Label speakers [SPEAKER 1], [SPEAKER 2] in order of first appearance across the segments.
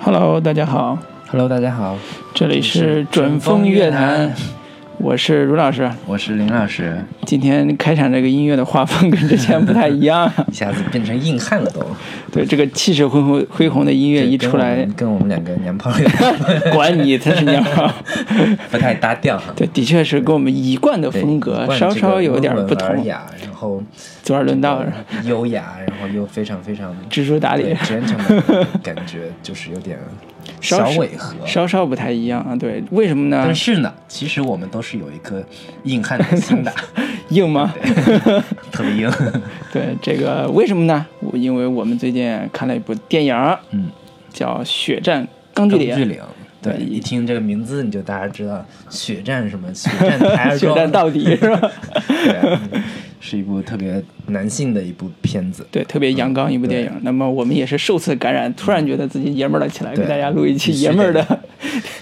[SPEAKER 1] Hello，大家好，
[SPEAKER 2] Hello，大家好，
[SPEAKER 1] 这里是准风乐坛，我是卢老师。
[SPEAKER 2] 我是林老师，
[SPEAKER 1] 今天开场这个音乐的画风跟之前不太一样 啊，
[SPEAKER 2] 一下子变成硬汉了都。
[SPEAKER 1] 对，这个气势恢宏恢宏的音乐一
[SPEAKER 2] 这
[SPEAKER 1] 出
[SPEAKER 2] 跟我
[SPEAKER 1] 来
[SPEAKER 2] 们，跟我们两个娘炮有 点
[SPEAKER 1] 管你才是 娘炮。
[SPEAKER 2] 不太搭调哈。
[SPEAKER 1] 对，的确是跟我们一贯的
[SPEAKER 2] 对
[SPEAKER 1] 风
[SPEAKER 2] 一
[SPEAKER 1] 格
[SPEAKER 2] 贯
[SPEAKER 1] 稍
[SPEAKER 2] 这个
[SPEAKER 1] 稍有点
[SPEAKER 2] 温文
[SPEAKER 1] 不
[SPEAKER 2] 尔
[SPEAKER 1] 同。
[SPEAKER 2] 雅，然后
[SPEAKER 1] 左耳轮道，
[SPEAKER 2] 优雅，然后又非常非 常
[SPEAKER 1] 知书达
[SPEAKER 2] 对
[SPEAKER 1] 理，
[SPEAKER 2] gentleman，感觉就是有点
[SPEAKER 1] 稍
[SPEAKER 2] 小
[SPEAKER 1] 稍
[SPEAKER 2] 违和。
[SPEAKER 1] 稍稍不太一样啊。对，为什么呢
[SPEAKER 2] 但？是呢，其实我们都是有一颗硬汉的 心的，
[SPEAKER 1] 硬吗？
[SPEAKER 2] 特别 硬。
[SPEAKER 1] 对，这个为什么呢？我因为我们最近看了一部电影，
[SPEAKER 2] 嗯，
[SPEAKER 1] 叫《血战钢锯岭》。
[SPEAKER 2] 岭。啊对，
[SPEAKER 1] 啊对
[SPEAKER 2] 一听这个名字你就大家知道，血战什 么，血战台儿
[SPEAKER 1] 血
[SPEAKER 2] 庄
[SPEAKER 1] 战到底是吧？
[SPEAKER 2] 对啊，是一部特别男性的一部片子。
[SPEAKER 1] 对，特别阳刚一部电影。那么我们也是受此感染，突然觉得自己爷们儿了起来，
[SPEAKER 2] 对
[SPEAKER 1] 给大家录一期
[SPEAKER 2] 必须
[SPEAKER 1] 爷们儿
[SPEAKER 2] 得
[SPEAKER 1] 的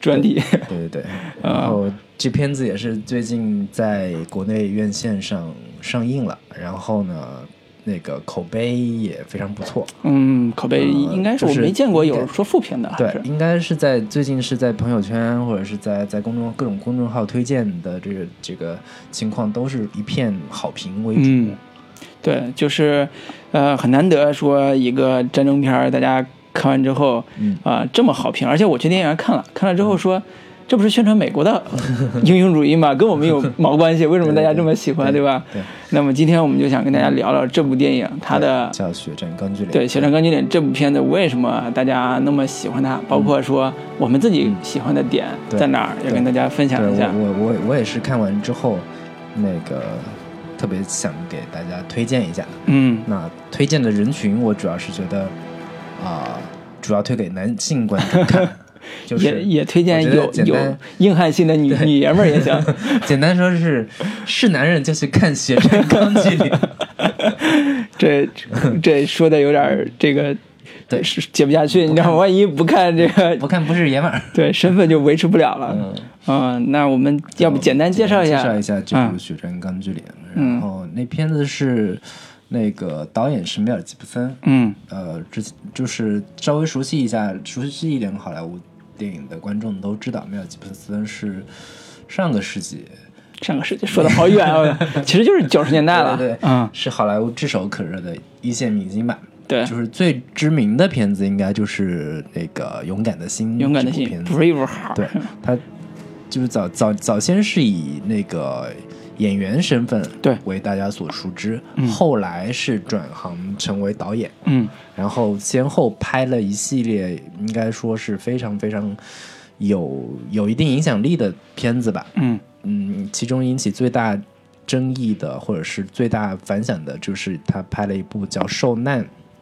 [SPEAKER 1] 专题。
[SPEAKER 2] 对对对，
[SPEAKER 1] 啊
[SPEAKER 2] 然后这片子也是最近在国内院线上上映了，然后呢，那个口碑也非常不错。
[SPEAKER 1] 嗯，口碑应该是
[SPEAKER 2] 就
[SPEAKER 1] 我
[SPEAKER 2] 是
[SPEAKER 1] 没见过有人说负评的，啊
[SPEAKER 2] 对
[SPEAKER 1] 是，
[SPEAKER 2] 应该是在最近是在朋友圈或者是在在公众各种公众号推荐的这个这个情况都是一片好评为主。
[SPEAKER 1] 嗯，对，就是呃，很难得说一个战争片儿，大家看完之后，
[SPEAKER 2] 嗯
[SPEAKER 1] 啊、这么好评，而且我去电影院看了，看了之后说。这不是宣传美国的英雄主义吗？跟我们有毛关系？为什么大家这么喜欢，
[SPEAKER 2] 对
[SPEAKER 1] 吧？
[SPEAKER 2] 对，
[SPEAKER 1] 那么今天我们就想跟大家聊聊这部电影，它的
[SPEAKER 2] 叫《血战钢锯岭》。
[SPEAKER 1] 对《血战钢锯岭》这部片子，为什么大家那么喜欢它？包括说我们自己喜欢的点
[SPEAKER 2] 嗯对
[SPEAKER 1] 在哪儿，也
[SPEAKER 2] 对
[SPEAKER 1] 跟大家分享
[SPEAKER 2] 对
[SPEAKER 1] 一下。
[SPEAKER 2] 我我我我也是看完之后，那个特别想给大家推荐一下。
[SPEAKER 1] 嗯，
[SPEAKER 2] 那推荐的人群，我主要是觉得啊、主要推给男性观 众看，就是
[SPEAKER 1] 也也推荐
[SPEAKER 2] 我觉得
[SPEAKER 1] 有
[SPEAKER 2] 简
[SPEAKER 1] 有
[SPEAKER 2] 单
[SPEAKER 1] 硬汉性的女女爷们儿也行。
[SPEAKER 2] 简单说是是男人就去看《血战钢锯岭》
[SPEAKER 1] 这这说的有点儿这个，
[SPEAKER 2] 对
[SPEAKER 1] 是接不下去，你知道吗？万一不看这个，
[SPEAKER 2] 不看不是爷们儿。
[SPEAKER 1] 对身份就维持不了了。嗯，那我们要不简单介绍一下？
[SPEAKER 2] 介绍一下这部
[SPEAKER 1] 嗯
[SPEAKER 2] 《血战钢锯岭》
[SPEAKER 1] 嗯
[SPEAKER 2] 然后那片子是那个导演是梅尔吉布森，
[SPEAKER 1] 嗯
[SPEAKER 2] 呃，之前就是稍微熟悉一下，熟悉一点好莱坞电影的观众都知道，梅尔吉布森是上个世纪，
[SPEAKER 1] 上个世纪说的好远 啊，其实就是九十年代了。
[SPEAKER 2] 对对对
[SPEAKER 1] 嗯，
[SPEAKER 2] 是好莱坞炙手可热的一线明星吧。
[SPEAKER 1] 对
[SPEAKER 2] 就是最知名的片子应该就是那个《勇敢的心》
[SPEAKER 1] 勇敢的
[SPEAKER 2] 这部
[SPEAKER 1] 心
[SPEAKER 2] 片子，
[SPEAKER 1] ，Brave Heart。
[SPEAKER 2] 对，他就是早早早先是以那个演员身份
[SPEAKER 1] 对
[SPEAKER 2] 为大家所熟知，后来是转行成为导演，
[SPEAKER 1] 嗯
[SPEAKER 2] 然后先后拍了一系列，应该说是非常非常有有一定影响力的片子吧。
[SPEAKER 1] 嗯
[SPEAKER 2] 嗯，其中引起最大争议的，或者是最大反响的，就是他拍了一部叫《受难》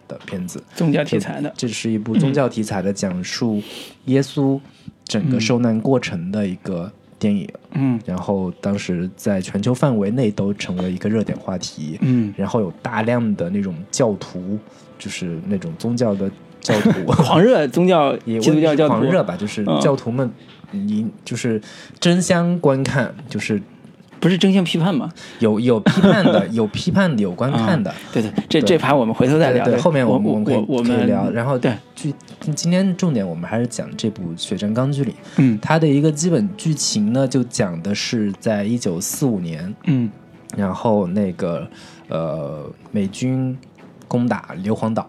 [SPEAKER 2] 的片子。
[SPEAKER 1] 宗教题材的，
[SPEAKER 2] 这是一部宗教题材的，讲述耶稣整个受难过程的一个电影。
[SPEAKER 1] 嗯
[SPEAKER 2] 然后当时在全球范围内都成为一个热点话题。
[SPEAKER 1] 嗯，
[SPEAKER 2] 然后有大量的那种教徒，就是那种宗教的教 徒，
[SPEAKER 1] 狂热宗教
[SPEAKER 2] 也
[SPEAKER 1] 基督教教徒
[SPEAKER 2] 狂，热吧，就是
[SPEAKER 1] 嗯
[SPEAKER 2] 教徒们，你、就是争相观看，就是
[SPEAKER 1] 不是争相批判吗？
[SPEAKER 2] 有有批 判的，有批判的，有观看的。
[SPEAKER 1] 对对，这
[SPEAKER 2] 对
[SPEAKER 1] 这盘我们回头啊再聊。
[SPEAKER 2] 对对，后面
[SPEAKER 1] 我
[SPEAKER 2] 们我
[SPEAKER 1] 我
[SPEAKER 2] 可以
[SPEAKER 1] 我
[SPEAKER 2] 可以
[SPEAKER 1] 们
[SPEAKER 2] 聊。然后
[SPEAKER 1] 对，
[SPEAKER 2] 剧今天重点我们还是讲这部《血战钢锯岭》，
[SPEAKER 1] 嗯
[SPEAKER 2] 它的一个基本剧情呢，就讲的是在一九四五年，
[SPEAKER 1] 嗯
[SPEAKER 2] 然后那个呃美军攻打硫磺岛，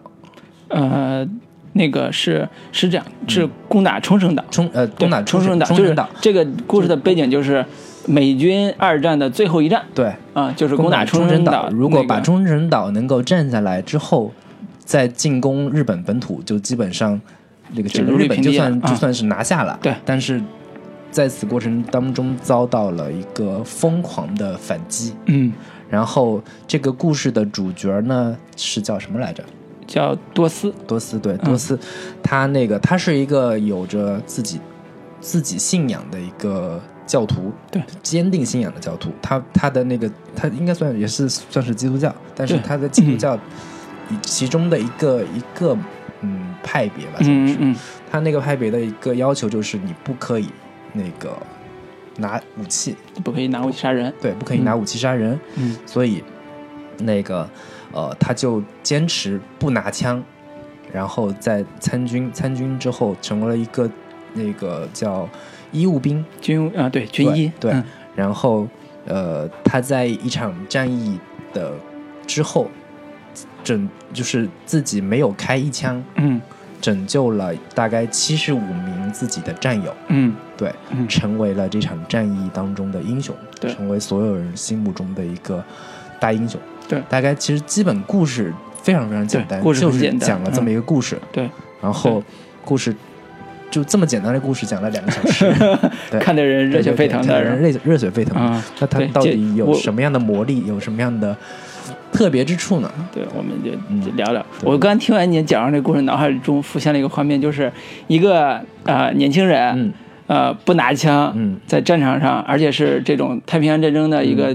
[SPEAKER 1] 呃，那个是是这样，是攻打冲绳岛，
[SPEAKER 2] 冲呃
[SPEAKER 1] 对
[SPEAKER 2] 嗯攻打
[SPEAKER 1] 冲
[SPEAKER 2] 绳
[SPEAKER 1] 岛，
[SPEAKER 2] 冲
[SPEAKER 1] 就是
[SPEAKER 2] 绳岛，
[SPEAKER 1] 这个故事的背景就是美军二战的最后一战
[SPEAKER 2] 对，
[SPEAKER 1] 啊，就是
[SPEAKER 2] 攻
[SPEAKER 1] 打
[SPEAKER 2] 冲
[SPEAKER 1] 绳
[SPEAKER 2] 岛。如
[SPEAKER 1] 那
[SPEAKER 2] 果
[SPEAKER 1] 个
[SPEAKER 2] 把冲绳岛能够占下来之后，再进攻日本本土，就基本上那个
[SPEAKER 1] 就
[SPEAKER 2] 整个
[SPEAKER 1] 如履
[SPEAKER 2] 日本
[SPEAKER 1] 平
[SPEAKER 2] 就
[SPEAKER 1] 地了
[SPEAKER 2] 算
[SPEAKER 1] 啊
[SPEAKER 2] 就算是拿下了。
[SPEAKER 1] 对
[SPEAKER 2] 但是在此过程当中遭到了一个疯狂的反击。
[SPEAKER 1] 嗯
[SPEAKER 2] 然后这个故事的主角呢是叫什么来着？
[SPEAKER 1] 叫多斯，
[SPEAKER 2] 多斯
[SPEAKER 1] 嗯
[SPEAKER 2] 对多斯，他那个他是一个有着自己自己信仰的一个教徒，
[SPEAKER 1] 对，
[SPEAKER 2] 坚定信仰的教徒。他他的那个他应该算也是算是基督教，但是
[SPEAKER 1] 对嗯
[SPEAKER 2] 他的基督教以其中的一个一个嗯派别吧，算
[SPEAKER 1] 嗯
[SPEAKER 2] 是
[SPEAKER 1] 嗯
[SPEAKER 2] 他那个派别的一个要求就是你不可以那个拿武器，
[SPEAKER 1] 嗯，不可以拿武器杀人，
[SPEAKER 2] 对，不可以拿武器杀人，
[SPEAKER 1] 嗯
[SPEAKER 2] 所以那个呃，他就坚持不拿枪，然后在参军，参军之后成为了一个那个叫医务兵，
[SPEAKER 1] 军啊，对，军医，
[SPEAKER 2] 对，
[SPEAKER 1] 嗯
[SPEAKER 2] 然后呃，他在一场战役的之后，拯就是自己没有开一枪，
[SPEAKER 1] 嗯
[SPEAKER 2] 拯救了大概七十五名自己的战友，
[SPEAKER 1] 嗯
[SPEAKER 2] 对，
[SPEAKER 1] 嗯
[SPEAKER 2] 成为了这场战役当中的英雄，
[SPEAKER 1] 对
[SPEAKER 2] 成为所有人心目中的一个大英雄。
[SPEAKER 1] 对
[SPEAKER 2] 大概其实基本故事非常非常简单，
[SPEAKER 1] 对故事
[SPEAKER 2] 就
[SPEAKER 1] 很
[SPEAKER 2] 是
[SPEAKER 1] 简单嗯
[SPEAKER 2] 讲了这么一个故事，
[SPEAKER 1] 对，
[SPEAKER 2] 然后故事就这么简单的故事讲了两个小时，对
[SPEAKER 1] 看的 人热血沸腾
[SPEAKER 2] 对对
[SPEAKER 1] 的
[SPEAKER 2] 对看
[SPEAKER 1] 人
[SPEAKER 2] 得热热血沸腾。
[SPEAKER 1] 啊，
[SPEAKER 2] 那它
[SPEAKER 1] 对
[SPEAKER 2] 到
[SPEAKER 1] 这
[SPEAKER 2] 底有
[SPEAKER 1] 我
[SPEAKER 2] 什么样的魔力，有什么样的特别之处呢？
[SPEAKER 1] 对，我们就
[SPEAKER 2] 嗯
[SPEAKER 1] 就聊聊。
[SPEAKER 2] 对
[SPEAKER 1] 我刚听完你讲完这故事，脑海中浮现了一个画面，就是一个呃年轻人，
[SPEAKER 2] 嗯
[SPEAKER 1] 呃不拿枪，
[SPEAKER 2] 嗯
[SPEAKER 1] 在战场上，而且是这种太平洋战争的一个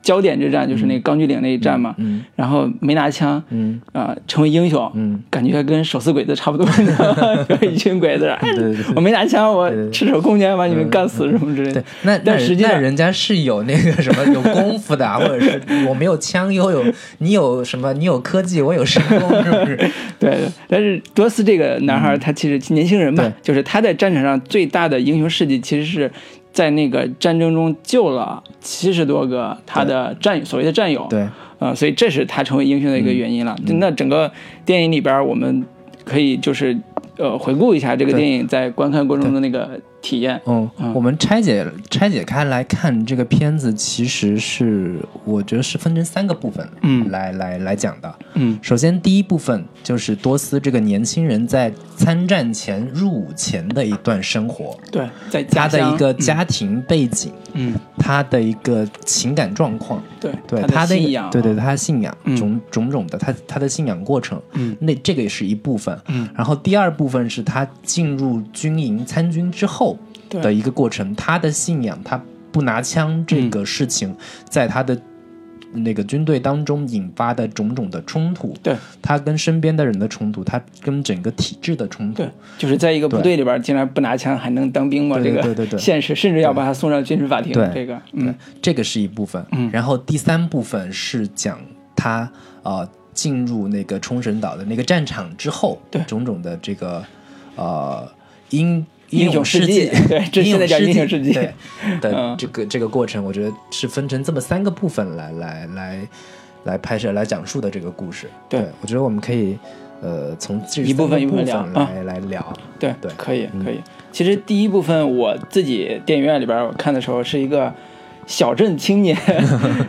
[SPEAKER 1] 焦点之战，就是那个钢锯岭那一战嘛，
[SPEAKER 2] 嗯
[SPEAKER 1] 然后没拿枪，
[SPEAKER 2] 嗯
[SPEAKER 1] 啊，成为英雄，
[SPEAKER 2] 嗯，
[SPEAKER 1] 感觉跟手撕鬼子差不多，你知道 吗一群鬼子，哎
[SPEAKER 2] 对对对
[SPEAKER 1] 我没拿枪，我
[SPEAKER 2] 对对
[SPEAKER 1] 赤手空拳把你们干死什么之类的
[SPEAKER 2] 对。，那那
[SPEAKER 1] 但
[SPEAKER 2] 人
[SPEAKER 1] 实际上
[SPEAKER 2] 那人家是有那个 什么有功夫的啊，或者是我没有枪，又有你有什么，你有科技，我有神功，是不是？
[SPEAKER 1] 对，对但是多斯这个男孩儿，他其实年轻人嘛
[SPEAKER 2] 嗯对，
[SPEAKER 1] 就是他在战场上最大的英雄事迹，其实是在那个战争中救了七十多个他的战友，所谓的战友。，
[SPEAKER 2] 对，嗯
[SPEAKER 1] 呃，所以这是他成为英雄的一个原因了。就那整个电影里边儿，我们可以就是呃回顾一下这个
[SPEAKER 2] 对
[SPEAKER 1] 电影在观看过程中的那个体验。
[SPEAKER 2] 嗯，
[SPEAKER 1] 嗯
[SPEAKER 2] 我们拆解拆解开来看这个片子，其实是我觉得是分成三个部分，
[SPEAKER 1] 嗯
[SPEAKER 2] 来来来讲的。
[SPEAKER 1] 嗯
[SPEAKER 2] 首先，第一部分就是多斯这个年轻人在参战前、入伍前的一段生活，
[SPEAKER 1] 对，在家
[SPEAKER 2] 他的
[SPEAKER 1] 乡
[SPEAKER 2] 一个，家庭背景，
[SPEAKER 1] 嗯，
[SPEAKER 2] 他的一个情感状况，
[SPEAKER 1] 对，
[SPEAKER 2] 对
[SPEAKER 1] 他
[SPEAKER 2] 的
[SPEAKER 1] 信仰，
[SPEAKER 2] 对对，他的信仰
[SPEAKER 1] 嗯
[SPEAKER 2] 种种种的，他他的信仰过程，
[SPEAKER 1] 嗯
[SPEAKER 2] 那这个也是一部分。
[SPEAKER 1] 嗯，
[SPEAKER 2] 然后第二部分是他进入军营参军之后
[SPEAKER 1] 对
[SPEAKER 2] 的一个过程，他的信仰，他不拿枪这个事情，
[SPEAKER 1] 嗯
[SPEAKER 2] 在他的那个军队当中引发的种种的冲突，
[SPEAKER 1] 对
[SPEAKER 2] 他跟身边的人的冲突，他跟整个体制的冲突
[SPEAKER 1] 对，，就是在一个部队里边儿，竟然不拿枪还能当兵吗？
[SPEAKER 2] 对
[SPEAKER 1] 这个
[SPEAKER 2] 对对对
[SPEAKER 1] 现实，甚至要把他送上军事法庭。
[SPEAKER 2] 对
[SPEAKER 1] 这个，
[SPEAKER 2] 对
[SPEAKER 1] 嗯，
[SPEAKER 2] 这个是一部分。
[SPEAKER 1] 嗯
[SPEAKER 2] 然后第三部分是讲他呃进入那个冲绳岛的那个战场之后，
[SPEAKER 1] 对
[SPEAKER 2] 种种的这个呃英。
[SPEAKER 1] 英
[SPEAKER 2] 勇
[SPEAKER 1] 雄
[SPEAKER 2] 事
[SPEAKER 1] 事迹对这
[SPEAKER 2] 英
[SPEAKER 1] 现在叫英
[SPEAKER 2] 勇
[SPEAKER 1] 雄
[SPEAKER 2] 事
[SPEAKER 1] 事迹
[SPEAKER 2] 对的
[SPEAKER 1] 嗯
[SPEAKER 2] 这个这个过程，我觉得是分成这么三个部分来来来来拍摄、来讲述的这个故事。
[SPEAKER 1] 对
[SPEAKER 2] 我觉得我们可以呃从这
[SPEAKER 1] 一部分
[SPEAKER 2] 三个
[SPEAKER 1] 一部
[SPEAKER 2] 部
[SPEAKER 1] 分
[SPEAKER 2] 分
[SPEAKER 1] 聊啊
[SPEAKER 2] 来来聊。
[SPEAKER 1] 对
[SPEAKER 2] 对嗯
[SPEAKER 1] 可以可以。其实第一部分我自己电影院里边儿我看的时候，是一个小镇青 年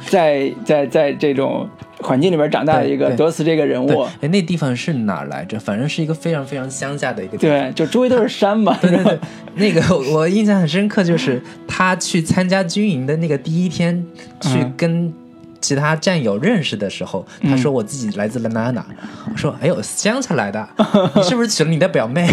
[SPEAKER 1] 在在在这种环境里边儿长大的一个
[SPEAKER 2] 对对
[SPEAKER 1] 德斯这个人
[SPEAKER 2] 对
[SPEAKER 1] 物，，
[SPEAKER 2] 哎，那地方是哪儿来着？反正是一个非常非常乡下的一个地方。
[SPEAKER 1] 对，就周围都是山嘛，
[SPEAKER 2] 对对对， 那个我我印象很深刻，就是他去参加军营的那个第一天，去
[SPEAKER 1] 嗯
[SPEAKER 2] 跟其他战友认识的时候，他
[SPEAKER 1] 嗯
[SPEAKER 2] 说我自己来自了哪哪哪，我说哎呦乡下来的， 你是不是娶了你的表妹？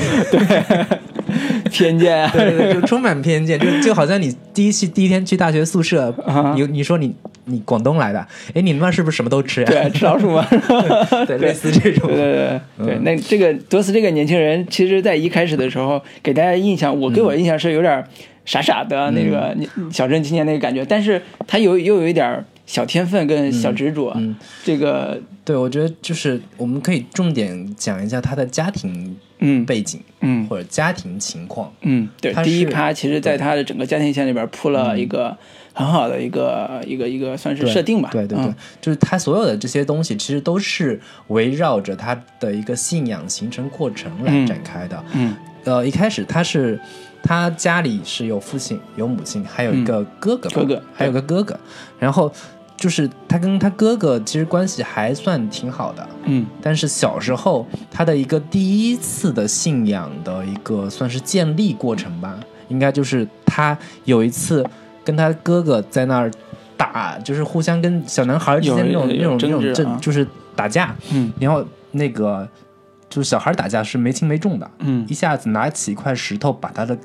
[SPEAKER 1] 偏见啊，
[SPEAKER 2] 对对对，就充满偏见，就就好像你第一去第一天去大学宿舍，
[SPEAKER 1] 啊
[SPEAKER 2] 你你说你你广东来的，哎你们那是不是什么都吃呀？
[SPEAKER 1] 对，吃老鼠嘛，
[SPEAKER 2] 对，类似这 种
[SPEAKER 1] 对，对对
[SPEAKER 2] 嗯
[SPEAKER 1] 对，那这个德斯这个年轻人，其实在一开始的时候给大家的印象，我给我印象是有点傻傻的那个
[SPEAKER 2] 嗯
[SPEAKER 1] 小镇青年那个感觉，但是他有又有一点小天分跟小执着，
[SPEAKER 2] 嗯
[SPEAKER 1] 这个
[SPEAKER 2] 对我觉得就是我们可以重点讲一下他的家庭
[SPEAKER 1] 嗯
[SPEAKER 2] 背景
[SPEAKER 1] 嗯
[SPEAKER 2] 或者家庭情况，
[SPEAKER 1] 嗯，对
[SPEAKER 2] 他，是
[SPEAKER 1] 第一趴其实在他的整个家庭线里边铺了一个很好的一个一个一个算是
[SPEAKER 2] 对
[SPEAKER 1] 设定吧，
[SPEAKER 2] 对对对，
[SPEAKER 1] 嗯
[SPEAKER 2] 就是他所有的这些东西，其实都是围绕着他的一个信仰形成过程来
[SPEAKER 1] 嗯
[SPEAKER 2] 展开的。
[SPEAKER 1] 嗯
[SPEAKER 2] 呃，一开始他是他家里是有父亲、有母亲，还有一个哥哥吧，
[SPEAKER 1] 嗯哥哥
[SPEAKER 2] 还有个哥哥。然后就是他跟他哥哥其实关系还算挺好的，
[SPEAKER 1] 嗯
[SPEAKER 2] 但是小时候他的一个第一次的信仰的一个算是建立过程吧，应该就是他有一次跟他哥哥在那儿打，就是互相跟小男孩之间那种
[SPEAKER 1] 有
[SPEAKER 2] 那种那
[SPEAKER 1] 有
[SPEAKER 2] 种
[SPEAKER 1] 争执啊
[SPEAKER 2] 这就是打架，
[SPEAKER 1] 嗯
[SPEAKER 2] 然后那个就是小孩打架是没轻没重的，
[SPEAKER 1] 嗯
[SPEAKER 2] 一下子拿起一块石头把他的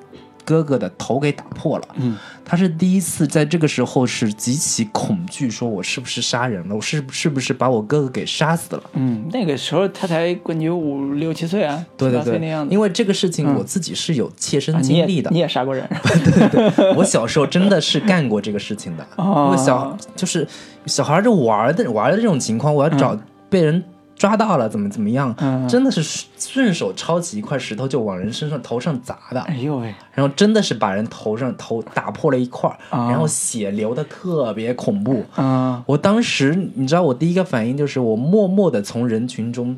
[SPEAKER 2] 哥哥的头给打破了。
[SPEAKER 1] 嗯
[SPEAKER 2] 他是第一次在这个时候是极其恐惧，说我是不是杀人了？我是是不是把我哥哥给杀死了？
[SPEAKER 1] 嗯，那个时候他才感觉五六七岁啊，
[SPEAKER 2] 对
[SPEAKER 1] 七
[SPEAKER 2] 对
[SPEAKER 1] 八岁那
[SPEAKER 2] 对
[SPEAKER 1] 样，子
[SPEAKER 2] 因。为这个事情
[SPEAKER 1] 嗯
[SPEAKER 2] 我自己是有切身
[SPEAKER 1] 啊你也
[SPEAKER 2] 经历的
[SPEAKER 1] 你。也杀过 人，
[SPEAKER 2] 我小时候真的是干过这个事情的，
[SPEAKER 1] 哦
[SPEAKER 2] 因为小就是小孩儿就玩儿的玩儿的这种情况，我要找被人抓到了，怎么怎么样，
[SPEAKER 1] 嗯
[SPEAKER 2] 真的是顺手抄起一块石头就往人身上头上砸的，
[SPEAKER 1] 哎呦喂，
[SPEAKER 2] 然后真的是把人头上头打破了一块儿，
[SPEAKER 1] 啊
[SPEAKER 2] 然后血流的特别恐怖。
[SPEAKER 1] 啊
[SPEAKER 2] 我当时你知道，我第一个反应就是我默默的从人群中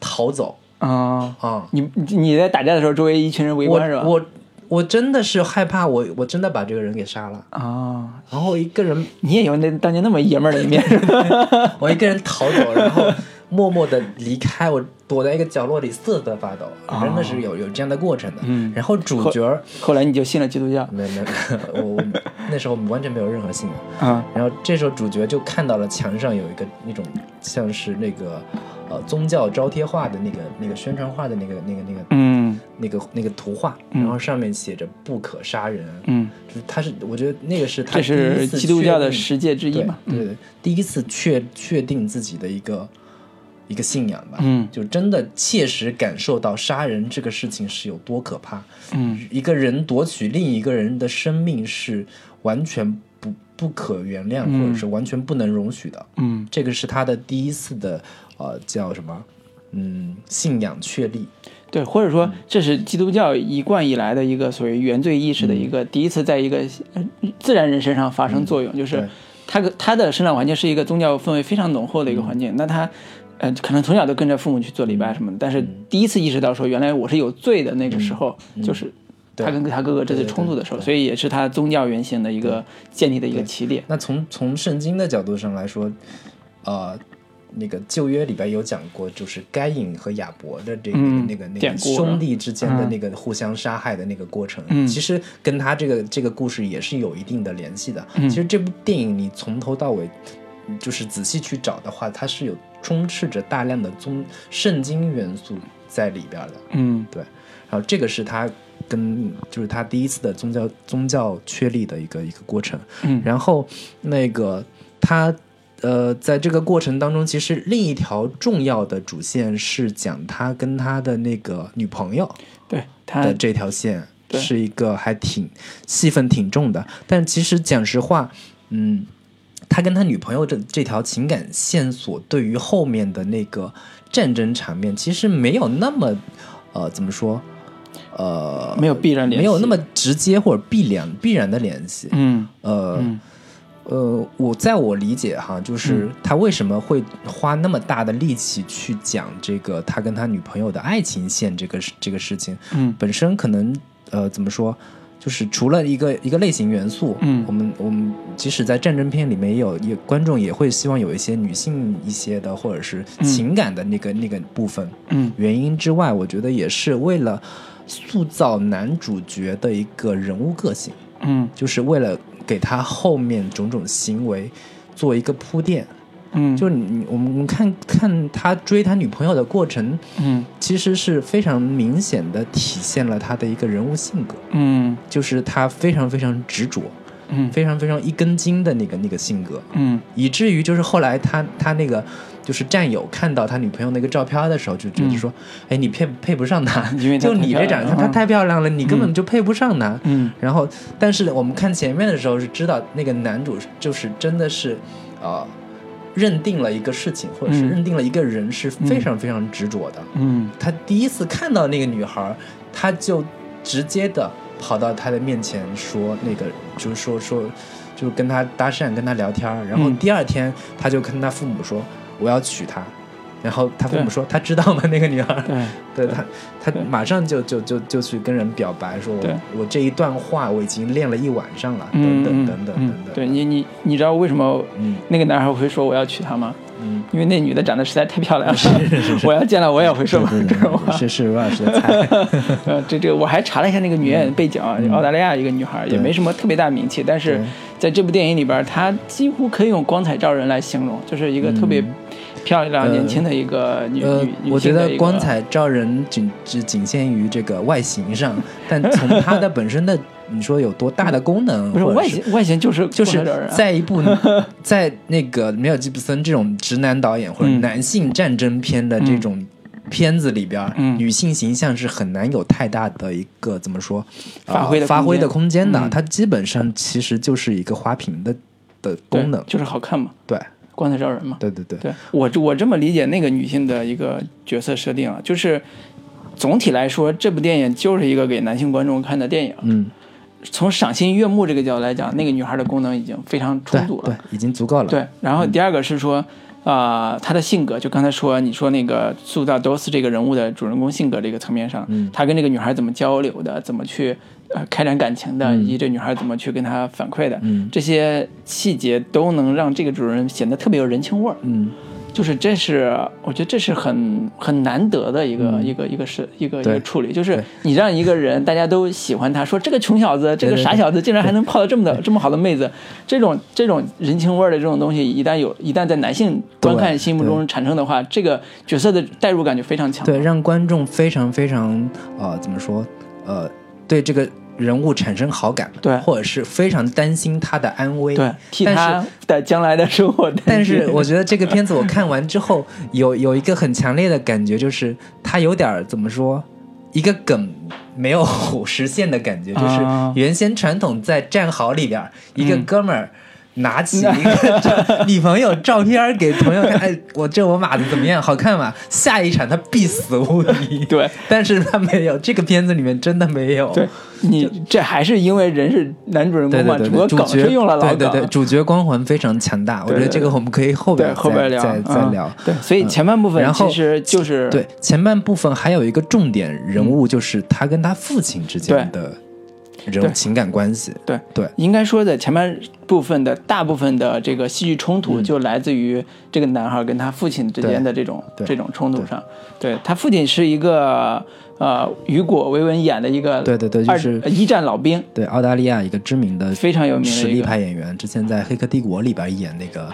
[SPEAKER 2] 逃走
[SPEAKER 1] 啊！
[SPEAKER 2] 啊、
[SPEAKER 1] 你你你在打架的时候，周围一群人围观是吧？
[SPEAKER 2] 我我我真的是害怕我，我真的把这个人给杀了。
[SPEAKER 1] 啊，
[SPEAKER 2] 然后一个 人，
[SPEAKER 1] 你也有那当年那么爷们儿的一面是 吧？
[SPEAKER 2] 我一个人逃走，然后默默的离开，我躲在一个角落里瑟瑟发抖，
[SPEAKER 1] 啊
[SPEAKER 2] 真的是有有这样的过程的。
[SPEAKER 1] 嗯
[SPEAKER 2] 然后主角儿
[SPEAKER 1] 后来你就信了基督教
[SPEAKER 2] 没 没，我我那时候完全没有任何信仰。
[SPEAKER 1] 啊
[SPEAKER 2] 然后这时候主角就看到了墙上有一个那种像是那个呃宗教招贴画的那个那个宣传画的那个那个那个、
[SPEAKER 1] 嗯
[SPEAKER 2] 那个那个图画，然后上面写着“不可杀人”，
[SPEAKER 1] 嗯，
[SPEAKER 2] 就是他是我觉得那个是
[SPEAKER 1] 这
[SPEAKER 2] 他第
[SPEAKER 1] 是
[SPEAKER 2] 一次
[SPEAKER 1] 基督教的
[SPEAKER 2] 确定
[SPEAKER 1] 十诫之一
[SPEAKER 2] 对
[SPEAKER 1] 嘛？嗯
[SPEAKER 2] 对对，第一次确确定自己的一个一个信仰吧，
[SPEAKER 1] 嗯
[SPEAKER 2] 就真的切实感受到杀人这个事情是有多可怕，
[SPEAKER 1] 嗯，
[SPEAKER 2] 一个人夺取另一个人的生命是完全不不可原谅，
[SPEAKER 1] 嗯
[SPEAKER 2] 或者是完全不能容许的。
[SPEAKER 1] 嗯
[SPEAKER 2] 这个是他的第一次的呃叫什么？嗯，信仰确立。
[SPEAKER 1] 对，或者
[SPEAKER 2] 嗯
[SPEAKER 1] 说这是基督教一贯以来的一个所谓原罪意识的一
[SPEAKER 2] 嗯
[SPEAKER 1] 个第一次在一个呃自然人身上发生作用，就是
[SPEAKER 2] 对
[SPEAKER 1] 他他的生长环境是一个宗教氛围非常浓厚的一
[SPEAKER 2] 嗯
[SPEAKER 1] 个环境，那他。呃，可能从小都跟着父母去做礼拜什么的，但
[SPEAKER 2] 嗯
[SPEAKER 1] 是第一次意识到说，原来我是有罪的那个时候，就是
[SPEAKER 2] 对
[SPEAKER 1] 他跟他哥哥这次
[SPEAKER 2] 对对
[SPEAKER 1] 冲突的时候，所以也是他宗教原型的一个建立的一个起点。
[SPEAKER 2] 那从从圣经的角度上来说，呃，那个旧约里边有讲过，就是该隐和亚伯的这个、
[SPEAKER 1] 嗯
[SPEAKER 2] 那个那
[SPEAKER 1] 典
[SPEAKER 2] 个
[SPEAKER 1] 故是吧
[SPEAKER 2] 兄弟之间的那个互相杀害的那个过程，
[SPEAKER 1] 嗯
[SPEAKER 2] 其实跟他这个这个故事也是有一定的联系的。
[SPEAKER 1] 嗯
[SPEAKER 2] 其实这部电影你从头到尾，就是仔细去找的话，它是有充斥着大量的宗圣经元素在里边的。
[SPEAKER 1] 嗯
[SPEAKER 2] 对，然后这个是他跟就是他第一次的宗教宗教确立的一个一个过程，
[SPEAKER 1] 嗯
[SPEAKER 2] 然后那个他呃在这个过程当中，其实另一条重要的主线是讲他跟他的那个女朋友
[SPEAKER 1] 对他
[SPEAKER 2] 的这条线，
[SPEAKER 1] 嗯对
[SPEAKER 2] 是一个还挺戏份挺重的，但其实讲实话，嗯。他跟他女朋友这这条情感线索，对于后面的那个战争场面，其实没有那么，呃，怎么说，呃，
[SPEAKER 1] 没有必然联系，
[SPEAKER 2] 没有那么直接或者必然必然的联系。
[SPEAKER 1] 嗯
[SPEAKER 2] 呃、
[SPEAKER 1] 嗯
[SPEAKER 2] 呃，我在我理解哈，就是他为什么会花那么大的力气去讲这个他跟他女朋友的爱情线这个事这个事情，
[SPEAKER 1] 嗯
[SPEAKER 2] 本身可能呃怎么说，就是除了一个一个类型元素，
[SPEAKER 1] 嗯
[SPEAKER 2] 我们我们即使在战争片里面也有，也观众也会希望有一些女性一些的或者是情感的那个、那个部分，
[SPEAKER 1] 嗯
[SPEAKER 2] 原因之外，我觉得也是为了塑造男主角的一个人物个性，
[SPEAKER 1] 嗯
[SPEAKER 2] 就是为了给他后面种种行为做一个铺垫。
[SPEAKER 1] 嗯，
[SPEAKER 2] 就是你你我们我们看看他追他女朋友的过程，
[SPEAKER 1] 嗯
[SPEAKER 2] 其实是非常明显的体现了他的一个人物性格，
[SPEAKER 1] 嗯
[SPEAKER 2] 就是他非常非常执着，
[SPEAKER 1] 嗯
[SPEAKER 2] 非常非常一根筋的那个那个性格。
[SPEAKER 1] 嗯
[SPEAKER 2] 以至于就是后来他他那个就是战友看到他女朋友那个照片的时候，就觉得说，哎，你配配不上他，
[SPEAKER 1] 嗯因为她
[SPEAKER 2] 就你这长相，
[SPEAKER 1] 太漂亮了
[SPEAKER 2] 她太漂亮了，你根本就配不上他。
[SPEAKER 1] 嗯
[SPEAKER 2] 然后，但是我们看前面的时候是知道那个男主就是真的是，呃，认定了一个事情，或者是
[SPEAKER 1] 嗯
[SPEAKER 2] 认定了一个人是非常非常执着的。
[SPEAKER 1] 嗯
[SPEAKER 2] 他第一次看到那个女孩儿，他就直接的跑到她的面前说那个，就是说说，就是跟她搭讪，跟她聊天儿。然后
[SPEAKER 1] 嗯
[SPEAKER 2] 第二天，他就跟他父母说我要娶她，然后他父母
[SPEAKER 1] 对
[SPEAKER 2] 说他知道吗？那个女孩儿，
[SPEAKER 1] 对
[SPEAKER 2] 对他，他
[SPEAKER 1] 对
[SPEAKER 2] 马上就就就就去跟人表白，说
[SPEAKER 1] 对
[SPEAKER 2] 我我这一段话我已经练了一晚上了，
[SPEAKER 1] 嗯
[SPEAKER 2] 等
[SPEAKER 1] 嗯
[SPEAKER 2] 等等等
[SPEAKER 1] 嗯
[SPEAKER 2] 等等。
[SPEAKER 1] 对你你你知道为什么
[SPEAKER 2] 嗯
[SPEAKER 1] 那个男孩会说我要娶她吗？
[SPEAKER 2] 嗯。
[SPEAKER 1] 因为那女的长得实在太漂亮了， 我要见了我也会说
[SPEAKER 2] 对
[SPEAKER 1] 这种
[SPEAKER 2] 对
[SPEAKER 1] 话
[SPEAKER 2] 对，。是是罗老师的菜。
[SPEAKER 1] 呃，这这个我还查了一下那个女演员背景啊，澳大利亚一个女孩，也没什么特别大名气，但是
[SPEAKER 2] 嗯对
[SPEAKER 1] 在这部电影里边，她几乎可以用光彩照人来形容，就是一个特别漂亮、年轻的一个女
[SPEAKER 2] 嗯呃
[SPEAKER 1] 女，女
[SPEAKER 2] 我觉
[SPEAKER 1] 性的
[SPEAKER 2] 得
[SPEAKER 1] 一个
[SPEAKER 2] 光彩照人仅只仅限于这个外形上，但从它的本身的你说有多大的功能，
[SPEAKER 1] 不是
[SPEAKER 2] 或者
[SPEAKER 1] 外形，外形就是
[SPEAKER 2] 就
[SPEAKER 1] 光彩
[SPEAKER 2] 是
[SPEAKER 1] 照人啊
[SPEAKER 2] 在一部在那个梅尔吉布森这种直男导演或者
[SPEAKER 1] 嗯
[SPEAKER 2] 男性战争片的这种片子里边儿，
[SPEAKER 1] 嗯
[SPEAKER 2] 女性形象是很难有太大的一个怎么说呃
[SPEAKER 1] 发挥的空间
[SPEAKER 2] 发挥的空间的，
[SPEAKER 1] 嗯
[SPEAKER 2] 它基本上其实就是一个花瓶的的功能，
[SPEAKER 1] 对就是好看嘛。
[SPEAKER 2] 对。
[SPEAKER 1] 棺材烧人嘛。
[SPEAKER 2] 对对对，
[SPEAKER 1] 对我这我这么理解那个女性的一个角色设定啊，就是总体来说，这部电影就是一个给男性观众看的电影。
[SPEAKER 2] 嗯，
[SPEAKER 1] 从赏心悦目这个角度来讲，那个女孩的功能已经非常充
[SPEAKER 2] 对
[SPEAKER 1] 足了。
[SPEAKER 2] 对，已经足够了。
[SPEAKER 1] 对，然后第二个是说，啊、他的性格，就刚才说你说那个塑造 DOS 这个人物的主人公性格这个层面上，
[SPEAKER 2] 嗯
[SPEAKER 1] 他跟这个女孩怎么交流的，怎么去呃开展感情的，以及这女孩怎么去跟他反馈的，
[SPEAKER 2] 嗯
[SPEAKER 1] 这些细节都能让这个主人显得特别有人情味儿。
[SPEAKER 2] 嗯，
[SPEAKER 1] 就是这是我觉得这是很很难得的一个、一个一个是一个一
[SPEAKER 2] 嗯对
[SPEAKER 1] 个处理，就是
[SPEAKER 2] 对
[SPEAKER 1] 你让一个人大家都喜欢他，说这个穷小子，这个
[SPEAKER 2] 对对
[SPEAKER 1] 傻小子竟然还能泡到这么的这么好的妹子，这种这种人情味儿的这种东西，一旦有一旦在男性观看
[SPEAKER 2] 对
[SPEAKER 1] 心目中产生的话，这个角色的代入感就非常强。
[SPEAKER 2] 对，让观众非常非常呃，怎么说呃，对这个人物产生好感，
[SPEAKER 1] 对
[SPEAKER 2] 或者是非常担心他的安危，
[SPEAKER 1] 对，替
[SPEAKER 2] 但是
[SPEAKER 1] 他的将来的生活担
[SPEAKER 2] 但
[SPEAKER 1] 心。
[SPEAKER 2] 是我觉得这个片子我看完之后，有有一个很强烈的感觉，就是它有点儿怎么说，一个梗没有 实现的感觉，就是
[SPEAKER 1] 啊嗯
[SPEAKER 2] 原先传统在战壕里边儿，一个哥们儿。拿起一个 照女朋友照片儿给朋友看，哎，我这我码的怎么样？好看吗？下一场他必死无疑。
[SPEAKER 1] 对，
[SPEAKER 2] 但是他没有，这个片子里面真的没有。
[SPEAKER 1] 对你这还是因为人是男主人
[SPEAKER 2] 对
[SPEAKER 1] 公嘛，
[SPEAKER 2] 对对
[SPEAKER 1] 只不过
[SPEAKER 2] 对，主
[SPEAKER 1] 梗
[SPEAKER 2] 角
[SPEAKER 1] 是用了老梗。
[SPEAKER 2] 对对对，主角光环非常强大。我
[SPEAKER 1] 对
[SPEAKER 2] 觉得
[SPEAKER 1] 对
[SPEAKER 2] 这个我们可以后
[SPEAKER 1] 对
[SPEAKER 2] 边
[SPEAKER 1] 后
[SPEAKER 2] 再
[SPEAKER 1] 边聊
[SPEAKER 2] 再再
[SPEAKER 1] 嗯
[SPEAKER 2] 聊。
[SPEAKER 1] 对，所以前半部分
[SPEAKER 2] 然后
[SPEAKER 1] 其实就是
[SPEAKER 2] 对，前半部分还有一个重点
[SPEAKER 1] 嗯
[SPEAKER 2] 人物，就是他跟他父亲之间的人物
[SPEAKER 1] 对
[SPEAKER 2] 情感关系。
[SPEAKER 1] 对
[SPEAKER 2] 对
[SPEAKER 1] 应该说的前半部分的大部分的这个戏剧冲突，就来自于这个男孩跟他父亲之间的这种
[SPEAKER 2] 嗯对对
[SPEAKER 1] 这种冲突上。对他父亲是一个呃，雨果·维文演的一个
[SPEAKER 2] 对对对，就
[SPEAKER 1] 二
[SPEAKER 2] 是
[SPEAKER 1] 呃一战老兵，
[SPEAKER 2] 对澳大利亚一个知名的
[SPEAKER 1] 非常有名
[SPEAKER 2] 实
[SPEAKER 1] 的一
[SPEAKER 2] 力
[SPEAKER 1] 个，
[SPEAKER 2] 派演员，之前在《黑客帝国》里边演那个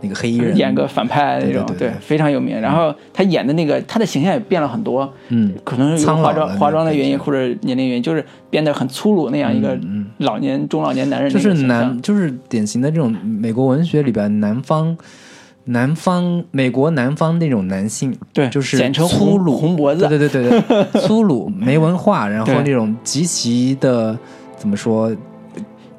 [SPEAKER 2] 那个黑衣人，
[SPEAKER 1] 演个反派那种，
[SPEAKER 2] 对对对对
[SPEAKER 1] 非常有名。然后他演的那个他的形象也变了很多，
[SPEAKER 2] 嗯，
[SPEAKER 1] 可能是有
[SPEAKER 2] 苍
[SPEAKER 1] 化
[SPEAKER 2] 老了
[SPEAKER 1] 妆
[SPEAKER 2] 那
[SPEAKER 1] 化妆的
[SPEAKER 2] 种
[SPEAKER 1] 原因
[SPEAKER 2] 感
[SPEAKER 1] 或者年龄原因，就是变得很粗鲁那样一个
[SPEAKER 2] 嗯
[SPEAKER 1] 老年中老年男人
[SPEAKER 2] 就
[SPEAKER 1] 那个
[SPEAKER 2] 是
[SPEAKER 1] 形象，
[SPEAKER 2] 南就是典型的这种美国文学里边南方。南方美国南方那种男性，
[SPEAKER 1] 对，
[SPEAKER 2] 就是
[SPEAKER 1] 简称
[SPEAKER 2] 粗
[SPEAKER 1] 红
[SPEAKER 2] 鲁
[SPEAKER 1] 红脖子，
[SPEAKER 2] 对对对对 对，粗鲁没文化，然后
[SPEAKER 1] 对
[SPEAKER 2] 那种极其的怎么说，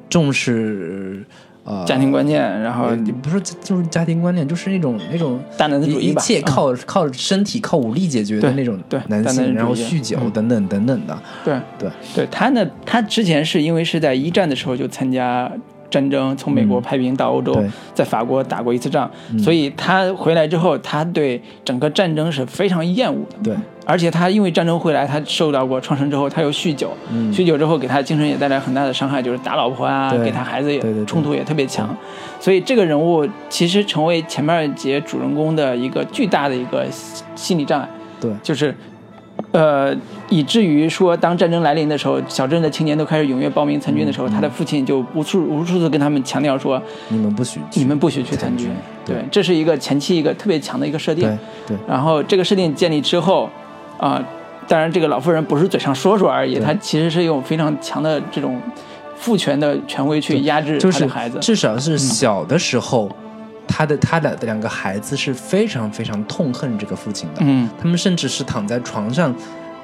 [SPEAKER 2] 重视呃
[SPEAKER 1] 家庭观念，然后
[SPEAKER 2] 呃，不是就是家庭观念，就是那种那种
[SPEAKER 1] 大男子主
[SPEAKER 2] 一
[SPEAKER 1] 义
[SPEAKER 2] 一
[SPEAKER 1] 吧，
[SPEAKER 2] 切
[SPEAKER 1] 嗯
[SPEAKER 2] 靠靠身体靠武力解决的
[SPEAKER 1] 对
[SPEAKER 2] 那种
[SPEAKER 1] 对
[SPEAKER 2] 男
[SPEAKER 1] 大男
[SPEAKER 2] 性，
[SPEAKER 1] 人
[SPEAKER 2] 然后
[SPEAKER 1] 主义
[SPEAKER 2] 酗酒
[SPEAKER 1] 嗯
[SPEAKER 2] 等等等等的，
[SPEAKER 1] 对
[SPEAKER 2] 对
[SPEAKER 1] 对，他呢，他之前是因为是在一战的时候就参加战争，从美国派兵到欧洲，
[SPEAKER 2] 嗯对嗯
[SPEAKER 1] 在法国打过一次仗，所以他回来之后，他对整个战争是非常厌恶的。
[SPEAKER 2] 对，
[SPEAKER 1] 而且他因为战争回来，他受到过创伤之后，他又酗酒，
[SPEAKER 2] 嗯
[SPEAKER 1] 酗酒之后给他精神也带来很大的伤害，就是打老婆啊，
[SPEAKER 2] 对
[SPEAKER 1] 给他孩子也
[SPEAKER 2] 对对对
[SPEAKER 1] 冲突也特别强，所以这个人物其实成为前面节主人公的一个巨大的一个心心理障碍，
[SPEAKER 2] 对
[SPEAKER 1] 就是。呃，以至于说，当战争来临的时候，小镇的青年都开始踊跃报名参军的
[SPEAKER 2] 嗯
[SPEAKER 1] 时候，他的父亲就无数无数次跟他们强调说，
[SPEAKER 2] 你们不许去，
[SPEAKER 1] 你们不许去参
[SPEAKER 2] 参
[SPEAKER 1] 军
[SPEAKER 2] 军。
[SPEAKER 1] 对
[SPEAKER 2] 对，
[SPEAKER 1] 这是一个前期一个特别强的一个设定
[SPEAKER 2] 对。对
[SPEAKER 1] 然后这个设定建立之后，啊、当然这个老妇人不是嘴上说说而已，
[SPEAKER 2] 对
[SPEAKER 1] 她其实是用非常强的这种父权的权威去压制
[SPEAKER 2] 就
[SPEAKER 1] 她
[SPEAKER 2] 是
[SPEAKER 1] 的孩子。嗯
[SPEAKER 2] 至少是小的时候，他的他的两个孩子是非常非常痛恨这个父亲的，
[SPEAKER 1] 嗯，
[SPEAKER 2] 他们甚至是躺在床上，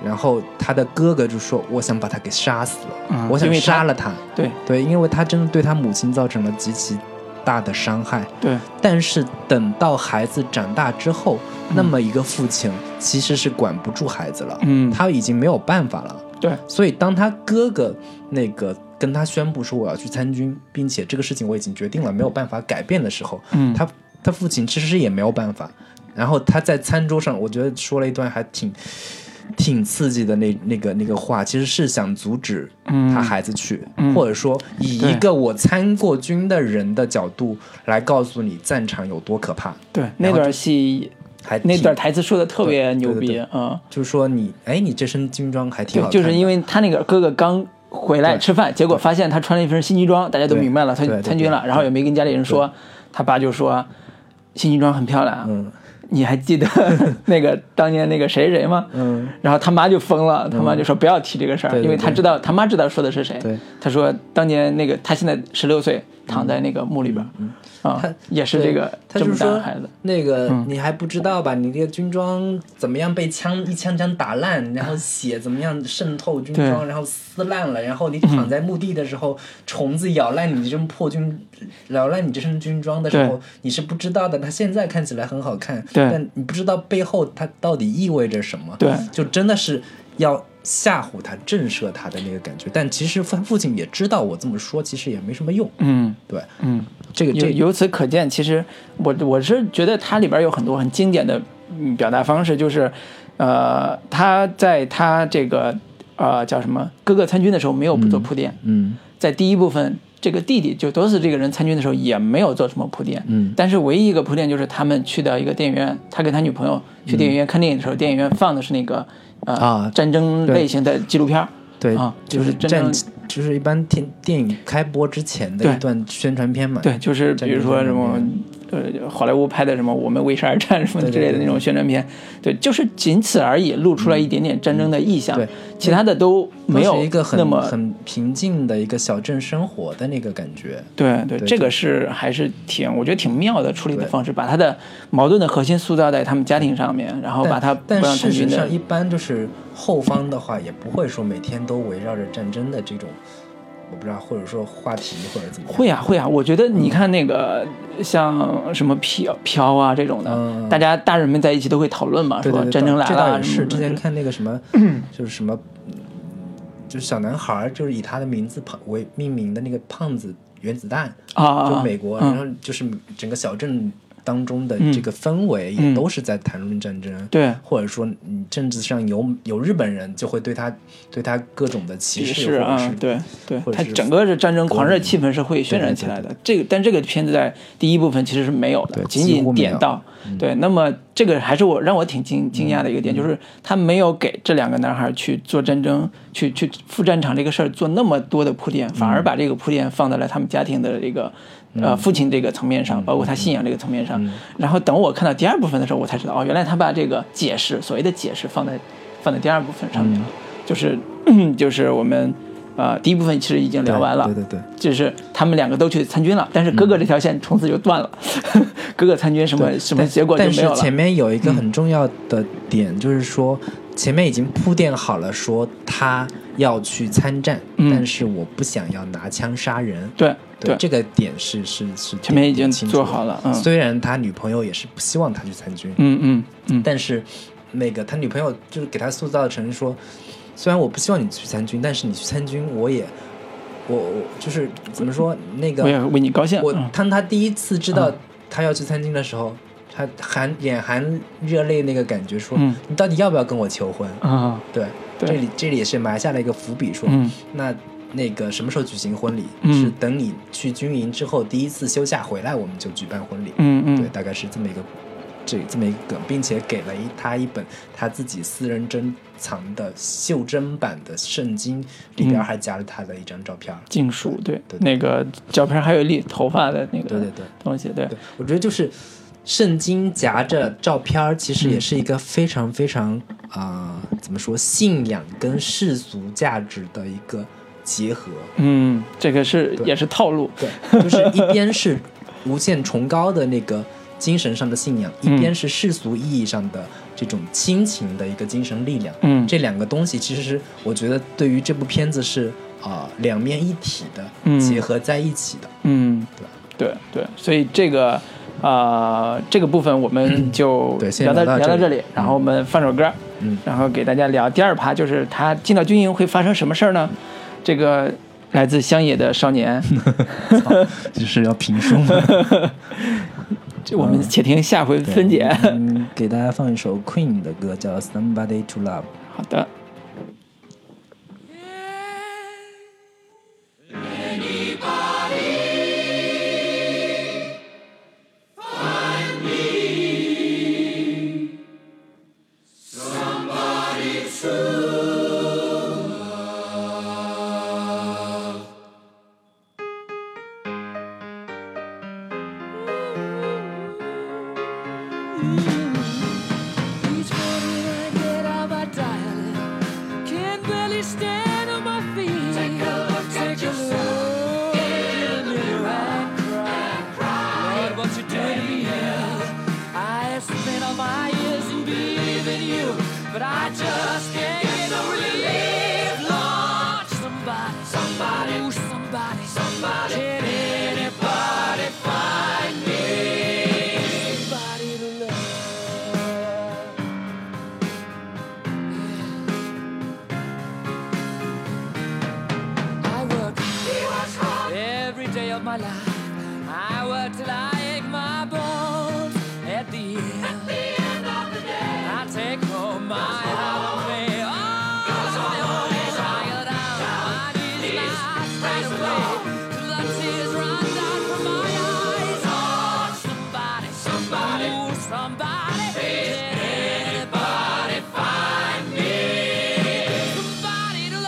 [SPEAKER 2] 然后他的哥哥就说：“我想把他给杀死了，
[SPEAKER 1] 嗯因
[SPEAKER 2] 我想
[SPEAKER 1] 为他
[SPEAKER 2] 杀了他。
[SPEAKER 1] 对
[SPEAKER 2] 对，因为他真的对他母亲造成了极其大的伤害。
[SPEAKER 1] 对
[SPEAKER 2] 但是等到孩子长大之后，那么一个父亲其实是管不住孩子了，
[SPEAKER 1] 嗯
[SPEAKER 2] 他已经没有办法了。
[SPEAKER 1] 对，
[SPEAKER 2] 所以当他哥哥那个跟他宣布说我要去参军，并且这个事情我已经决定了，没有办法改变的时候，
[SPEAKER 1] 嗯
[SPEAKER 2] 他他父亲其实也没有办法。然后他在餐桌上，我觉得说了一段还挺挺刺激的那那个那个话，其实是想阻止
[SPEAKER 1] 嗯
[SPEAKER 2] 他孩子去，
[SPEAKER 1] 嗯
[SPEAKER 2] 或者说以
[SPEAKER 1] 对
[SPEAKER 2] 一个我参过军的人的角度来告诉你战场有多可怕。
[SPEAKER 1] 对，那段戏
[SPEAKER 2] 还挺
[SPEAKER 1] 那段台词说的特别牛
[SPEAKER 2] 对
[SPEAKER 1] 逼
[SPEAKER 2] 对
[SPEAKER 1] 嗯，
[SPEAKER 2] 就是说你哎，你这身军装还挺
[SPEAKER 1] 对
[SPEAKER 2] 好，看
[SPEAKER 1] 就是因
[SPEAKER 2] 为
[SPEAKER 1] 为他那个哥哥刚。回来
[SPEAKER 2] 对
[SPEAKER 1] 吃饭，结果发现他穿了一身新军装，大家都
[SPEAKER 2] 对
[SPEAKER 1] 明白了，他
[SPEAKER 2] 对对
[SPEAKER 1] 参军了，
[SPEAKER 2] 对
[SPEAKER 1] 然后也没跟家里人说，他爸就说，新军装很漂亮啊，
[SPEAKER 2] 嗯
[SPEAKER 1] 你还 记得那个当年那个谁谁吗？
[SPEAKER 2] 嗯，
[SPEAKER 1] 然后他妈就疯了，他妈就说不要提这个事儿，
[SPEAKER 2] 对对
[SPEAKER 1] 因为他
[SPEAKER 2] 对
[SPEAKER 1] 知道他妈知道说的是谁
[SPEAKER 2] 对。
[SPEAKER 1] 他说当年那个他现在十六岁躺在那个墓里边，啊
[SPEAKER 2] 嗯他，
[SPEAKER 1] 也是这个
[SPEAKER 2] 他
[SPEAKER 1] 这
[SPEAKER 2] 就
[SPEAKER 1] 么
[SPEAKER 2] 是
[SPEAKER 1] 大
[SPEAKER 2] 说
[SPEAKER 1] 的孩子，嗯
[SPEAKER 2] 那个你还不知道吧？你这个军装怎么样被枪一枪枪打烂，然后血怎么样渗透军装，
[SPEAKER 1] 对嗯
[SPEAKER 2] 然后撕烂了，然后你躺在墓地的时候，虫子咬烂你这身破军，咬烂你这身军装的时候
[SPEAKER 1] 对，
[SPEAKER 2] 你是不知道的。它现在看起来很好看，
[SPEAKER 1] 对
[SPEAKER 2] 但你不知道背后它到底意味着什么。
[SPEAKER 1] 对
[SPEAKER 2] 就真的是要吓唬他、震慑他的那个感觉。但其实他父亲也知道，我这么说其实也没什么用。
[SPEAKER 1] 嗯
[SPEAKER 2] 对，
[SPEAKER 1] 嗯。
[SPEAKER 2] 这个
[SPEAKER 1] 由
[SPEAKER 2] 这
[SPEAKER 1] 由此可见，其实我我是觉得它里边有很多很经典的嗯表达方式，就是，呃，他在他这个呃叫什么哥哥参军的时候没有做铺垫，
[SPEAKER 2] 嗯
[SPEAKER 1] 在第一部分这个弟弟就多斯这个人参军的时候也没有做什么铺垫，
[SPEAKER 2] 嗯
[SPEAKER 1] 但是唯一一个铺垫就是他们去到一个电影院，他跟他女朋友去电影院看电影的时候，电影院放的是那个呃、
[SPEAKER 2] 嗯啊
[SPEAKER 1] 战争类型的纪录片儿，
[SPEAKER 2] 对
[SPEAKER 1] 啊，
[SPEAKER 2] 就是
[SPEAKER 1] 就是
[SPEAKER 2] 战
[SPEAKER 1] 真正，
[SPEAKER 2] 就是一般电电影开播之前的
[SPEAKER 1] 对
[SPEAKER 2] 一段宣传片嘛。
[SPEAKER 1] 对，就是
[SPEAKER 2] 战
[SPEAKER 1] 比如
[SPEAKER 2] 争
[SPEAKER 1] 说
[SPEAKER 2] 片
[SPEAKER 1] 什么呃好莱坞拍的什么《我们为谁而战》什么之类的那种宣传片，对，就是仅此而已，露出了一点点战争的意象
[SPEAKER 2] 嗯对，
[SPEAKER 1] 其他的都
[SPEAKER 2] 都
[SPEAKER 1] 没
[SPEAKER 2] 是
[SPEAKER 1] 有
[SPEAKER 2] 一个
[SPEAKER 1] 那
[SPEAKER 2] 很
[SPEAKER 1] 么
[SPEAKER 2] 很平静的一个小镇生活的那个感觉。
[SPEAKER 1] 对对，
[SPEAKER 2] 对
[SPEAKER 1] 这个是还是挺我觉得挺妙的处理的
[SPEAKER 2] 对
[SPEAKER 1] 方式，把他的矛盾的核心塑造在他们家庭上面，然后把他
[SPEAKER 2] 但
[SPEAKER 1] 不
[SPEAKER 2] 但
[SPEAKER 1] 让
[SPEAKER 2] 事
[SPEAKER 1] 参军
[SPEAKER 2] 实
[SPEAKER 1] 的
[SPEAKER 2] 上，一般就是后方的话，也不会说每天都围绕着战争的这种，我不知道，或者说话题或者怎么样。
[SPEAKER 1] 会啊会啊，我觉得
[SPEAKER 2] 嗯
[SPEAKER 1] 你看那个像什么飘飘啊这种的，
[SPEAKER 2] 嗯
[SPEAKER 1] 大家大人们在一起都会讨论嘛，
[SPEAKER 2] 对对
[SPEAKER 1] 说
[SPEAKER 2] 对
[SPEAKER 1] 战争来
[SPEAKER 2] 这倒
[SPEAKER 1] 了
[SPEAKER 2] 也
[SPEAKER 1] 什
[SPEAKER 2] 是。
[SPEAKER 1] 么
[SPEAKER 2] 之
[SPEAKER 1] 什
[SPEAKER 2] 前
[SPEAKER 1] 么，
[SPEAKER 2] 看那个 什么，就是什么，嗯就是小男孩儿就是以他的名字胖为命名的那个胖子原子弹，
[SPEAKER 1] 啊啊
[SPEAKER 2] 就
[SPEAKER 1] 啊
[SPEAKER 2] 美国，
[SPEAKER 1] 嗯
[SPEAKER 2] 然后就是整个小镇当中的这个氛围也都是在谈论战争。
[SPEAKER 1] 嗯对
[SPEAKER 2] 或者说，嗯，政治上有有日本人就会对他对他各种的歧
[SPEAKER 1] 也
[SPEAKER 2] 视，
[SPEAKER 1] 是
[SPEAKER 2] 或者
[SPEAKER 1] 啊
[SPEAKER 2] 是，
[SPEAKER 1] 对对
[SPEAKER 2] 或，者
[SPEAKER 1] 它
[SPEAKER 2] 是
[SPEAKER 1] 整个是战争狂热气氛是会渲染起来的。这个但这个片子在第一部分其实是没有的，
[SPEAKER 2] 对
[SPEAKER 1] 仅
[SPEAKER 2] 几
[SPEAKER 1] 仅
[SPEAKER 2] 乎没有
[SPEAKER 1] 点到。
[SPEAKER 2] 嗯
[SPEAKER 1] 对，那么这个还是我让我挺惊惊讶的一个点，就是他没有给这两个男孩去做战争、去去赴战场这个事儿做那么多的铺垫，反
[SPEAKER 2] 嗯
[SPEAKER 1] 而把这个铺垫放在了他们家庭的这个。呃，父亲这个层面
[SPEAKER 2] 嗯
[SPEAKER 1] 上，包括他信仰这个层面上，然后等我看到第二部分的时候，我才知道，哦，原来他把这个解释，所谓的解释放在放在第二部分
[SPEAKER 2] 嗯
[SPEAKER 1] 上面了，就是 就是我们呃第一部分其实已经聊完了，
[SPEAKER 2] 对对对，
[SPEAKER 1] 就是他们两个都去参军了，但是哥哥这条线从此就断了， 哥哥参军什么什么
[SPEAKER 2] 但
[SPEAKER 1] 结果就
[SPEAKER 2] 但
[SPEAKER 1] 没
[SPEAKER 2] 是
[SPEAKER 1] 有了嗯
[SPEAKER 2] 前，面有一个很重要的点，就是说前面已经铺垫好了，说他要去参战，
[SPEAKER 1] 嗯
[SPEAKER 2] 但是我不想要拿枪杀人。
[SPEAKER 1] 对对，
[SPEAKER 2] 这个点是是是
[SPEAKER 1] 前面已经
[SPEAKER 2] 点清楚
[SPEAKER 1] 做好了嗯
[SPEAKER 2] 虽然他女朋友也是不希望他去参军，
[SPEAKER 1] 嗯嗯嗯，
[SPEAKER 2] 但是那个他女朋友就是给他塑造成说，虽然我不希望你去参军，但是你去参军，我也我我就是怎么说那个
[SPEAKER 1] 我也为你高兴，
[SPEAKER 2] 我
[SPEAKER 1] 嗯
[SPEAKER 2] 当他第一次知道他要去参军的时候，他含眼含热泪那个感觉说，
[SPEAKER 1] 嗯
[SPEAKER 2] 你到底要不要跟我求婚？
[SPEAKER 1] 啊
[SPEAKER 2] 对，
[SPEAKER 1] 对
[SPEAKER 2] 这里这里也是埋下了一个伏笔说，
[SPEAKER 1] 嗯
[SPEAKER 2] 那那个什么时候举行婚礼？
[SPEAKER 1] 嗯
[SPEAKER 2] 是等你去军营之后第一次休假回来，我们就举办婚礼。
[SPEAKER 1] 嗯
[SPEAKER 2] 对，
[SPEAKER 1] 嗯
[SPEAKER 2] 大概是这么一个这这么一个梗，并且给了一他一本他自己私人珍藏的袖珍版的圣经，里边
[SPEAKER 1] 嗯
[SPEAKER 2] 还夹了他的一张照片。
[SPEAKER 1] 禁书对
[SPEAKER 2] 对对
[SPEAKER 1] 那个照片还有一粒头发的那
[SPEAKER 2] 对
[SPEAKER 1] 个
[SPEAKER 2] 对对。
[SPEAKER 1] 东西，对
[SPEAKER 2] 对，我觉得就是圣经夹着照片儿，其实
[SPEAKER 1] 嗯
[SPEAKER 2] 也是一个非常非常啊、呃怎么说信仰跟世俗价值的一个结合。
[SPEAKER 1] 嗯，这个是也是套路，
[SPEAKER 2] 对，就是一边是无限崇高的那个精神上的信仰，一
[SPEAKER 1] 嗯
[SPEAKER 2] 边是世俗意义上的这种亲情的一个精神力量。
[SPEAKER 1] 嗯
[SPEAKER 2] 这两个东西其实是我觉得对于这部片子是啊、呃两面一体的
[SPEAKER 1] 嗯
[SPEAKER 2] 结合在一起的。
[SPEAKER 1] 嗯对对，所以这个。啊、这个部分我们就
[SPEAKER 2] 对先
[SPEAKER 1] 聊到
[SPEAKER 2] 聊到
[SPEAKER 1] 聊
[SPEAKER 2] 这
[SPEAKER 1] 到
[SPEAKER 2] 里
[SPEAKER 1] 这里，然后我们放首歌，
[SPEAKER 2] 嗯
[SPEAKER 1] 然后给大家聊第二趴，就是他进到军营会发生什么事儿呢？这个来自乡野的少年，
[SPEAKER 2] 就是要评书嘛。
[SPEAKER 1] 这我们且听下回分解。
[SPEAKER 2] 嗯，给大家放一首 Queen 的歌，叫《Somebody to Love》。
[SPEAKER 1] 好的。
[SPEAKER 3] Each morning I get out my diary. Can't barely stand on my feet. Take a look at yourself. In the mirror, I cry. my life. I worked till I ache my bones. At the end, At the end of the day, I take home my home. pay. All my own I go down. My knees right away. Till the tears run down from my eyes. Oh, somebody, somebody, ooh, somebody. Did anybody find me? Somebody to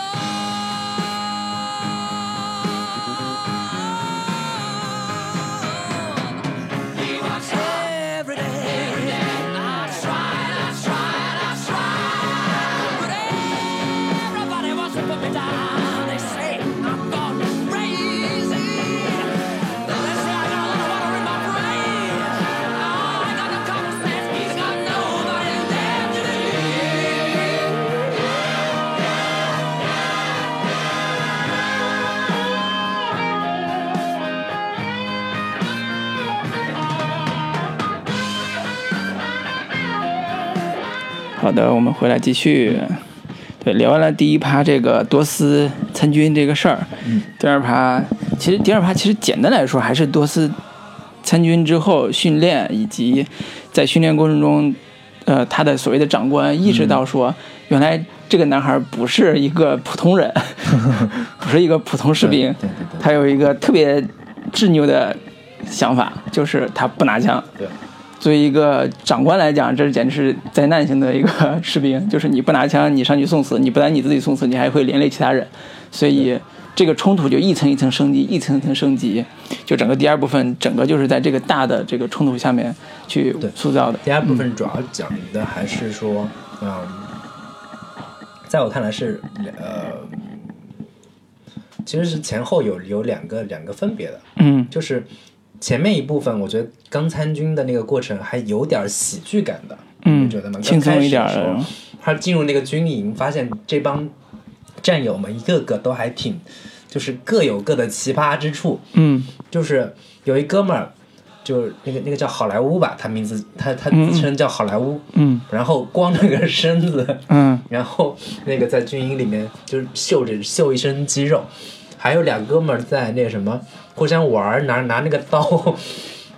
[SPEAKER 3] love. He walks every day. Every day. I tried, I tried, I tried. But everybody wants to put me down. They say I'm gone crazy. They say I got a lot of water in my brain. Oh, I got no common sense. He's got nobody left to leave.
[SPEAKER 1] 好的，我们回来继续。对，聊完了第一趴这个多斯参军这个事儿，
[SPEAKER 2] 嗯
[SPEAKER 1] 第二趴其实第二趴其实简单来说还是多斯参军之后训练以及在训练过程中，呃，他的所谓的长官意识到
[SPEAKER 2] 嗯
[SPEAKER 1] 说，原来这个男孩不是一个普通 人，不是一个普通士兵，
[SPEAKER 2] 对对对
[SPEAKER 1] 他有一个特别执拗的想法，就是他不拿枪。
[SPEAKER 2] 对，
[SPEAKER 1] 作为一个长官来讲，这简直是灾难性的一个士兵，就是你不拿枪，你上去送死，你不但你自己送死，你还会连累其他人，所以这个冲突就一层一层升级，一层一层升级，就整个第二部分，整个就是在这个大的这个冲突下面去
[SPEAKER 2] 对
[SPEAKER 1] 塑造的。
[SPEAKER 2] 第二部分主要讲的还是说，嗯，在我看来是呃，其实是前后有有两个两个分别的，
[SPEAKER 1] 嗯
[SPEAKER 2] 就是前面一部分，我觉得刚参军的那个过程还有点喜剧感的，
[SPEAKER 1] 嗯
[SPEAKER 2] 你觉得吗？，
[SPEAKER 1] 轻松一点
[SPEAKER 2] 刚开始的时
[SPEAKER 1] 儿嗯
[SPEAKER 2] 候，他进入那个军营，发现这帮战友们一个个都还挺，就是各有各的奇葩之处，
[SPEAKER 1] 嗯
[SPEAKER 2] 就是有一哥们儿，就是那个那个叫好莱坞吧，他名字他他
[SPEAKER 1] 嗯嗯
[SPEAKER 2] 自称叫好莱坞，
[SPEAKER 1] 嗯
[SPEAKER 2] 然后光着个身子，
[SPEAKER 1] 嗯
[SPEAKER 2] 然后那个在军营里面就是秀着秀一身肌肉，还有俩哥们儿在那什么互相玩儿，拿拿那个刀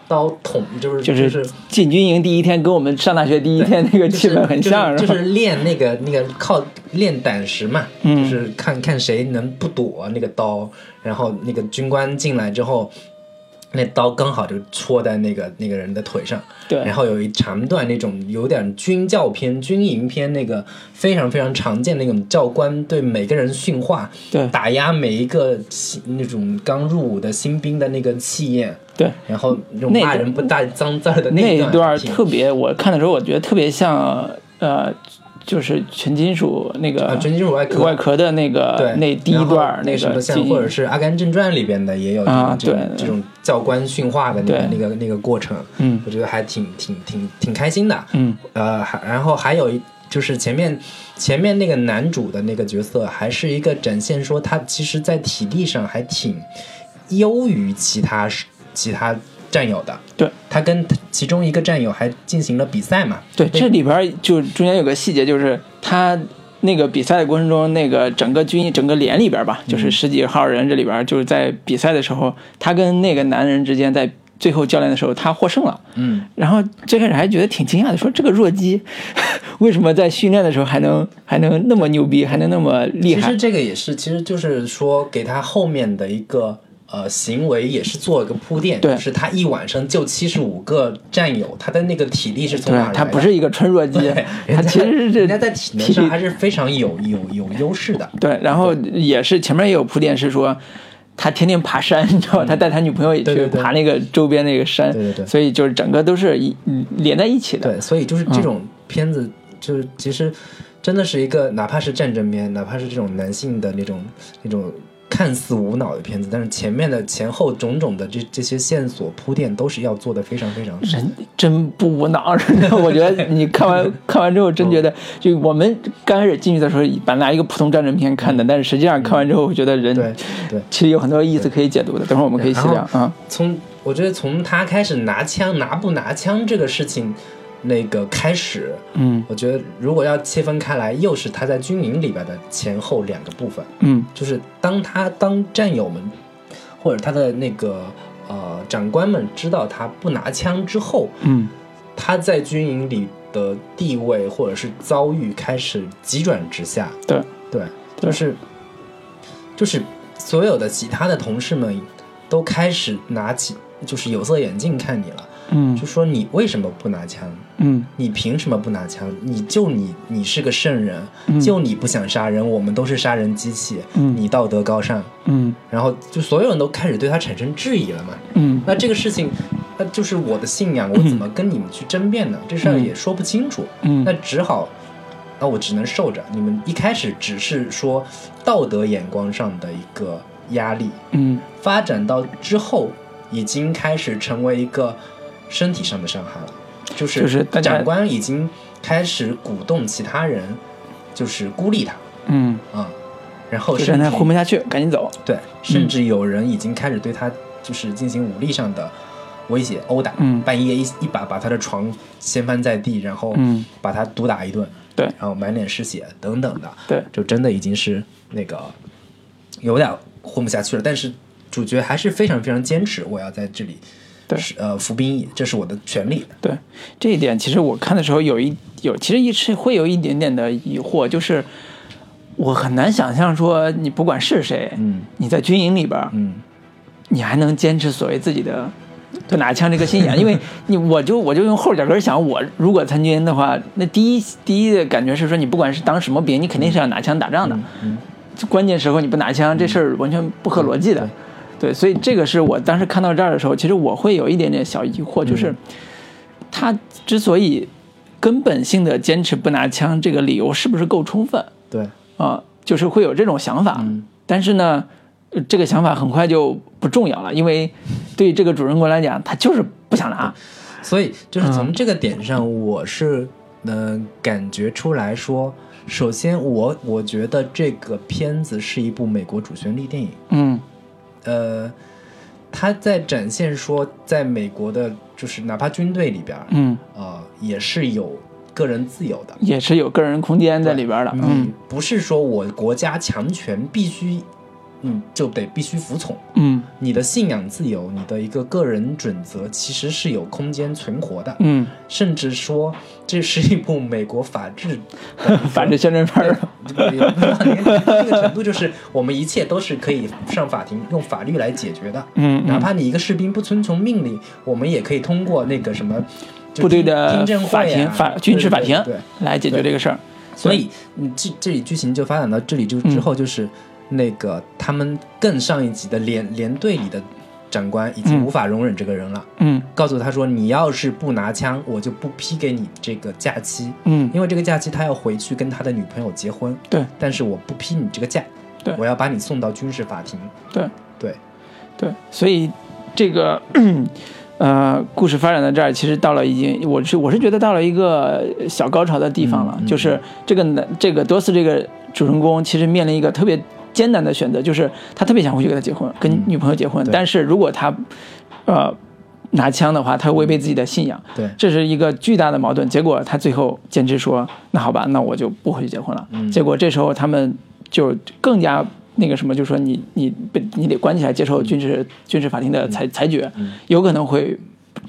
[SPEAKER 2] 刀捅，就是
[SPEAKER 1] 就是
[SPEAKER 2] 是
[SPEAKER 1] 进军营第一天跟我们上大学第一天 那个气氛很像，
[SPEAKER 2] 就是是
[SPEAKER 1] 吧？
[SPEAKER 2] 就是练那个 那个靠练胆识嘛，
[SPEAKER 1] 嗯
[SPEAKER 2] 就是看看谁能不躲那个刀，然后那个军官进来之后。那刀刚好就戳在那个那个人的腿上，然
[SPEAKER 1] 对，
[SPEAKER 2] 后有一长段那种有点军教片、军营片那个非常非常常见那种教官对每个人训话，
[SPEAKER 1] 对
[SPEAKER 2] 打压每一个新那种刚入伍的新兵的那个气焰，
[SPEAKER 1] 对。
[SPEAKER 2] 然后那种
[SPEAKER 1] 那
[SPEAKER 2] 骂人不带脏字儿的
[SPEAKER 1] 那
[SPEAKER 2] 一
[SPEAKER 1] 一
[SPEAKER 2] 段
[SPEAKER 1] 段
[SPEAKER 2] 还
[SPEAKER 1] 儿
[SPEAKER 2] 挺
[SPEAKER 1] 特别，我看的时候我觉得特别像呃，就是全金属那个、
[SPEAKER 2] 啊，全金属外壳
[SPEAKER 1] 外壳的那个
[SPEAKER 2] 对，
[SPEAKER 1] 那第一
[SPEAKER 2] 然后
[SPEAKER 1] 段儿
[SPEAKER 2] 那
[SPEAKER 1] 那
[SPEAKER 2] 什么
[SPEAKER 1] 个
[SPEAKER 2] 像
[SPEAKER 1] 记忆
[SPEAKER 2] 或者是《阿甘正传》里边的也有
[SPEAKER 1] 啊
[SPEAKER 2] 这种
[SPEAKER 1] 对
[SPEAKER 2] 这种教官训话的那个
[SPEAKER 1] 对
[SPEAKER 2] 那个那个过程，
[SPEAKER 1] 嗯
[SPEAKER 2] 我觉得还挺挺挺挺开心的。
[SPEAKER 1] 嗯
[SPEAKER 2] 呃，还然后还有一就是前面前面那个男主的那个角色，还是一个展现说他其实在体力上还挺优于其他其他战友的。
[SPEAKER 1] 对，
[SPEAKER 2] 他跟其中一个战友还进行了比赛嘛？
[SPEAKER 1] 对，这里边儿就中间有个细节，就是他那个比赛的过程中，那个整个军整个连里边儿吧，
[SPEAKER 2] 嗯
[SPEAKER 1] 就是十几号人这里边儿，就是在比赛的时候，他跟那个男人之间在最后较量的时候，他获胜了。
[SPEAKER 2] 嗯，
[SPEAKER 1] 然后最开始还觉得挺惊讶的，说这个弱鸡 为什么在训练的时候还能还能那么牛逼，还能那么厉
[SPEAKER 2] 其
[SPEAKER 1] 害
[SPEAKER 2] 实？这个也是，其实就是说给他后面的一个呃行为也是做一个铺垫，
[SPEAKER 1] 对
[SPEAKER 2] 就是他一晚上救七十五个战友，他的那个体力是从
[SPEAKER 1] 对啊
[SPEAKER 2] 哪儿来，的？
[SPEAKER 1] 他不是一个纯弱鸡
[SPEAKER 2] 对， 人
[SPEAKER 1] 他
[SPEAKER 2] 家
[SPEAKER 1] 其实是
[SPEAKER 2] 人家在体能
[SPEAKER 1] 体
[SPEAKER 2] 上
[SPEAKER 1] 力
[SPEAKER 2] 还是非常有有有优势的。
[SPEAKER 1] 对，然后也是前面也有铺垫，是说他天天爬山， 你知道吧？他带他女朋友也
[SPEAKER 2] 嗯对
[SPEAKER 1] 去
[SPEAKER 2] 对对
[SPEAKER 1] 爬那个周边那个山，
[SPEAKER 2] 对对对
[SPEAKER 1] 所以就是整个都是一连在一起的。
[SPEAKER 2] 对，所以就是
[SPEAKER 1] 嗯
[SPEAKER 2] 这种片子，就是其实真的是一个，哪怕是战争片，哪怕是这种男性的那种那种看似无脑的片子，但是前面的前后种种的这这些线索铺垫都是要做的非常非常深。
[SPEAKER 1] 人真不无脑，真的， 我觉得你看完看完之后，真觉
[SPEAKER 2] 哦
[SPEAKER 1] 得就我们刚开始进去的时候，本来一个普通战争片看的，
[SPEAKER 2] 嗯
[SPEAKER 1] 但是实际上看完之后，我觉得人
[SPEAKER 2] 对对，
[SPEAKER 1] 其实有很多意思可以解读的。等会儿我们可以细聊
[SPEAKER 2] 然后
[SPEAKER 1] 啊。
[SPEAKER 2] 从我觉得从他开始拿枪拿不拿枪这个事情，那个开始，
[SPEAKER 1] 嗯
[SPEAKER 2] 我觉得如果要切分开来，又是他在军营里边的前后两个部分。
[SPEAKER 1] 嗯
[SPEAKER 2] 就是当他当战友们，或者他的那个呃长官们知道他不拿枪之后，
[SPEAKER 1] 嗯
[SPEAKER 2] 他在军营里的地位或者是遭遇开始急转直下。
[SPEAKER 1] 对，
[SPEAKER 2] 对，
[SPEAKER 1] 对
[SPEAKER 2] 就是就是所有的其他的同事们都开始拿起就是有色眼镜看你了，
[SPEAKER 1] 嗯
[SPEAKER 2] 就说你为什么不拿枪？
[SPEAKER 1] 嗯
[SPEAKER 2] 你凭什么不拿枪？你就你，你是个圣人，
[SPEAKER 1] 嗯
[SPEAKER 2] 就你不想杀人，我们都是杀人机器，
[SPEAKER 1] 嗯
[SPEAKER 2] 你道德高尚。
[SPEAKER 1] 嗯
[SPEAKER 2] 然后就所有人都开始对他产生质疑了嘛。
[SPEAKER 1] 嗯
[SPEAKER 2] 那这个事情，那就是我的信仰，我怎么跟你们去争辩呢？这事儿也说不清楚，那
[SPEAKER 1] 嗯
[SPEAKER 2] 只好，那我只能受着。你们一开始只是说道德眼光上的一个压力，
[SPEAKER 1] 嗯
[SPEAKER 2] 发展到之后，已经开始成为一个身体上的伤害了，就是
[SPEAKER 1] 就是大家
[SPEAKER 2] 长官已经开始鼓动其他人，就是孤立他
[SPEAKER 1] 嗯，
[SPEAKER 2] 啊、然后
[SPEAKER 1] 就
[SPEAKER 2] 甚
[SPEAKER 1] 让他
[SPEAKER 2] 至
[SPEAKER 1] 混不下去，赶紧走。
[SPEAKER 2] 对，
[SPEAKER 1] 嗯
[SPEAKER 2] 甚至有人已经开始对他就是进行武力上的威胁殴打，
[SPEAKER 1] 嗯
[SPEAKER 2] 半夜一一把把他的床掀翻在地，然后
[SPEAKER 1] 嗯
[SPEAKER 2] 把他毒打一顿，
[SPEAKER 1] 对
[SPEAKER 2] 然后满脸是血等等的，
[SPEAKER 1] 对
[SPEAKER 2] 就真的已经是那个有点混不下去了，但是。主角还是非常非常坚持，我要在这里，
[SPEAKER 1] 对
[SPEAKER 2] 是，呃，服兵役，这是我的权利。
[SPEAKER 1] 对这一点，其实我看的时候有一有，其实一是会有一点点的疑惑，就是我很难想象说，你不管是谁，
[SPEAKER 2] 嗯
[SPEAKER 1] 你在军营里边儿，
[SPEAKER 2] 嗯，
[SPEAKER 1] 你还能坚持所谓自己的不拿枪这个信仰，因为你我就我就用后脚跟想，我如果参军的话，那第一第一的感觉是说，你不管是当什么兵，你肯定是要拿枪打
[SPEAKER 2] 嗯
[SPEAKER 1] 仗的。就关键时候你不拿枪，这事儿完全不合逻辑
[SPEAKER 2] 嗯
[SPEAKER 1] 的。对，所以这个是我当时看到这儿的时候，其实我会有一点点小疑惑，就是
[SPEAKER 2] 嗯
[SPEAKER 1] 他之所以根本性的坚持不拿枪，这个理由是不是够充分？
[SPEAKER 2] 对，
[SPEAKER 1] 啊、就是会有这种想法。
[SPEAKER 2] 嗯
[SPEAKER 1] 但是呢，呃这个想法很快就不重要了，因为对于这个主人公来讲，他就是不想拿。
[SPEAKER 2] 所以就是
[SPEAKER 1] 嗯
[SPEAKER 2] 从这个点上，我是呃感觉出来说，首先我我觉得这个片子是一部美国主旋律电影，
[SPEAKER 1] 嗯
[SPEAKER 2] 呃，它在展现说，在美国的，就是哪怕军队里边，啊、
[SPEAKER 1] 嗯，
[SPEAKER 2] 也是有个人自由的，
[SPEAKER 1] 也是有个人空间在里边的。嗯
[SPEAKER 2] 你不是说我国家强权必须，嗯，就得必须服从。
[SPEAKER 1] 嗯
[SPEAKER 2] 你的信仰自由，你的一个个人准则，其实是有空间存活的。
[SPEAKER 1] 嗯，
[SPEAKER 2] 甚至说这是一部美国法治 的
[SPEAKER 1] 反正宣传片儿。
[SPEAKER 2] 也不到那个那个程度，就是我们一切都是可以上法庭用法律来解决的。
[SPEAKER 1] 嗯嗯
[SPEAKER 2] 哪怕你一个士兵不遵从命令，我们也可以通过那个什么就
[SPEAKER 1] 部队
[SPEAKER 2] 听
[SPEAKER 1] 的
[SPEAKER 2] 听证会啊
[SPEAKER 1] 法庭、法
[SPEAKER 2] 对
[SPEAKER 1] 军事法庭
[SPEAKER 2] 对对对
[SPEAKER 1] 来解决这个事儿。
[SPEAKER 2] 所以你这这里剧情就发展到这里就
[SPEAKER 1] 嗯
[SPEAKER 2] 之后就是那个他们更上一级的连连队里的长官已经
[SPEAKER 1] 嗯
[SPEAKER 2] 无法容忍这个人了。
[SPEAKER 1] 嗯
[SPEAKER 2] 告诉他说：“你要是不拿枪，我就不批给你这个假期。
[SPEAKER 1] 嗯，
[SPEAKER 2] 因为这个假期他要回去跟他的女朋友结婚，
[SPEAKER 1] 对
[SPEAKER 2] 但是我不批你这个假，
[SPEAKER 1] 对
[SPEAKER 2] 我要把你送到军事法庭。
[SPEAKER 1] 对。
[SPEAKER 2] 对，
[SPEAKER 1] 对，所以这个 呃，故事发展到这儿，其实到了已经，我是我是觉得到了一个小高潮的地方了，
[SPEAKER 2] 嗯嗯
[SPEAKER 1] 就是这个男这个多斯这个主人公其实面临一个特别艰难的选择，就是他特别想回去跟他结婚，跟女朋友结婚，
[SPEAKER 2] 嗯对
[SPEAKER 1] 但是如果他呃拿枪的话，他会违背自己的信仰，
[SPEAKER 2] 对
[SPEAKER 1] 这是一个巨大的矛盾。结果他最后坚持说：“那好吧，那我就不回去结婚了。
[SPEAKER 2] 嗯
[SPEAKER 1] 结果这时候他们就更加那个什么，就说你你被你得关起来接受军
[SPEAKER 2] 嗯
[SPEAKER 1] 事、军事法庭的裁裁决，有可能会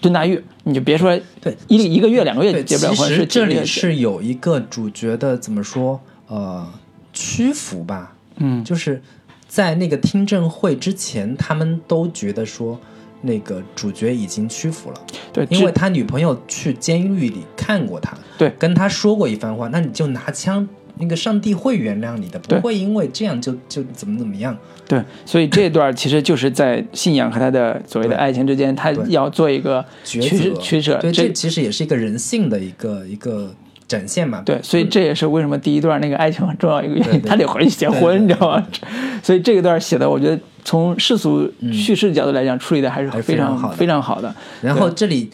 [SPEAKER 1] 蹲大狱。你就别说
[SPEAKER 2] 对
[SPEAKER 1] 一一个月两个月
[SPEAKER 2] 对，
[SPEAKER 1] 结
[SPEAKER 2] 其
[SPEAKER 1] 不了婚，
[SPEAKER 2] 实
[SPEAKER 1] 是几
[SPEAKER 2] 这
[SPEAKER 1] 个月
[SPEAKER 2] 里
[SPEAKER 1] 结
[SPEAKER 2] 是有一个主角的怎么说？呃，屈服吧，
[SPEAKER 1] 嗯
[SPEAKER 2] 就是在那个听证会之前，他们都觉得说那个主角已经屈服了，
[SPEAKER 1] 对，
[SPEAKER 2] 因为
[SPEAKER 1] 这
[SPEAKER 2] 他女朋友去监狱里看过他，
[SPEAKER 1] 对
[SPEAKER 2] 跟他说过一番话，那你就拿枪，那个上帝会原谅你的，
[SPEAKER 1] 对
[SPEAKER 2] 不会因为这样就就怎么怎么样。
[SPEAKER 1] 对，所以这段其实就是在信仰和他的所谓的
[SPEAKER 2] 对
[SPEAKER 1] 爱情之间，他
[SPEAKER 2] 对
[SPEAKER 1] 要做一个取
[SPEAKER 2] 抉择，
[SPEAKER 1] 取舍。
[SPEAKER 2] 对，
[SPEAKER 1] 这
[SPEAKER 2] 这其实也是一个人性的一个一个展现嘛。
[SPEAKER 1] 对，所以这也是为什么第一段那个爱情很重要一个原因，
[SPEAKER 2] 嗯对对
[SPEAKER 1] 他得回去结婚，
[SPEAKER 2] 对对
[SPEAKER 1] 你知道吗？所以这个段写的，我觉得从世俗叙事角度来讲，处理的还是
[SPEAKER 2] 嗯还是
[SPEAKER 1] 非
[SPEAKER 2] 非
[SPEAKER 1] 常
[SPEAKER 2] 常好的
[SPEAKER 1] 非常好的。
[SPEAKER 2] 嗯然后这里，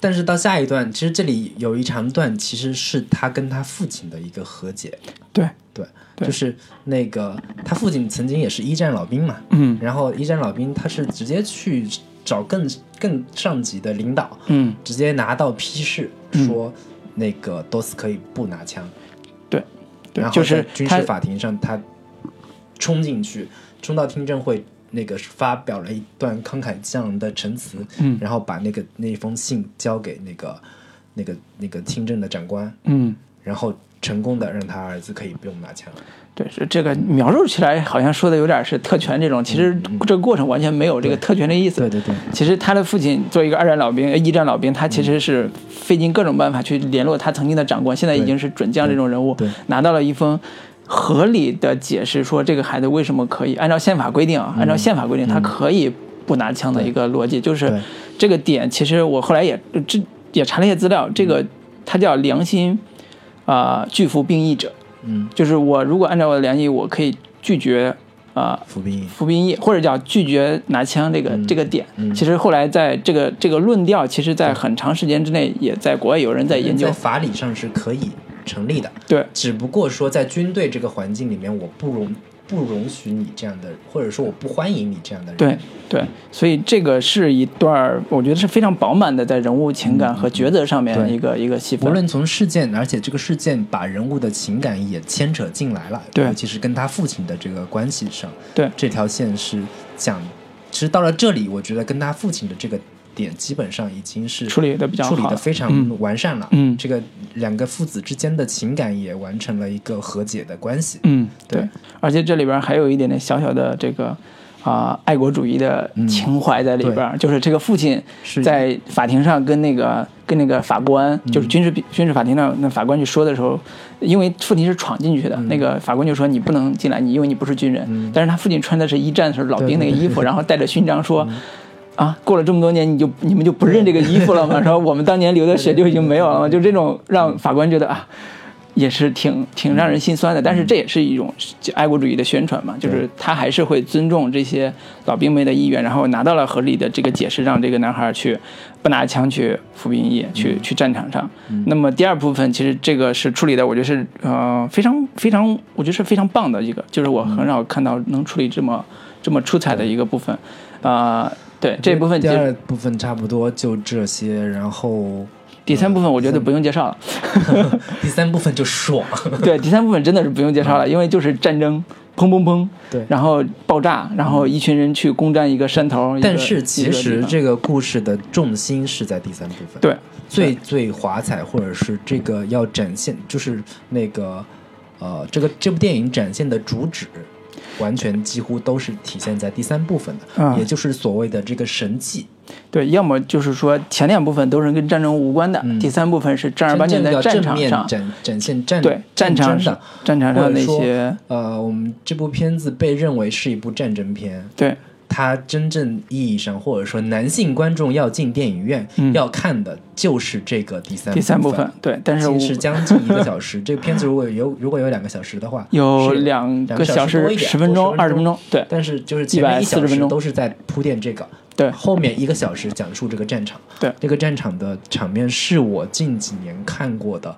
[SPEAKER 2] 但是到下一段，其实这里有一长段，其实是他跟他父亲的一个和解。
[SPEAKER 1] 对，
[SPEAKER 2] 对，
[SPEAKER 1] 对
[SPEAKER 2] 就是那个他父亲曾经也是一战老兵嘛，
[SPEAKER 1] 嗯
[SPEAKER 2] 然后一战老兵他是直接去找更更上级的领导，
[SPEAKER 1] 嗯，
[SPEAKER 2] 直接拿到批示说，那个多斯可以不拿枪，
[SPEAKER 1] 对，对
[SPEAKER 2] 然，后
[SPEAKER 1] 就
[SPEAKER 2] 在
[SPEAKER 1] 是
[SPEAKER 2] 军
[SPEAKER 1] 他
[SPEAKER 2] 事法庭上他冲进去，冲到听证会那个发表了一段慷慨激昂的陈词，
[SPEAKER 1] 嗯
[SPEAKER 2] 然后把那个那封信交给那个那个那个听政的长官，
[SPEAKER 1] 嗯，
[SPEAKER 2] 然后成功的让他儿子可以不用拿枪。
[SPEAKER 1] 对，是这个描述起来好像说的有点是特权这种，其
[SPEAKER 2] 嗯
[SPEAKER 1] 实这个过程完全没有这个特权的意思。
[SPEAKER 2] 对对对
[SPEAKER 1] 其实他的父亲作为一个二战老兵、呃一战老兵，他其
[SPEAKER 2] 嗯
[SPEAKER 1] 实是费尽各种办法去联络他曾经的长官，现在已经是准将这种人物
[SPEAKER 2] 对对，
[SPEAKER 1] 拿到了一封合理的解释，说这个孩子为什么可以按照宪法规定
[SPEAKER 2] 嗯
[SPEAKER 1] 啊，按照宪法规定他可以不拿枪的一个逻辑，就是
[SPEAKER 2] 对
[SPEAKER 1] 这个点。其实我后来也这也查了一些资料，这个他叫良心啊、呃拒服兵役者，
[SPEAKER 2] 嗯，
[SPEAKER 1] 就是我如果按照我的良心，我可以拒绝啊、
[SPEAKER 2] 服兵役，
[SPEAKER 1] 服兵役，或者叫拒绝拿枪这个、
[SPEAKER 2] 嗯
[SPEAKER 1] 这个点。其实后来在这个这个论调，其实在很长时间之内，也在国外有人在研究
[SPEAKER 2] 在。法理上是可以成立的，
[SPEAKER 1] 对
[SPEAKER 2] 只不过说在军队这个环境里面，我不容不容许你这样的，或者说我不欢迎你这样的人。
[SPEAKER 1] 对对，所以这个是一段儿我觉得是非常饱满的在人物情感和抉择上面
[SPEAKER 2] 嗯对
[SPEAKER 1] 一个、一个戏
[SPEAKER 2] 无
[SPEAKER 1] 份。
[SPEAKER 2] 论从事件，而且这个事件把人物的情感也牵扯进来了，
[SPEAKER 1] 对
[SPEAKER 2] 尤其是跟他父亲的这个关系上，
[SPEAKER 1] 对
[SPEAKER 2] 这条线是讲，其实到了这里，我觉得跟他父亲的这个点基本上已经是
[SPEAKER 1] 处理得比较好
[SPEAKER 2] 处理的非常完善了，
[SPEAKER 1] 嗯嗯
[SPEAKER 2] 这个两个父子之间的情感也完成了一个和解的关系，
[SPEAKER 1] 嗯，
[SPEAKER 2] 对
[SPEAKER 1] 对，而且这里边还有一点点小小的这个啊、爱国主义的情怀在里边儿，就是这个父亲
[SPEAKER 2] 嗯是
[SPEAKER 1] 在法庭上跟那个跟那个法官，
[SPEAKER 2] 嗯
[SPEAKER 1] 就是军事军事法庭上那法官去说的时候，因为父亲是闯进去的，
[SPEAKER 2] 嗯
[SPEAKER 1] 那个法官就说你不能进来，你因为你不是军人，但是他父亲穿的是一战时候老兵那个衣服，然后带着勋章说。啊，过了这么多年，你就你们就不认这个衣服了吗？ 然后我们当年流的血就已经没有了吗？就这种让法官觉得啊，也是挺挺让人心酸的，但是这也是一种爱国主义的宣传嘛，就是他还是会尊重这些老兵们的意愿，然后拿到了合理的这个解释，让这个男孩去不拿枪去服兵役，去去战场上。那么第二部分其实这个是处理的，我觉得是呃非常非常，我觉得是非常棒的一个，就是我很少看到能处理这么这么出彩的一个部分，啊、对这部分
[SPEAKER 2] 第
[SPEAKER 1] 就
[SPEAKER 2] 二部分差不多就这些，然后
[SPEAKER 1] 第三
[SPEAKER 2] 嗯
[SPEAKER 1] 部分我觉得不用介绍了。
[SPEAKER 2] 第三部分就爽，
[SPEAKER 1] 对，第三部分真的是不用介绍了，因为就是战争，砰砰砰，
[SPEAKER 2] 嗯对嗯
[SPEAKER 1] 然后爆炸，然后一群人去攻占一个山头。一个
[SPEAKER 2] 但是
[SPEAKER 1] 一
[SPEAKER 2] 其
[SPEAKER 1] 个地
[SPEAKER 2] 实
[SPEAKER 1] 方
[SPEAKER 2] 这个故事的重心是在第三部分，
[SPEAKER 1] 对
[SPEAKER 2] 最最华彩，或者是这个要展现，就是那个呃，这个这部电影展现的主旨，完全几乎都是体现在第三部分的，
[SPEAKER 1] 嗯
[SPEAKER 2] 也就是所谓的这个神迹，
[SPEAKER 1] 对，要么就是说前两部分都是跟战争无关的，
[SPEAKER 2] 嗯
[SPEAKER 1] 第三部分是正儿八
[SPEAKER 2] 真
[SPEAKER 1] 经
[SPEAKER 2] 正
[SPEAKER 1] 在
[SPEAKER 2] 要
[SPEAKER 1] 战
[SPEAKER 2] 正
[SPEAKER 1] 场
[SPEAKER 2] 面
[SPEAKER 1] 上，
[SPEAKER 2] 展展现战
[SPEAKER 1] 对战场
[SPEAKER 2] 争
[SPEAKER 1] 上
[SPEAKER 2] 的。
[SPEAKER 1] 战场
[SPEAKER 2] 或
[SPEAKER 1] 上
[SPEAKER 2] 者
[SPEAKER 1] 那
[SPEAKER 2] 说
[SPEAKER 1] 些，
[SPEAKER 2] 呃，我们这部片子被认为是一部战争片，
[SPEAKER 1] 对
[SPEAKER 2] 它真正意义上，或者说男性观众要进电影院、
[SPEAKER 1] 嗯
[SPEAKER 2] 要看的就是这个第三
[SPEAKER 1] 第三部
[SPEAKER 2] 部
[SPEAKER 1] 分，对，但是
[SPEAKER 2] 其
[SPEAKER 1] 我
[SPEAKER 2] 实将近一个小时。这个片子如果有如果有两个小时的话，
[SPEAKER 1] 有
[SPEAKER 2] 是
[SPEAKER 1] 两
[SPEAKER 2] 两
[SPEAKER 1] 个小
[SPEAKER 2] 时多
[SPEAKER 1] 时
[SPEAKER 2] 一点
[SPEAKER 1] 十分钟、
[SPEAKER 2] 多
[SPEAKER 1] 二十分钟，对
[SPEAKER 2] 但是就是前面一小
[SPEAKER 1] 140分
[SPEAKER 2] 时
[SPEAKER 1] 钟
[SPEAKER 2] 都是在铺垫这个，
[SPEAKER 1] 对
[SPEAKER 2] 后面一个小时讲述这个战场。
[SPEAKER 1] 对
[SPEAKER 2] 这个战场的场面是我近几年看过的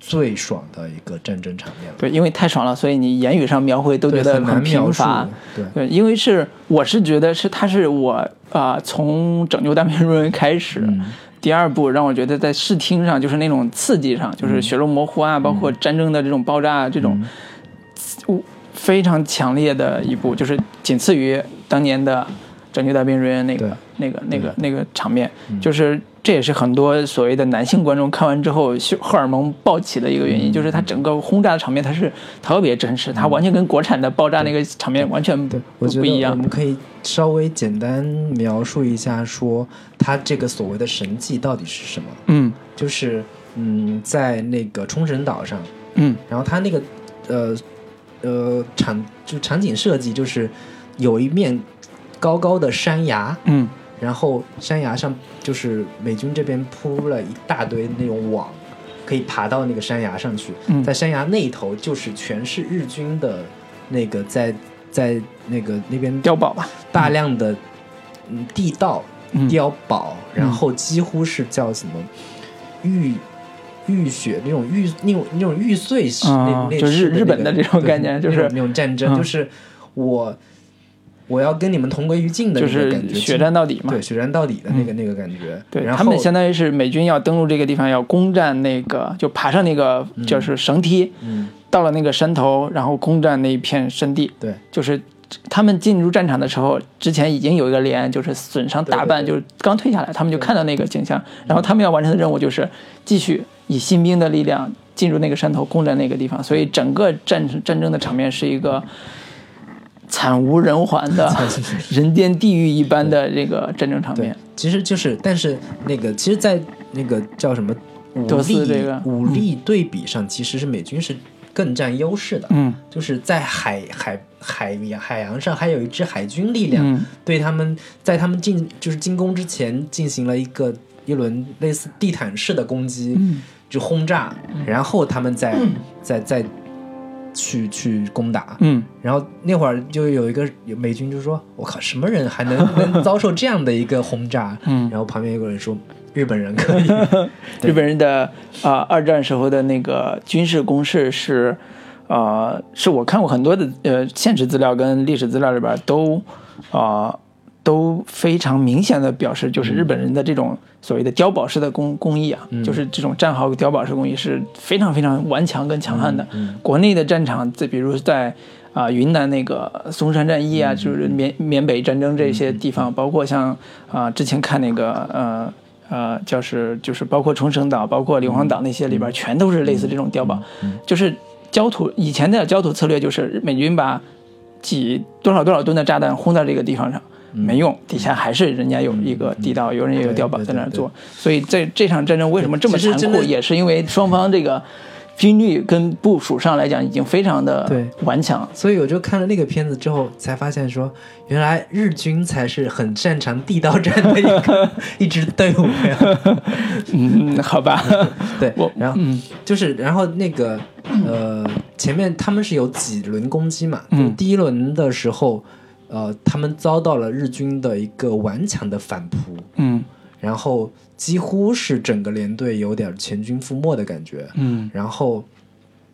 [SPEAKER 2] 最爽的一个战争场面了，
[SPEAKER 1] 对，因为太爽了，所以你言语上描绘都觉
[SPEAKER 2] 对，
[SPEAKER 1] 得
[SPEAKER 2] 很难
[SPEAKER 1] 贫
[SPEAKER 2] 描述
[SPEAKER 1] 乏。，
[SPEAKER 2] 对。
[SPEAKER 1] 对，因为是我是觉得是他是我啊、从拯救大兵瑞恩开始，
[SPEAKER 2] 嗯
[SPEAKER 1] 第二部让我觉得在视听上就是那种刺激上，就是
[SPEAKER 2] 嗯
[SPEAKER 1] 血肉模糊啊，包括战争的这种爆炸、啊、这种，我
[SPEAKER 2] 嗯
[SPEAKER 1] 非常强烈的一部，就是仅次于当年的拯救大兵瑞恩那
[SPEAKER 2] 对嗯
[SPEAKER 1] 个那个那个那个场面，就是。这也是很多所谓的男性观众看完之后羞荷尔蒙暴起的一个原
[SPEAKER 2] 嗯
[SPEAKER 1] 因，就是它整个轰炸的场面它是特别真实，它完全跟国产的爆炸那个场面完全不
[SPEAKER 2] 对，我觉
[SPEAKER 1] 不一
[SPEAKER 2] 得我
[SPEAKER 1] 样。
[SPEAKER 2] 们可以稍微简单描述一下，说他这个所谓的神迹到底是什么？
[SPEAKER 1] 嗯
[SPEAKER 2] 就是嗯，在那个冲绳岛上，
[SPEAKER 1] 嗯
[SPEAKER 2] 然后他那个呃呃场就场景设计就是有一面高高的山崖，
[SPEAKER 1] 嗯
[SPEAKER 2] 然后山崖上就是美军这边铺了一大堆那种网，可以爬到那个山崖上去。
[SPEAKER 1] 嗯
[SPEAKER 2] 在山崖那头就是全是日军的那个在在那个那边
[SPEAKER 1] 碉堡吧，
[SPEAKER 2] 大量的嗯地道
[SPEAKER 1] 嗯
[SPEAKER 2] 碉堡，然后几乎是叫什么浴浴血那种浴那种那种玉碎式那
[SPEAKER 1] 啊
[SPEAKER 2] 那
[SPEAKER 1] 就是
[SPEAKER 2] 式那
[SPEAKER 1] 日本的
[SPEAKER 2] 个
[SPEAKER 1] 这种
[SPEAKER 2] 对
[SPEAKER 1] 概念就是
[SPEAKER 2] 那种那种战
[SPEAKER 1] 嗯
[SPEAKER 2] 争，就是我我要跟你们同归于尽的
[SPEAKER 1] 就
[SPEAKER 2] 那个感
[SPEAKER 1] 是
[SPEAKER 2] 觉，
[SPEAKER 1] 血战到底嘛
[SPEAKER 2] 对。血战到底的那个那个感觉。
[SPEAKER 1] 对
[SPEAKER 2] 然
[SPEAKER 1] 他
[SPEAKER 2] 后
[SPEAKER 1] 们相当于是美军要登陆这个地方，要攻占那个，就爬上那个就是绳梯，
[SPEAKER 2] 嗯
[SPEAKER 1] 到了那个山头，然后攻占那一片山地，
[SPEAKER 2] 对
[SPEAKER 1] 就是他们进入战场的时候，之前已经有一个连就是损伤大半，
[SPEAKER 2] 对对
[SPEAKER 1] 就
[SPEAKER 2] 对
[SPEAKER 1] 是刚退下来，他们就看到那个景象，然后他们要完成的任务就是继续以新兵的力量进入那个山头，攻占那个地方。所以整个战战争的场面是一个惨无人寰 的、人间地狱一般的这个战争场
[SPEAKER 2] 对
[SPEAKER 1] 面。，
[SPEAKER 2] 其实就是，但是那个，其实，在那个叫什么武
[SPEAKER 1] 德斯
[SPEAKER 2] 力
[SPEAKER 1] 这个
[SPEAKER 2] 武力对比上，其实是美军是更占优势的。
[SPEAKER 1] 嗯，
[SPEAKER 2] 就是在海海海洋海洋上还有一支海军力量，
[SPEAKER 1] 嗯
[SPEAKER 2] 对他们在他们进就是进攻之前进行了一个一轮类似地毯式的攻击，就轰炸，然后他们再、再再去去攻打。
[SPEAKER 1] 嗯，
[SPEAKER 2] 然后那会儿就有一个有美军就说：“我靠，什么人还能 能遭受这样的一个轰炸？”
[SPEAKER 1] 嗯
[SPEAKER 2] 然后旁边有个人说：“日本人 可以。对
[SPEAKER 1] 日本人的啊、呃二战时候的那个军事攻势是，呃，是我看过很多的呃现实资料跟历史资料里边都啊、呃都非常明显的表示，就是日本人的这种所谓的碉堡式的工工艺啊，就是这种战壕碉堡式工艺是非常非常顽强跟强悍的。国内的战场，这比如在。啊、云南那个淞山战役啊，就是缅缅北战争这些地方，包括像啊、之前看那个呃呃，就是就是包括冲绳岛、包括硫磺岛那些里边，全都是类似这种碉堡，
[SPEAKER 2] 嗯
[SPEAKER 1] 就是焦土以前的焦土策略就是美军把几多少多少吨的炸弹轰到这个地方上。
[SPEAKER 2] 嗯
[SPEAKER 1] 没用，底下还是人家有一个地道，有人也有碉堡在那儿做，所以这这场战争为什么这么
[SPEAKER 2] 其实
[SPEAKER 1] 残
[SPEAKER 2] 真
[SPEAKER 1] 酷，
[SPEAKER 2] 的
[SPEAKER 1] 也是因为双方这个军力跟部署上来讲已经非常的
[SPEAKER 2] 对
[SPEAKER 1] 顽强，
[SPEAKER 2] 所以我就看了那个片子之后，才发现说，原来日军才是很擅长地道战的一 个一支队伍呀。
[SPEAKER 1] 嗯，好吧，
[SPEAKER 2] 对嗯
[SPEAKER 1] 我，
[SPEAKER 2] 然后就是，然后那个呃，前面他们是有几轮攻击嘛，就是第一轮的时候，呃，他们遭到了日军的一个顽强的反扑。
[SPEAKER 1] 嗯
[SPEAKER 2] 然后几乎是整个连队有点全军覆没的感觉。
[SPEAKER 1] 嗯
[SPEAKER 2] 然后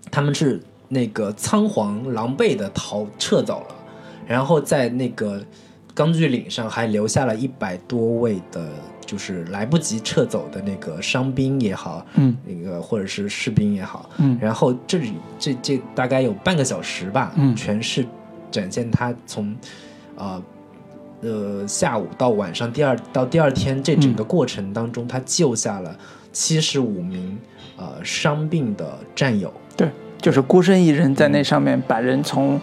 [SPEAKER 2] 他们是那个仓皇狼狈的逃撤走了，然后在那个钢锯岭上还留下了一百多位的，就是来不及撤走的那个伤兵也好，
[SPEAKER 1] 嗯，
[SPEAKER 2] 那个或者是士兵也好，
[SPEAKER 1] 嗯
[SPEAKER 2] 然后这里这这大概有半个小时吧，
[SPEAKER 1] 嗯
[SPEAKER 2] 全是展现他从呃呃下午到晚上第二到第二天这整个过程当
[SPEAKER 1] 嗯
[SPEAKER 2] 中，他救下了七十五名呃伤病的战友，
[SPEAKER 1] 对，就是孤身一人
[SPEAKER 2] 嗯
[SPEAKER 1] 在那上面把人从，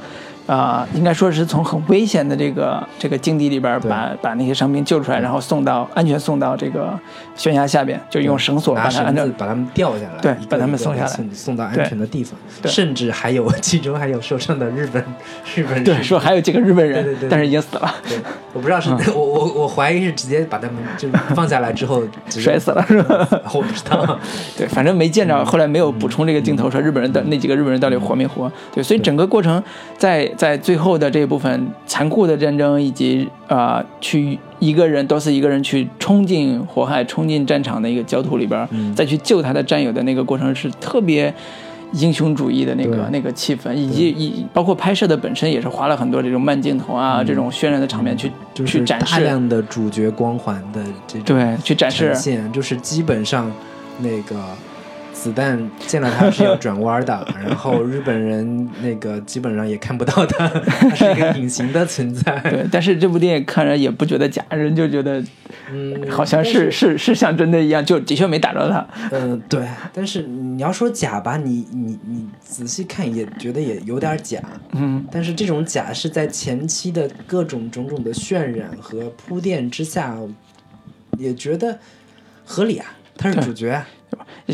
[SPEAKER 1] 啊、应该说是从很危险的这个这个境地里边儿
[SPEAKER 2] 对嗯
[SPEAKER 1] 把把那些伤兵救出来，然后送到安全送到这个悬崖下边，就用绳索把
[SPEAKER 2] 拿
[SPEAKER 1] 它按
[SPEAKER 2] 绳
[SPEAKER 1] 照
[SPEAKER 2] 子把他们吊下来，
[SPEAKER 1] 对
[SPEAKER 2] 一个
[SPEAKER 1] 把他们
[SPEAKER 2] 一个
[SPEAKER 1] 送下来
[SPEAKER 2] 送送到安
[SPEAKER 1] 对
[SPEAKER 2] 全的地方，
[SPEAKER 1] 对
[SPEAKER 2] 甚至还有 其中还有受伤 的日本日本
[SPEAKER 1] 对
[SPEAKER 2] 人。
[SPEAKER 1] 说嗯还有几个日本人，
[SPEAKER 2] 对对对
[SPEAKER 1] 但是已经死了，
[SPEAKER 2] 对，我不知道是、 我我我怀疑是直接把他们就放下来之后直接
[SPEAKER 1] 摔死了是吧？
[SPEAKER 2] 我不知道，
[SPEAKER 1] 对，反正没见
[SPEAKER 2] 嗯
[SPEAKER 1] 着，后来没有补充这个镜头，说日本人的那几个日本人到底活没活？对，所以整个过程在在最后的这一部分残酷的战争，以及啊、呃去一个人都是一个人去冲进火海、冲进战场的一个焦土里边儿，
[SPEAKER 2] 嗯
[SPEAKER 1] 再去救他的战友的那个过程是特别。英雄主义的那个
[SPEAKER 2] 对
[SPEAKER 1] 那个气氛，以及以包括拍摄的本身也是花了很多这种慢镜头啊，这种渲染的场面去
[SPEAKER 2] 嗯就是
[SPEAKER 1] 去展
[SPEAKER 2] 大
[SPEAKER 1] 示，
[SPEAKER 2] 量的主角光环的这种
[SPEAKER 1] 对，去展示
[SPEAKER 2] 呈，现，就是基本上那个子弹见了他是要转弯 的，然后日本人那个基本上也看不到他，他是一个隐形的存在。
[SPEAKER 1] 对。但是这部电影看着也不觉得假，人就觉得
[SPEAKER 2] 嗯，
[SPEAKER 1] 好像是是是像真的一样，就的确没打着他。
[SPEAKER 2] 嗯、对，但是你要说假吧，你你你仔细看也觉得也有点假。
[SPEAKER 1] 嗯，
[SPEAKER 2] 但是这种假是在前期的各种种种的渲染和铺垫之下，也觉得合理啊，他是主角啊。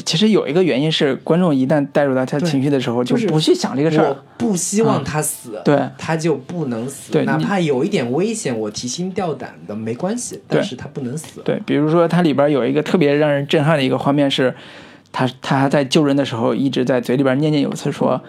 [SPEAKER 1] 其实有一个原因是，观众一旦带入到他情绪的时候，就
[SPEAKER 2] 就是
[SPEAKER 1] 不去想这个事儿嗯
[SPEAKER 2] 我。不希望他死，
[SPEAKER 1] 对
[SPEAKER 2] 他就不能死，
[SPEAKER 1] 对
[SPEAKER 2] 哪
[SPEAKER 1] 你
[SPEAKER 2] 怕有一点危险，我提心吊胆的没关系，但是他不能死。
[SPEAKER 1] 对，比如说它里边有一个特别让人震撼的一个画面是，他他在救人的时候一直在嘴里边念念有词说：“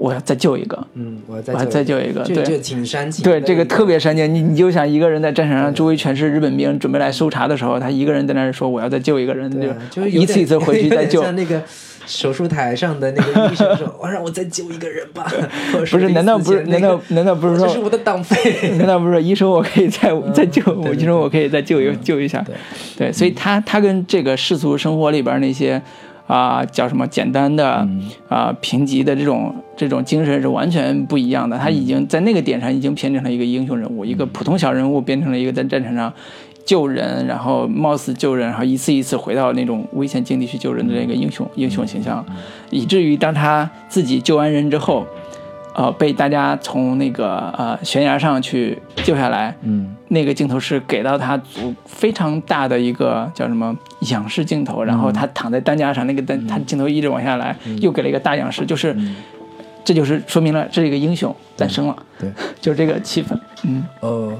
[SPEAKER 1] 我要再救一个。”
[SPEAKER 2] 嗯，我再
[SPEAKER 1] 我要再
[SPEAKER 2] 救
[SPEAKER 1] 救一个
[SPEAKER 2] 这
[SPEAKER 1] 对
[SPEAKER 2] 这挺煽情的
[SPEAKER 1] 对，
[SPEAKER 2] 一。
[SPEAKER 1] 这个特别煽情。你你就想一个人在战场上，周围全是日本兵，准备来搜查的时候，他一个人在那儿说：“我要再救一个人。
[SPEAKER 2] 对啊，
[SPEAKER 1] 就
[SPEAKER 2] 就是有
[SPEAKER 1] 一次
[SPEAKER 2] 点
[SPEAKER 1] 一次回 去
[SPEAKER 2] 有点
[SPEAKER 1] 再救。
[SPEAKER 2] 像那个手术台上的那个医 生说：“我让我再救一个人吧。”或者
[SPEAKER 1] 不是
[SPEAKER 2] 临
[SPEAKER 1] 难道
[SPEAKER 2] 死
[SPEAKER 1] 不是
[SPEAKER 2] 前那
[SPEAKER 1] 难道
[SPEAKER 2] 个
[SPEAKER 1] 难道不是
[SPEAKER 2] 我
[SPEAKER 1] 说
[SPEAKER 2] 这是我的党费？
[SPEAKER 1] 难道不是说医生我可以再再救，
[SPEAKER 2] 嗯对对嗯
[SPEAKER 1] 我医生我可以再救一救一下？
[SPEAKER 2] 对
[SPEAKER 1] 对，所以他他跟这个世俗生活里边那些啊、叫什么简单的啊、
[SPEAKER 2] 嗯
[SPEAKER 1] 评级的这种这种精神是完全不一样的。
[SPEAKER 2] 嗯
[SPEAKER 1] 他已经在那个点上已经变成了一个英雄人物，一个普通小人物变成了一个在战场上救人，然后冒死救人，然后一次一次回到那种危险境地去救人的这个英雄英雄形
[SPEAKER 2] 嗯
[SPEAKER 1] 象，以至于当他自己救完人之后。呃，被大家从那个呃悬崖上去救下来，
[SPEAKER 2] 嗯，
[SPEAKER 1] 那个镜头是给到他足非常大的一个叫什么仰视镜头，然
[SPEAKER 2] 嗯
[SPEAKER 1] 后他躺在担架上，那个担他镜头一直往下来，又给了一个大仰视，就是、
[SPEAKER 2] 嗯
[SPEAKER 1] 这就是说明了这是一个英雄诞生了，
[SPEAKER 2] 对，
[SPEAKER 1] 就是这个气氛，嗯
[SPEAKER 2] 呃，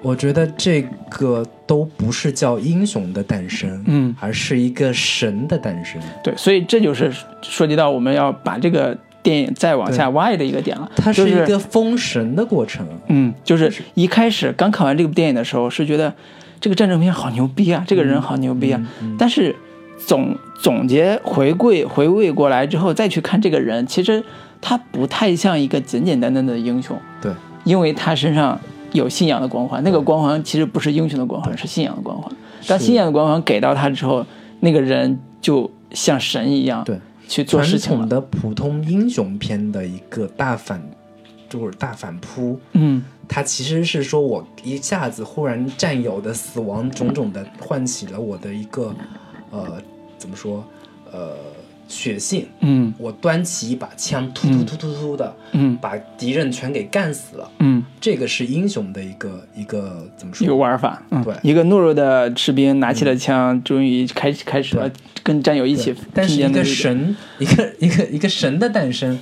[SPEAKER 2] 我觉得这个都不是叫英雄的诞生，
[SPEAKER 1] 嗯，
[SPEAKER 2] 而是一个神的诞生。
[SPEAKER 1] 对，所以这就是涉及到我们要把这个电影再往下挖的一个点了，
[SPEAKER 2] 它
[SPEAKER 1] 就是
[SPEAKER 2] 一个封神的过程，
[SPEAKER 1] 嗯，就是一开始刚看完这部电影的时候，是觉得这个战争片好牛逼啊，这个人好牛逼啊。但是总总结回归回味过来之后，再去看这个人，其实他不太像一个简简单单的英雄，
[SPEAKER 2] 对，
[SPEAKER 1] 因为他身上有信仰的光环，那个光环其实不是英雄的光环，是信仰的光环。当信仰的光环给到他之后，那个人就像神一样，
[SPEAKER 2] 对，
[SPEAKER 1] 去做
[SPEAKER 2] 传
[SPEAKER 1] 事情
[SPEAKER 2] 统
[SPEAKER 1] 了。
[SPEAKER 2] 的普通英雄片的一个大反，就是大反扑，
[SPEAKER 1] 嗯，
[SPEAKER 2] 它其实是说我一下子忽然战友的死亡种种
[SPEAKER 1] 嗯
[SPEAKER 2] 的唤起了我的一个，呃，怎么说，呃，血性。
[SPEAKER 1] 嗯
[SPEAKER 2] 我端起一把枪，突突突突突的，
[SPEAKER 1] 嗯
[SPEAKER 2] 把敌人全给干死了。
[SPEAKER 1] 嗯，
[SPEAKER 2] 这个是英雄的一个一个怎么
[SPEAKER 1] 一个
[SPEAKER 2] 说？
[SPEAKER 1] 玩法，嗯
[SPEAKER 2] 对嗯
[SPEAKER 1] 一个懦弱的士兵拿起了枪，终于开始开始了跟战友一起
[SPEAKER 2] 但是
[SPEAKER 1] 拼
[SPEAKER 2] 一
[SPEAKER 1] 剑的
[SPEAKER 2] 个
[SPEAKER 1] 力量，
[SPEAKER 2] 神，一个一个一个神的诞生，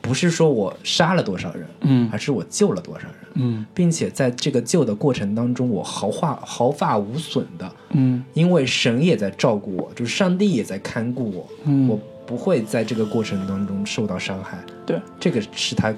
[SPEAKER 2] 不是说我杀了多少人，
[SPEAKER 1] 嗯
[SPEAKER 2] 而是我救了多少人，
[SPEAKER 1] 嗯
[SPEAKER 2] 并且在这个救的过程当中，我毫发毫发无损的，
[SPEAKER 1] 嗯
[SPEAKER 2] 因为神也在照顾我，就是上帝也在看顾我，
[SPEAKER 1] 嗯
[SPEAKER 2] 我不会在这个过程当中受到伤害。
[SPEAKER 1] 对
[SPEAKER 2] 这个是他，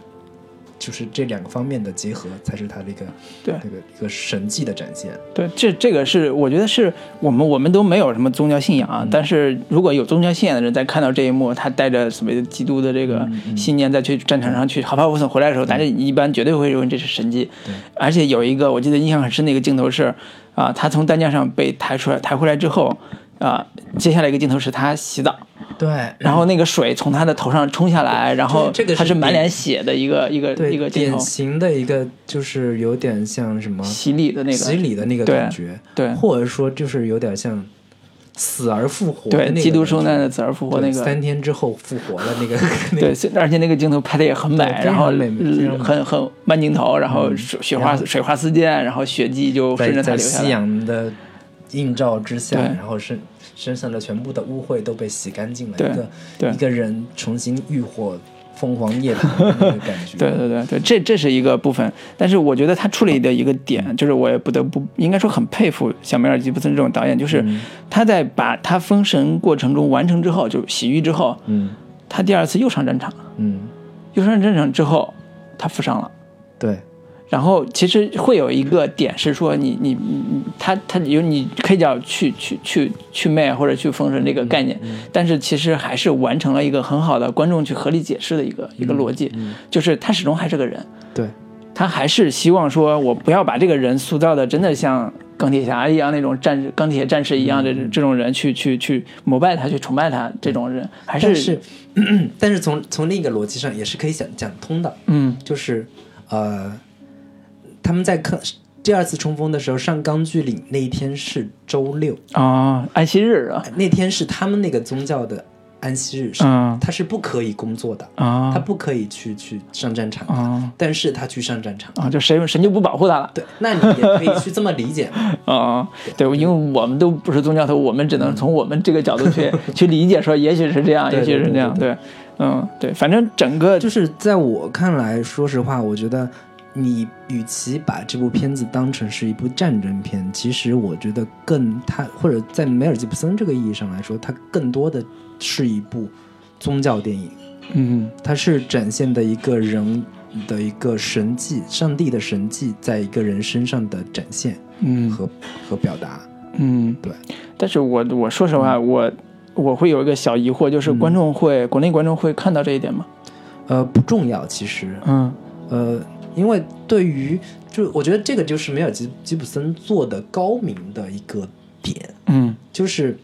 [SPEAKER 2] 就是这两个方面的结合，才是他的一个
[SPEAKER 1] 对
[SPEAKER 2] 那个一个神迹的展现。
[SPEAKER 1] 对，这这个是我觉得是我们我们都没有什么宗教信仰
[SPEAKER 2] 嗯
[SPEAKER 1] 啊，但是如果有宗教信仰的人在看到这一幕，他带着所谓的基督的这
[SPEAKER 2] 嗯
[SPEAKER 1] 个信念再去战场上去毫发无损回来的时候，大家一般绝对会认为这是神迹。而且有一个我记得印象很深的一个镜头是，啊，他从担架上被抬出来抬回来之后，啊，接下来一个镜头是他洗澡。
[SPEAKER 2] 对，
[SPEAKER 1] 然后那个水从他的头上冲下来，然后
[SPEAKER 2] 这个是
[SPEAKER 1] 他是满脸血的一个一个
[SPEAKER 2] 对，
[SPEAKER 1] 一个镜头
[SPEAKER 2] 典，型的一个就是有点像什么
[SPEAKER 1] 洗礼的那个，
[SPEAKER 2] 洗礼的那个
[SPEAKER 1] 对
[SPEAKER 2] 感觉，
[SPEAKER 1] 对
[SPEAKER 2] 或者说就是有点像死而复活的那
[SPEAKER 1] 对
[SPEAKER 2] 个感觉，
[SPEAKER 1] 基督受难的死而复活
[SPEAKER 2] 对
[SPEAKER 1] 那个，
[SPEAKER 2] 三天之后复活的 那个那
[SPEAKER 1] 对
[SPEAKER 2] 个，
[SPEAKER 1] 所以而且那个镜头拍的也很美，
[SPEAKER 2] 对
[SPEAKER 1] 然后
[SPEAKER 2] 非常美非常美
[SPEAKER 1] 很很慢镜头，然后水雪花水花四溅，然后血迹就顺
[SPEAKER 2] 在
[SPEAKER 1] 着他
[SPEAKER 2] 在
[SPEAKER 1] 流下
[SPEAKER 2] 夕
[SPEAKER 1] 来，
[SPEAKER 2] 阳的映照之下，
[SPEAKER 1] 对
[SPEAKER 2] 然后身身上的全部的污秽都被洗干净了，
[SPEAKER 1] 对
[SPEAKER 2] 一个
[SPEAKER 1] 对
[SPEAKER 2] 一个人重新浴火凤凰 夜谭的那个感觉，
[SPEAKER 1] 对对对对，这这是一个部分，但是我觉得他处理的一个点，就是我也不得不应该说很佩服小梅尔吉布森这种导演，就是
[SPEAKER 2] 嗯
[SPEAKER 1] 他在把他封神过程中完成之后，就洗浴之后，
[SPEAKER 2] 嗯
[SPEAKER 1] 他第二次又上战场。
[SPEAKER 2] 嗯，
[SPEAKER 1] 又上战场之后，他负伤了。
[SPEAKER 2] 对，
[SPEAKER 1] 然后其实会有一个点是说你你你你他他有你可以叫去去去去魅或者去封神这个概
[SPEAKER 2] 嗯
[SPEAKER 1] 念，但是其实还是完成了一个很好的观众去合理解释的一
[SPEAKER 2] 嗯
[SPEAKER 1] 个一个逻辑，就是他始终还是个人，
[SPEAKER 2] 对，
[SPEAKER 1] 他还是希望说我不要把这个人塑造的真的像钢铁侠一样那种战士钢铁战士一样的
[SPEAKER 2] 嗯
[SPEAKER 1] 这这种人去去去膜拜他去崇拜他这种人，还
[SPEAKER 2] 但是 但是从从另一个逻辑上也是可以想讲通的，
[SPEAKER 1] 嗯
[SPEAKER 2] 就是呃，他们在看第二次冲锋的时候上钢锯岭那一天是周六，
[SPEAKER 1] 啊安息日啊
[SPEAKER 2] 那天是他们那个宗教的安息日，是
[SPEAKER 1] 嗯
[SPEAKER 2] 他是不可以工作的，
[SPEAKER 1] 啊
[SPEAKER 2] 他不可以去去上战场的，
[SPEAKER 1] 啊
[SPEAKER 2] 但是他去上战场。
[SPEAKER 1] 啊，就神神就不保护他了。
[SPEAKER 2] 对，那你也可以去这么理解嘛，
[SPEAKER 1] 啊、对，因为我们都不是宗教徒，我们只能从我们这个角度 去去理解，说也许是这样，
[SPEAKER 2] 嗯对
[SPEAKER 1] 也许是这样，
[SPEAKER 2] 对
[SPEAKER 1] 对，嗯，对，反正整个
[SPEAKER 2] 就是在我看来，说实话，我觉得你与其把这部片子当成是一部战争片，其实我觉得更它或者在梅尔吉布森这个意义上来说，它更多的是一部宗教电影，
[SPEAKER 1] 嗯
[SPEAKER 2] 它是展现的一个人的一个神迹，上帝的神迹在一个人身上的展现
[SPEAKER 1] 嗯
[SPEAKER 2] 和、和表达。
[SPEAKER 1] 嗯，
[SPEAKER 2] 对。嗯
[SPEAKER 1] 但是我我说实话，我我会有一个小疑惑，就是观众会、国内观众会看到这一点吗？
[SPEAKER 2] 呃，不重要，其实，
[SPEAKER 1] 嗯
[SPEAKER 2] 呃，因为对于就我觉得这个就是梅尔吉吉普森做的高明的一个点，
[SPEAKER 1] 嗯
[SPEAKER 2] 就是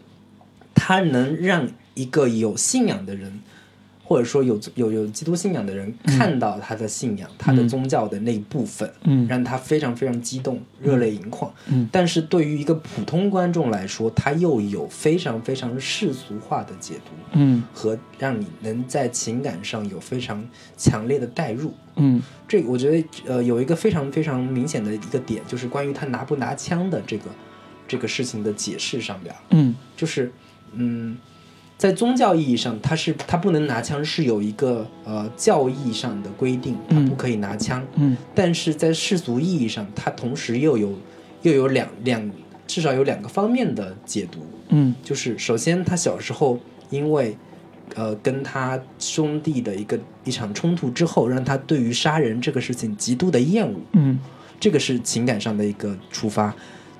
[SPEAKER 2] 他能让一个有信仰的人，或者说有有有基督信仰的人，看到他的信仰、他的宗教的那一部分，
[SPEAKER 1] 嗯
[SPEAKER 2] 让他非常非常激动、热泪盈眶。
[SPEAKER 1] 嗯
[SPEAKER 2] 但是对于一个普通观众来说，他又有非常非常世俗化的解读，
[SPEAKER 1] 嗯
[SPEAKER 2] 和让你能在情感上有非常强烈的代入。
[SPEAKER 1] 嗯
[SPEAKER 2] 这我觉得呃有一个非常非常明显的一个点，就是关于他拿不拿枪的这个这个事情的解释上边儿，
[SPEAKER 1] 嗯
[SPEAKER 2] 就是嗯，在宗教意义上，他是他不能拿枪是有一个呃教义上的规定，他
[SPEAKER 1] 嗯
[SPEAKER 2] 不可以拿枪，
[SPEAKER 1] 嗯
[SPEAKER 2] 但是在世俗意义上，它同时又有又有两两至少有两个方面的解读，
[SPEAKER 1] 嗯
[SPEAKER 2] 就是首先他小时候因为呃跟他兄弟的一个一场冲突之后，让他对于杀人这个事情极度的厌恶，
[SPEAKER 1] 嗯
[SPEAKER 2] 这个是情感上的一个出发。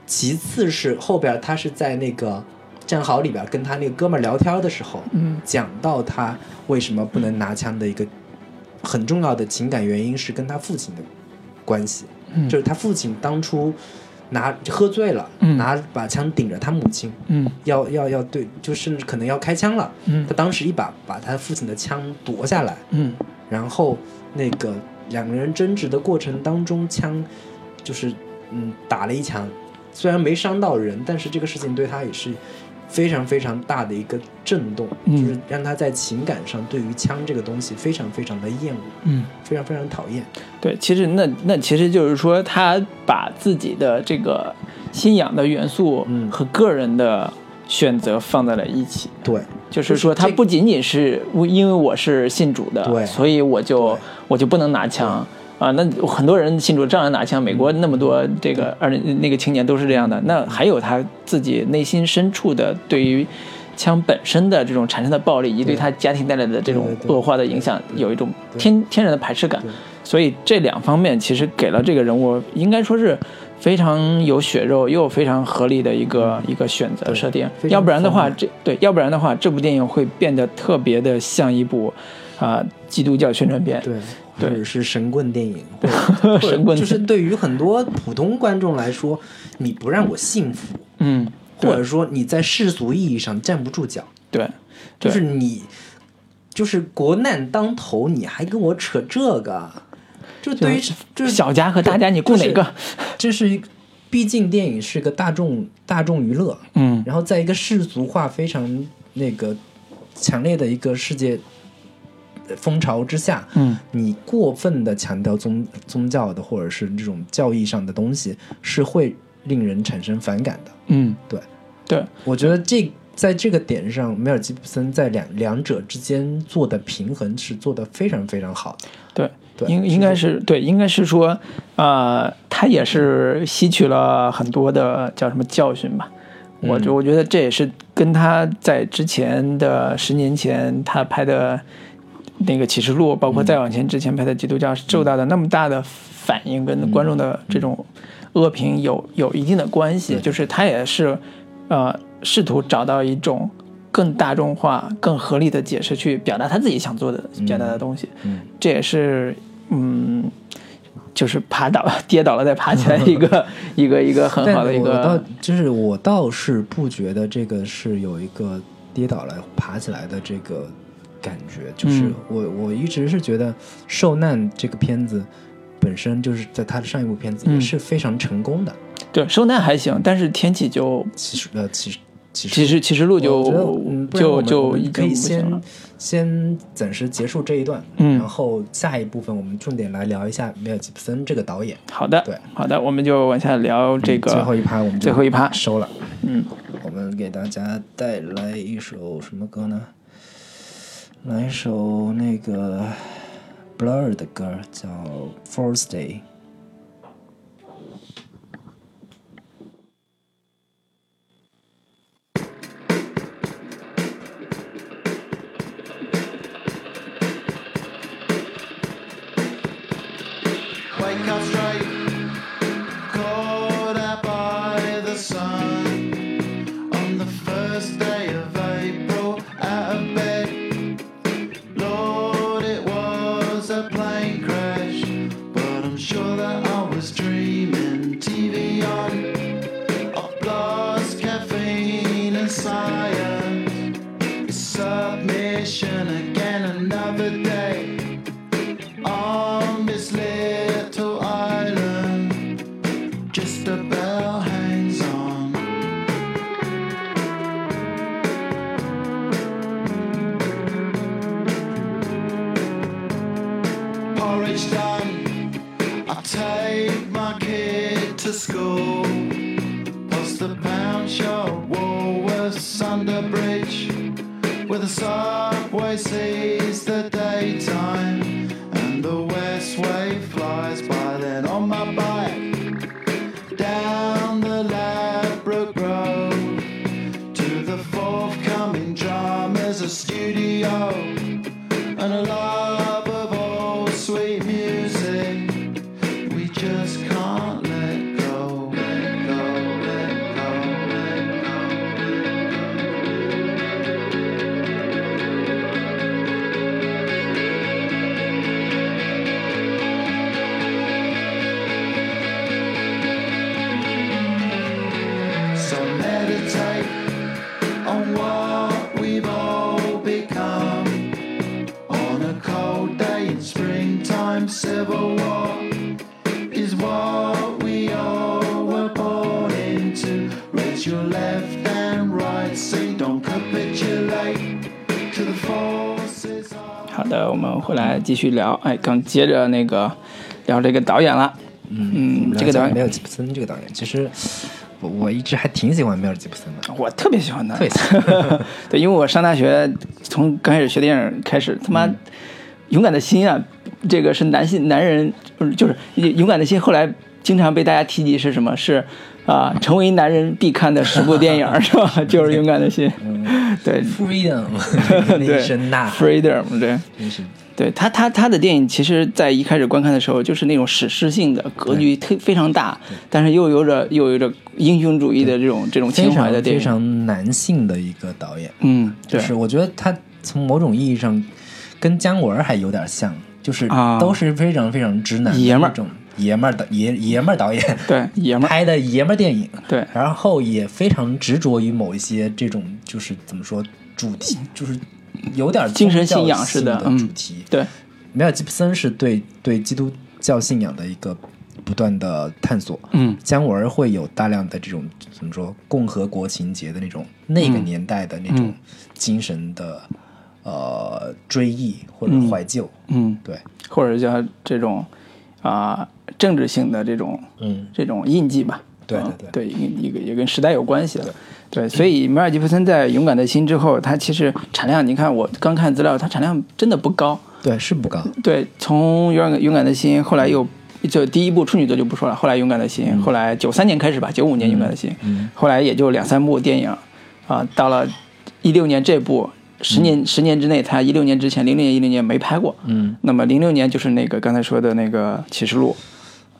[SPEAKER 2] 其次是后边他是在那个战壕里边跟他那个哥们儿聊天的时候，
[SPEAKER 1] 嗯
[SPEAKER 2] 讲到他为什么不能拿枪的一个很重要的情感原因是跟他父亲的关系，
[SPEAKER 1] 嗯
[SPEAKER 2] 就是他父亲当初拿喝醉了，
[SPEAKER 1] 嗯
[SPEAKER 2] 拿把枪顶着他母亲，
[SPEAKER 1] 嗯
[SPEAKER 2] 要要要对，就甚至可能要开枪了。
[SPEAKER 1] 嗯
[SPEAKER 2] 他当时一把把他父亲的枪夺下来，
[SPEAKER 1] 嗯
[SPEAKER 2] 然后那个两个人争执的过程当中，枪就是嗯打了一枪，虽然没伤到人，但是这个事情对他也是非常非常大的一个震动，
[SPEAKER 1] 嗯
[SPEAKER 2] 就是让他在情感上对于枪这个东西非常非常的厌恶，
[SPEAKER 1] 嗯。
[SPEAKER 2] 非常非常讨厌。
[SPEAKER 1] 对，其实那那其实就是说，他把自己的这个信仰的元素
[SPEAKER 2] 嗯
[SPEAKER 1] 和个人的选择放在了一起，
[SPEAKER 2] 对，
[SPEAKER 1] 就是说，他
[SPEAKER 2] 这
[SPEAKER 1] 不仅仅是我因为我是信主的，
[SPEAKER 2] 对
[SPEAKER 1] 所以我就
[SPEAKER 2] 对
[SPEAKER 1] 我就不能拿枪。啊，那很多人信主照样拿枪。美国那么多
[SPEAKER 2] 嗯
[SPEAKER 1] 这个二那个青年都是这样的。那还有他自己内心深处的对于枪本身的这种产生的暴力，以及对
[SPEAKER 2] 对
[SPEAKER 1] 他家庭带来的这种
[SPEAKER 2] 对对对
[SPEAKER 1] 恶化的影响，有一种
[SPEAKER 2] 对
[SPEAKER 1] 天天然的排斥感。
[SPEAKER 2] 对
[SPEAKER 1] 所以这两方面其实给了这个人物应该说是非常有血肉又非常合理的一个一个选择
[SPEAKER 2] 嗯对
[SPEAKER 1] 设定，
[SPEAKER 2] 非常
[SPEAKER 1] 要不然的话，
[SPEAKER 2] 丰满
[SPEAKER 1] 这对，要不然的话，这部电影会变得特别的像一部啊、基督教宣传片。
[SPEAKER 2] 对，
[SPEAKER 1] 对
[SPEAKER 2] 或者是神棍电影，或者或者
[SPEAKER 1] 神棍
[SPEAKER 2] 就是对于很多普通观众来说，你不让我幸福，
[SPEAKER 1] 嗯，
[SPEAKER 2] 或者
[SPEAKER 1] 对
[SPEAKER 2] 说你在世俗意义上站不住脚，
[SPEAKER 1] 对，
[SPEAKER 2] 就
[SPEAKER 1] 对
[SPEAKER 2] 是你就是国难当头，你还跟我扯这个，就对于就是
[SPEAKER 1] 小家和大家，你顾哪个？
[SPEAKER 2] 这是一个，毕竟电影是个大众大众娱乐，
[SPEAKER 1] 嗯
[SPEAKER 2] 然后在一个世俗化非常那个强烈的一个世界呃风潮之下，
[SPEAKER 1] 嗯
[SPEAKER 2] 你过分的强调宗宗教的或者是这种教义上的东西，是会令人产生反感的。
[SPEAKER 1] 嗯，
[SPEAKER 2] 对
[SPEAKER 1] 对，
[SPEAKER 2] 我觉得这在这个点上，梅尔吉布森在两两者之间做的平衡是做的非常非常好的。
[SPEAKER 1] 对，
[SPEAKER 2] 对
[SPEAKER 1] 应应该是对，应该是说，呃，他也是吸取了很多的叫什么教训吧。我
[SPEAKER 2] 嗯
[SPEAKER 1] 觉我觉得这也是跟他在之前的十年前他拍的那个《启示录》，包
[SPEAKER 2] 嗯
[SPEAKER 1] 括再往前之前拍的《基督教》受到的那么大的反应跟观众的这种恶评有有一定的关系。
[SPEAKER 2] 嗯对
[SPEAKER 1] 就是他也是呃试图找到一种更大众化、更合理的解释去表达他自己想做的表达的东西。
[SPEAKER 2] 嗯，
[SPEAKER 1] 这也是嗯，就是爬倒、跌倒了再爬起来的一 个一个一个很
[SPEAKER 2] 但
[SPEAKER 1] 好的一
[SPEAKER 2] 我倒
[SPEAKER 1] 个，
[SPEAKER 2] 就是我倒是不觉得这个是有一个跌倒了爬起来的这个感觉，就是
[SPEAKER 1] 嗯
[SPEAKER 2] 我、我一直是觉得《受难》这个片子本身就是在他的上一部片子也
[SPEAKER 1] 嗯
[SPEAKER 2] 是非常成功的，
[SPEAKER 1] 对受难还行，但是天启就
[SPEAKER 2] 其实呃其实其实
[SPEAKER 1] 其实其实路就
[SPEAKER 2] 我觉得嗯不然我
[SPEAKER 1] 就就
[SPEAKER 2] 们我们
[SPEAKER 1] 已
[SPEAKER 2] 可
[SPEAKER 1] 经
[SPEAKER 2] 以
[SPEAKER 1] 不行
[SPEAKER 2] 先
[SPEAKER 1] 了。
[SPEAKER 2] 先暂时结束这一段，
[SPEAKER 1] 嗯
[SPEAKER 2] 然后下一部分我们重点来聊一下梅尔吉布森这个导演。
[SPEAKER 1] 好的
[SPEAKER 2] 对，嗯
[SPEAKER 1] 好的，我们就往下聊这个
[SPEAKER 2] 最后一趴我们就
[SPEAKER 1] 最后一趴
[SPEAKER 2] 收了，
[SPEAKER 1] 嗯，
[SPEAKER 2] 我们给大家带来一首什么歌呢？来一首那个 Blur 的歌，叫《Thursday》。
[SPEAKER 4] Wake up straight, caught out by the sun. On the first day of April, out of bed. Lord, it was a plane crash, but I'm sure that I was dreaming. TV on, I've lost caffeine and science. It's so school. Past the pound shop, Woolworths, Sunderbridge. Where the subway sees the daytime. And the west wave flies by then on my bike. Down the Ladbroke Road to the forthcoming dramas, a studio, and a love of all sweet music. We just can't let go. Let go, let go, let go. So meditate on what we've all become. On a cold day in springtime, civil war is what we all were born into. Raise your left and right, say don't capitulate to the forces of.
[SPEAKER 1] 好的，我们回来继续聊。哎，刚接着那个聊这个导演了。嗯，这个导
[SPEAKER 2] 梅
[SPEAKER 1] 演
[SPEAKER 2] 尔吉布森这个导演，其实我我一直还挺喜欢梅尔吉布森的。
[SPEAKER 1] 我特别喜欢他，
[SPEAKER 2] 特别喜
[SPEAKER 1] 对，因为我上大学从刚开始学电影开始，他妈、
[SPEAKER 2] 嗯
[SPEAKER 1] 勇敢的心啊，这个是男性男人，嗯就是就是勇敢的心，后来经常被大家提及是什么？是啊、成为男人必看的十部电影是吧？ 就是勇敢的心， 对
[SPEAKER 2] Freedom，那
[SPEAKER 1] 对
[SPEAKER 2] 一声呐喊，
[SPEAKER 1] ，freedom，对。
[SPEAKER 2] 真是
[SPEAKER 1] 对他，他他的电影其实，在一开始观看的时候，就是那种史诗性的格局特非常大，但是又有着又有着英雄主义的这种这种
[SPEAKER 2] 非
[SPEAKER 1] 情怀
[SPEAKER 2] 常
[SPEAKER 1] 的电
[SPEAKER 2] 非
[SPEAKER 1] 影。
[SPEAKER 2] 常男性的一个导演。
[SPEAKER 1] 嗯，
[SPEAKER 2] 就
[SPEAKER 1] 对，
[SPEAKER 2] 是我觉得他从某种意义上跟姜文儿还有点像，就是
[SPEAKER 1] 啊
[SPEAKER 2] 都是非常非常直男的
[SPEAKER 1] 爷们儿
[SPEAKER 2] 那种爷们儿的爷爷们儿导演，
[SPEAKER 1] 对爷们儿，
[SPEAKER 2] 拍的爷们儿电影，
[SPEAKER 1] 对
[SPEAKER 2] 然后也非常执着于某一些这种就是怎么说主题，就是有点
[SPEAKER 1] 嗯精神信仰
[SPEAKER 2] 宗教
[SPEAKER 1] 似
[SPEAKER 2] 性
[SPEAKER 1] 的
[SPEAKER 2] 的
[SPEAKER 1] 嗯
[SPEAKER 2] 主题。
[SPEAKER 1] 对
[SPEAKER 2] 梅尔吉布森是对对基督教信仰的一个不断的探索，
[SPEAKER 1] 嗯
[SPEAKER 2] 姜文儿会有大量的这种怎么说共和国情节的那种那个年代的那种精神的、呃追忆或者怀旧，
[SPEAKER 1] 嗯，
[SPEAKER 2] 对，
[SPEAKER 1] 或者叫这种啊、政治性的这种
[SPEAKER 2] 嗯，
[SPEAKER 1] 这种印记吧。
[SPEAKER 2] 对
[SPEAKER 1] 嗯
[SPEAKER 2] 对
[SPEAKER 1] 对，一个也跟时代有关系的。对，所以梅尔吉布森在《勇敢的心》之后，它其实产量，你看我刚看资料，它产量真的不高。
[SPEAKER 2] 对是不高，
[SPEAKER 1] 对，从勇敢勇敢的心，后来又就第一部处女座就不说了，后来勇敢的心，
[SPEAKER 2] 嗯
[SPEAKER 1] 后来九三年开始吧，九五年勇敢的心，后来也就两三部电影，啊、到了一六年这部，十年、十年之内，他一六年之前，零六年一零年没拍过，
[SPEAKER 2] 嗯，
[SPEAKER 1] 那么零六年就是那个刚才说的那个启示录，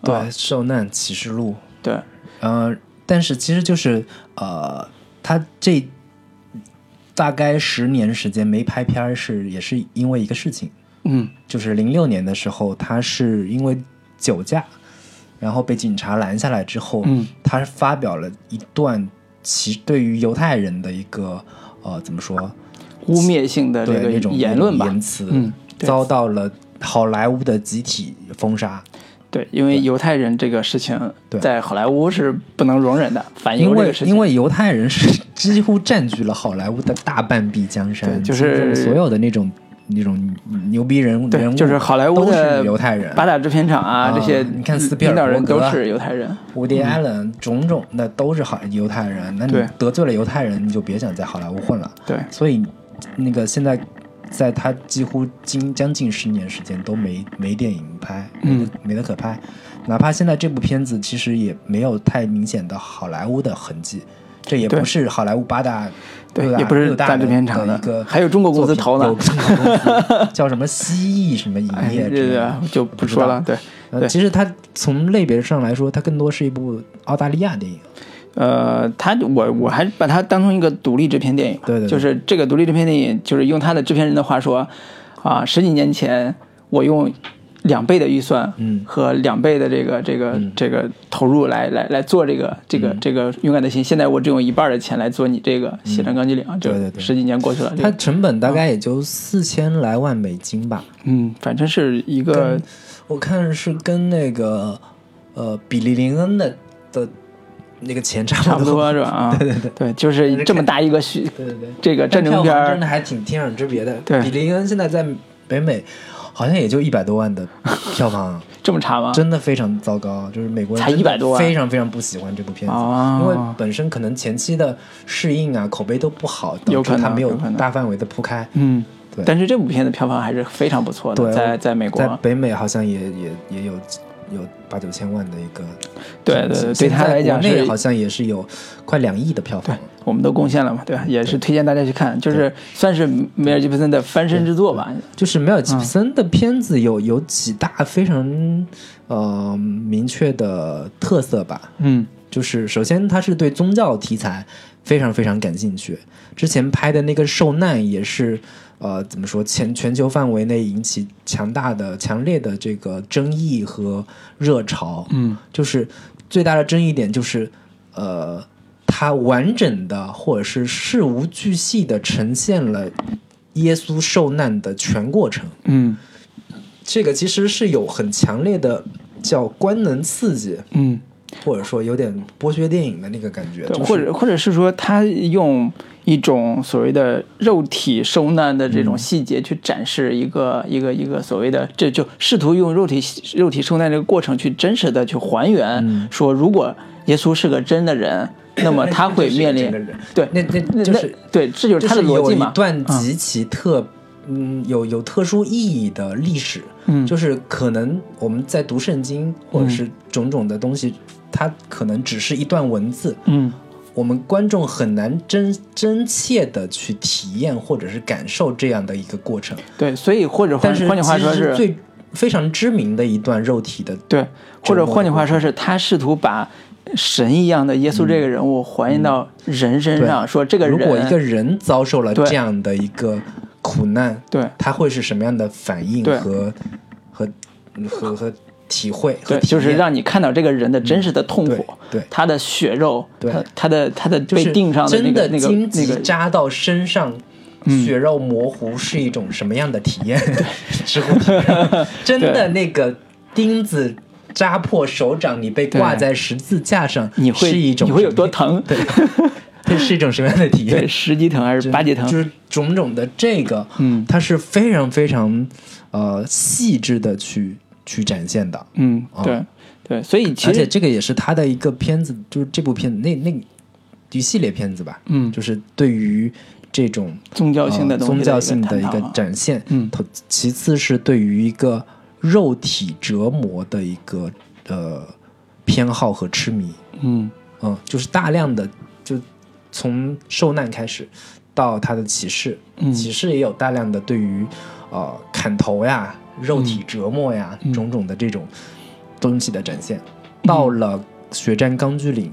[SPEAKER 2] 对，受难启示录》
[SPEAKER 1] 对，
[SPEAKER 2] 呃，但是其实就是呃，他这大概十年时间没拍片儿，是也是因为一个事情，
[SPEAKER 1] 嗯
[SPEAKER 2] 就是零六年的时候，他是因为酒驾，然后被警察拦下来之后，
[SPEAKER 1] 嗯
[SPEAKER 2] 他发表了一段其对于犹太人的一个呃怎么说，
[SPEAKER 1] 污蔑性的这
[SPEAKER 2] 对
[SPEAKER 1] 个
[SPEAKER 2] 那种
[SPEAKER 1] 言论吧，
[SPEAKER 2] 言辞，
[SPEAKER 1] 嗯对
[SPEAKER 2] 遭到了好莱坞的集体封杀。
[SPEAKER 1] 对，因为犹太人这个事情
[SPEAKER 2] 对
[SPEAKER 1] 在好莱坞是不能容忍的，反
[SPEAKER 2] 因
[SPEAKER 1] 犹这
[SPEAKER 2] 为
[SPEAKER 1] 个事情，
[SPEAKER 2] 因为犹太人是几乎占据了好莱坞的大半壁江山，
[SPEAKER 1] 对就
[SPEAKER 2] 其实
[SPEAKER 1] 是
[SPEAKER 2] 所有的那种那种牛逼人物人物，
[SPEAKER 1] 就是好莱坞的
[SPEAKER 2] 是犹太人，
[SPEAKER 1] 八大制片厂啊，
[SPEAKER 2] 啊
[SPEAKER 1] 这些
[SPEAKER 2] 你看斯皮尔
[SPEAKER 1] 领导人
[SPEAKER 2] 伯
[SPEAKER 1] 都
[SPEAKER 2] 格
[SPEAKER 1] 是犹太人。
[SPEAKER 2] 伍迪·艾伦种种的都是好犹太人，那你
[SPEAKER 1] 对
[SPEAKER 2] 得罪了犹太人，你就别想在好莱坞混了。
[SPEAKER 1] 对
[SPEAKER 2] 所以那个现在，在他几乎近将近十年时间都没没电影拍，
[SPEAKER 1] 嗯
[SPEAKER 2] 没得没得可拍，哪怕现在这部片子其实也没有太明显的好莱坞的痕迹。这也
[SPEAKER 1] 对
[SPEAKER 2] 不是好莱坞八大，
[SPEAKER 1] 对
[SPEAKER 2] 六大
[SPEAKER 1] 也不是
[SPEAKER 2] 六大
[SPEAKER 1] 大
[SPEAKER 2] 的
[SPEAKER 1] 制片厂的
[SPEAKER 2] 的一个，
[SPEAKER 1] 还有中国公司投呢
[SPEAKER 2] 有中国公司 叫什么蜥蜴什么影
[SPEAKER 1] 哎，
[SPEAKER 2] 业
[SPEAKER 1] 这
[SPEAKER 2] 之类
[SPEAKER 1] 个
[SPEAKER 2] 的，
[SPEAKER 1] 就不说了。对，
[SPEAKER 2] 呃，
[SPEAKER 1] 对
[SPEAKER 2] 其实它从类别上来说，它更多是一部澳大利亚电影。
[SPEAKER 1] 呃，他我我还把它当成一个独立制片电影吧，
[SPEAKER 2] 对对对
[SPEAKER 1] 就是这个独立制片电影，就是用他的制片人的话说，啊，十几年前我用两倍的预算，
[SPEAKER 2] 嗯
[SPEAKER 1] 和两倍的这个这个这个投入来来来做这个这
[SPEAKER 2] 嗯
[SPEAKER 1] 个这个勇敢的心，现在我只用一半的钱来做你这个血战钢锯岭，就
[SPEAKER 2] 嗯对对对
[SPEAKER 1] 十几年过去了，这
[SPEAKER 2] 它
[SPEAKER 1] 个
[SPEAKER 2] 成本大概也就四千来万美金吧，
[SPEAKER 1] 嗯，反正是一个
[SPEAKER 2] 跟我看是跟那个呃比利林恩的的那个钱差
[SPEAKER 1] 差不
[SPEAKER 2] 不
[SPEAKER 1] 多是吧？ 啊，对对对，就是这么大一个虚
[SPEAKER 2] 对对对，
[SPEAKER 1] 这个战争片
[SPEAKER 2] 但票房
[SPEAKER 1] 儿
[SPEAKER 2] 真的，还挺天壤之别的。
[SPEAKER 1] 对
[SPEAKER 2] 比利林恩现在在北美好像也就一百多万的票房，
[SPEAKER 1] 这么差吗？
[SPEAKER 2] 真的非常糟糕，就是美国人
[SPEAKER 1] 才
[SPEAKER 2] 真的
[SPEAKER 1] 100多万
[SPEAKER 2] 非常非常不喜欢这部片子，
[SPEAKER 1] 哦
[SPEAKER 2] 因为本身可能前期的适应啊、口碑都不好，导
[SPEAKER 1] 有
[SPEAKER 2] 致
[SPEAKER 1] 可能
[SPEAKER 2] 它没
[SPEAKER 1] 有可能
[SPEAKER 2] 大范围的铺开。
[SPEAKER 1] 嗯，
[SPEAKER 2] 对
[SPEAKER 1] 但是这部片的票房还是非常不错的，
[SPEAKER 2] 对，
[SPEAKER 1] 在在美国
[SPEAKER 2] 在，北美好像也也也有有八九千万的一个，
[SPEAKER 1] 对对对，对
[SPEAKER 2] 现在
[SPEAKER 1] 他来讲
[SPEAKER 2] 国内
[SPEAKER 1] 是
[SPEAKER 2] 好像也是有快两亿的票房。
[SPEAKER 1] 我们都贡献了嘛，对吧？也是推荐大家去看，就是算是梅尔吉普森的翻身之作吧。
[SPEAKER 2] 就是梅尔吉普森的片子有有几大非常呃明确的特色吧，
[SPEAKER 1] 嗯，
[SPEAKER 2] 就是首先他是对宗教题材非常非常感兴趣，之前拍的那个《受难》也是呃怎么说全全球范围内引起强大的、强烈的这个争议和热潮，
[SPEAKER 1] 嗯，
[SPEAKER 2] 就是最大的争议点就是呃。他完整的或者是事无巨细的呈现了耶稣受难的全过程，
[SPEAKER 1] 嗯
[SPEAKER 2] 这个其实是有很强烈的叫官能刺激，
[SPEAKER 1] 嗯，
[SPEAKER 2] 或者说有点剥削电影的那个感觉，
[SPEAKER 1] 对，
[SPEAKER 2] 就是
[SPEAKER 1] 或者或者是说他用一种所谓的肉体受难的
[SPEAKER 2] 嗯
[SPEAKER 1] 这种细节去展示一个、一个一个所谓的，这就试图用肉体肉体受难这个过程去真实的去还原，
[SPEAKER 2] 嗯
[SPEAKER 1] 说如果耶稣是个真的 人，那么他会面临
[SPEAKER 2] 那就是一个人
[SPEAKER 1] 对
[SPEAKER 2] 那那就是
[SPEAKER 1] 那对，这就是他的逻辑
[SPEAKER 2] 就是有
[SPEAKER 1] 嘛
[SPEAKER 2] 一。段
[SPEAKER 1] 嗯
[SPEAKER 2] 极其特，嗯，有有特殊意义的历史，
[SPEAKER 1] 嗯
[SPEAKER 2] 就是可能我们在读圣经或者
[SPEAKER 1] 嗯
[SPEAKER 2] 是种种的东西，它可能只是一段文字，
[SPEAKER 1] 嗯
[SPEAKER 2] 我们观众很难真真切的去体验或者是感受这样的一个过程。
[SPEAKER 1] 对，所以或者换
[SPEAKER 2] 但是
[SPEAKER 1] 换句话说
[SPEAKER 2] 其实
[SPEAKER 1] 是
[SPEAKER 2] 最非常知名的一段肉体的，
[SPEAKER 1] 对，或者
[SPEAKER 2] 过
[SPEAKER 1] 换句
[SPEAKER 2] 程嗯
[SPEAKER 1] 话说是他试图把神一样的耶稣这个人物还原到人身上，
[SPEAKER 2] 对
[SPEAKER 1] 说这个人
[SPEAKER 2] 如果一个人遭受了
[SPEAKER 1] 对
[SPEAKER 2] 这样的一个苦难，
[SPEAKER 1] 对
[SPEAKER 2] 他会是什么样的反应
[SPEAKER 1] 对
[SPEAKER 2] 和和和和体会和
[SPEAKER 1] 对，
[SPEAKER 2] 体验
[SPEAKER 1] 就是让你看到这个人的真实的痛苦，
[SPEAKER 2] 对对
[SPEAKER 1] 他的血肉，
[SPEAKER 2] 对
[SPEAKER 1] 他他的他的
[SPEAKER 2] 就是
[SPEAKER 1] 被钉上的那
[SPEAKER 2] 真
[SPEAKER 1] 个
[SPEAKER 2] 的
[SPEAKER 1] 那个
[SPEAKER 2] 荆
[SPEAKER 1] 那
[SPEAKER 2] 棘
[SPEAKER 1] 个，嗯
[SPEAKER 2] 扎到身上。血肉模糊是一种什么样的体验？ 直呼体验真的那个钉子扎破手掌，你被挂
[SPEAKER 1] 对
[SPEAKER 2] 在十字架上，
[SPEAKER 1] 你会
[SPEAKER 2] 是一种
[SPEAKER 1] 你会有
[SPEAKER 2] 什么
[SPEAKER 1] 多疼？
[SPEAKER 2] 对， 这是一种什么样的体验
[SPEAKER 1] 对，？十级疼还是八级疼？
[SPEAKER 2] 就是种种的这个，
[SPEAKER 1] 嗯
[SPEAKER 2] 它是非常非常呃细致的去去展现的，
[SPEAKER 1] 嗯，对对，所以
[SPEAKER 2] 啊而
[SPEAKER 1] 其
[SPEAKER 2] 且
[SPEAKER 1] 实
[SPEAKER 2] 这个也是他的一个片子，就是这部片那那一系列片子吧，
[SPEAKER 1] 嗯
[SPEAKER 2] 就是对于这种
[SPEAKER 1] 宗教性的
[SPEAKER 2] 呃
[SPEAKER 1] 东西的一个
[SPEAKER 2] 宗教性的一
[SPEAKER 1] 探讨
[SPEAKER 2] 个
[SPEAKER 1] 啊
[SPEAKER 2] 展现，
[SPEAKER 1] 嗯
[SPEAKER 2] 头，其次是对于一个肉体折磨的一个呃偏好和痴迷，
[SPEAKER 1] 嗯
[SPEAKER 2] 嗯，就是大量的就从受难开始到他的启示，
[SPEAKER 1] 嗯
[SPEAKER 2] 启示也有大量的对于呃砍头呀、肉
[SPEAKER 1] 嗯
[SPEAKER 2] 体折磨呀、种种的这种东西的展现。到了《血战钢锯岭》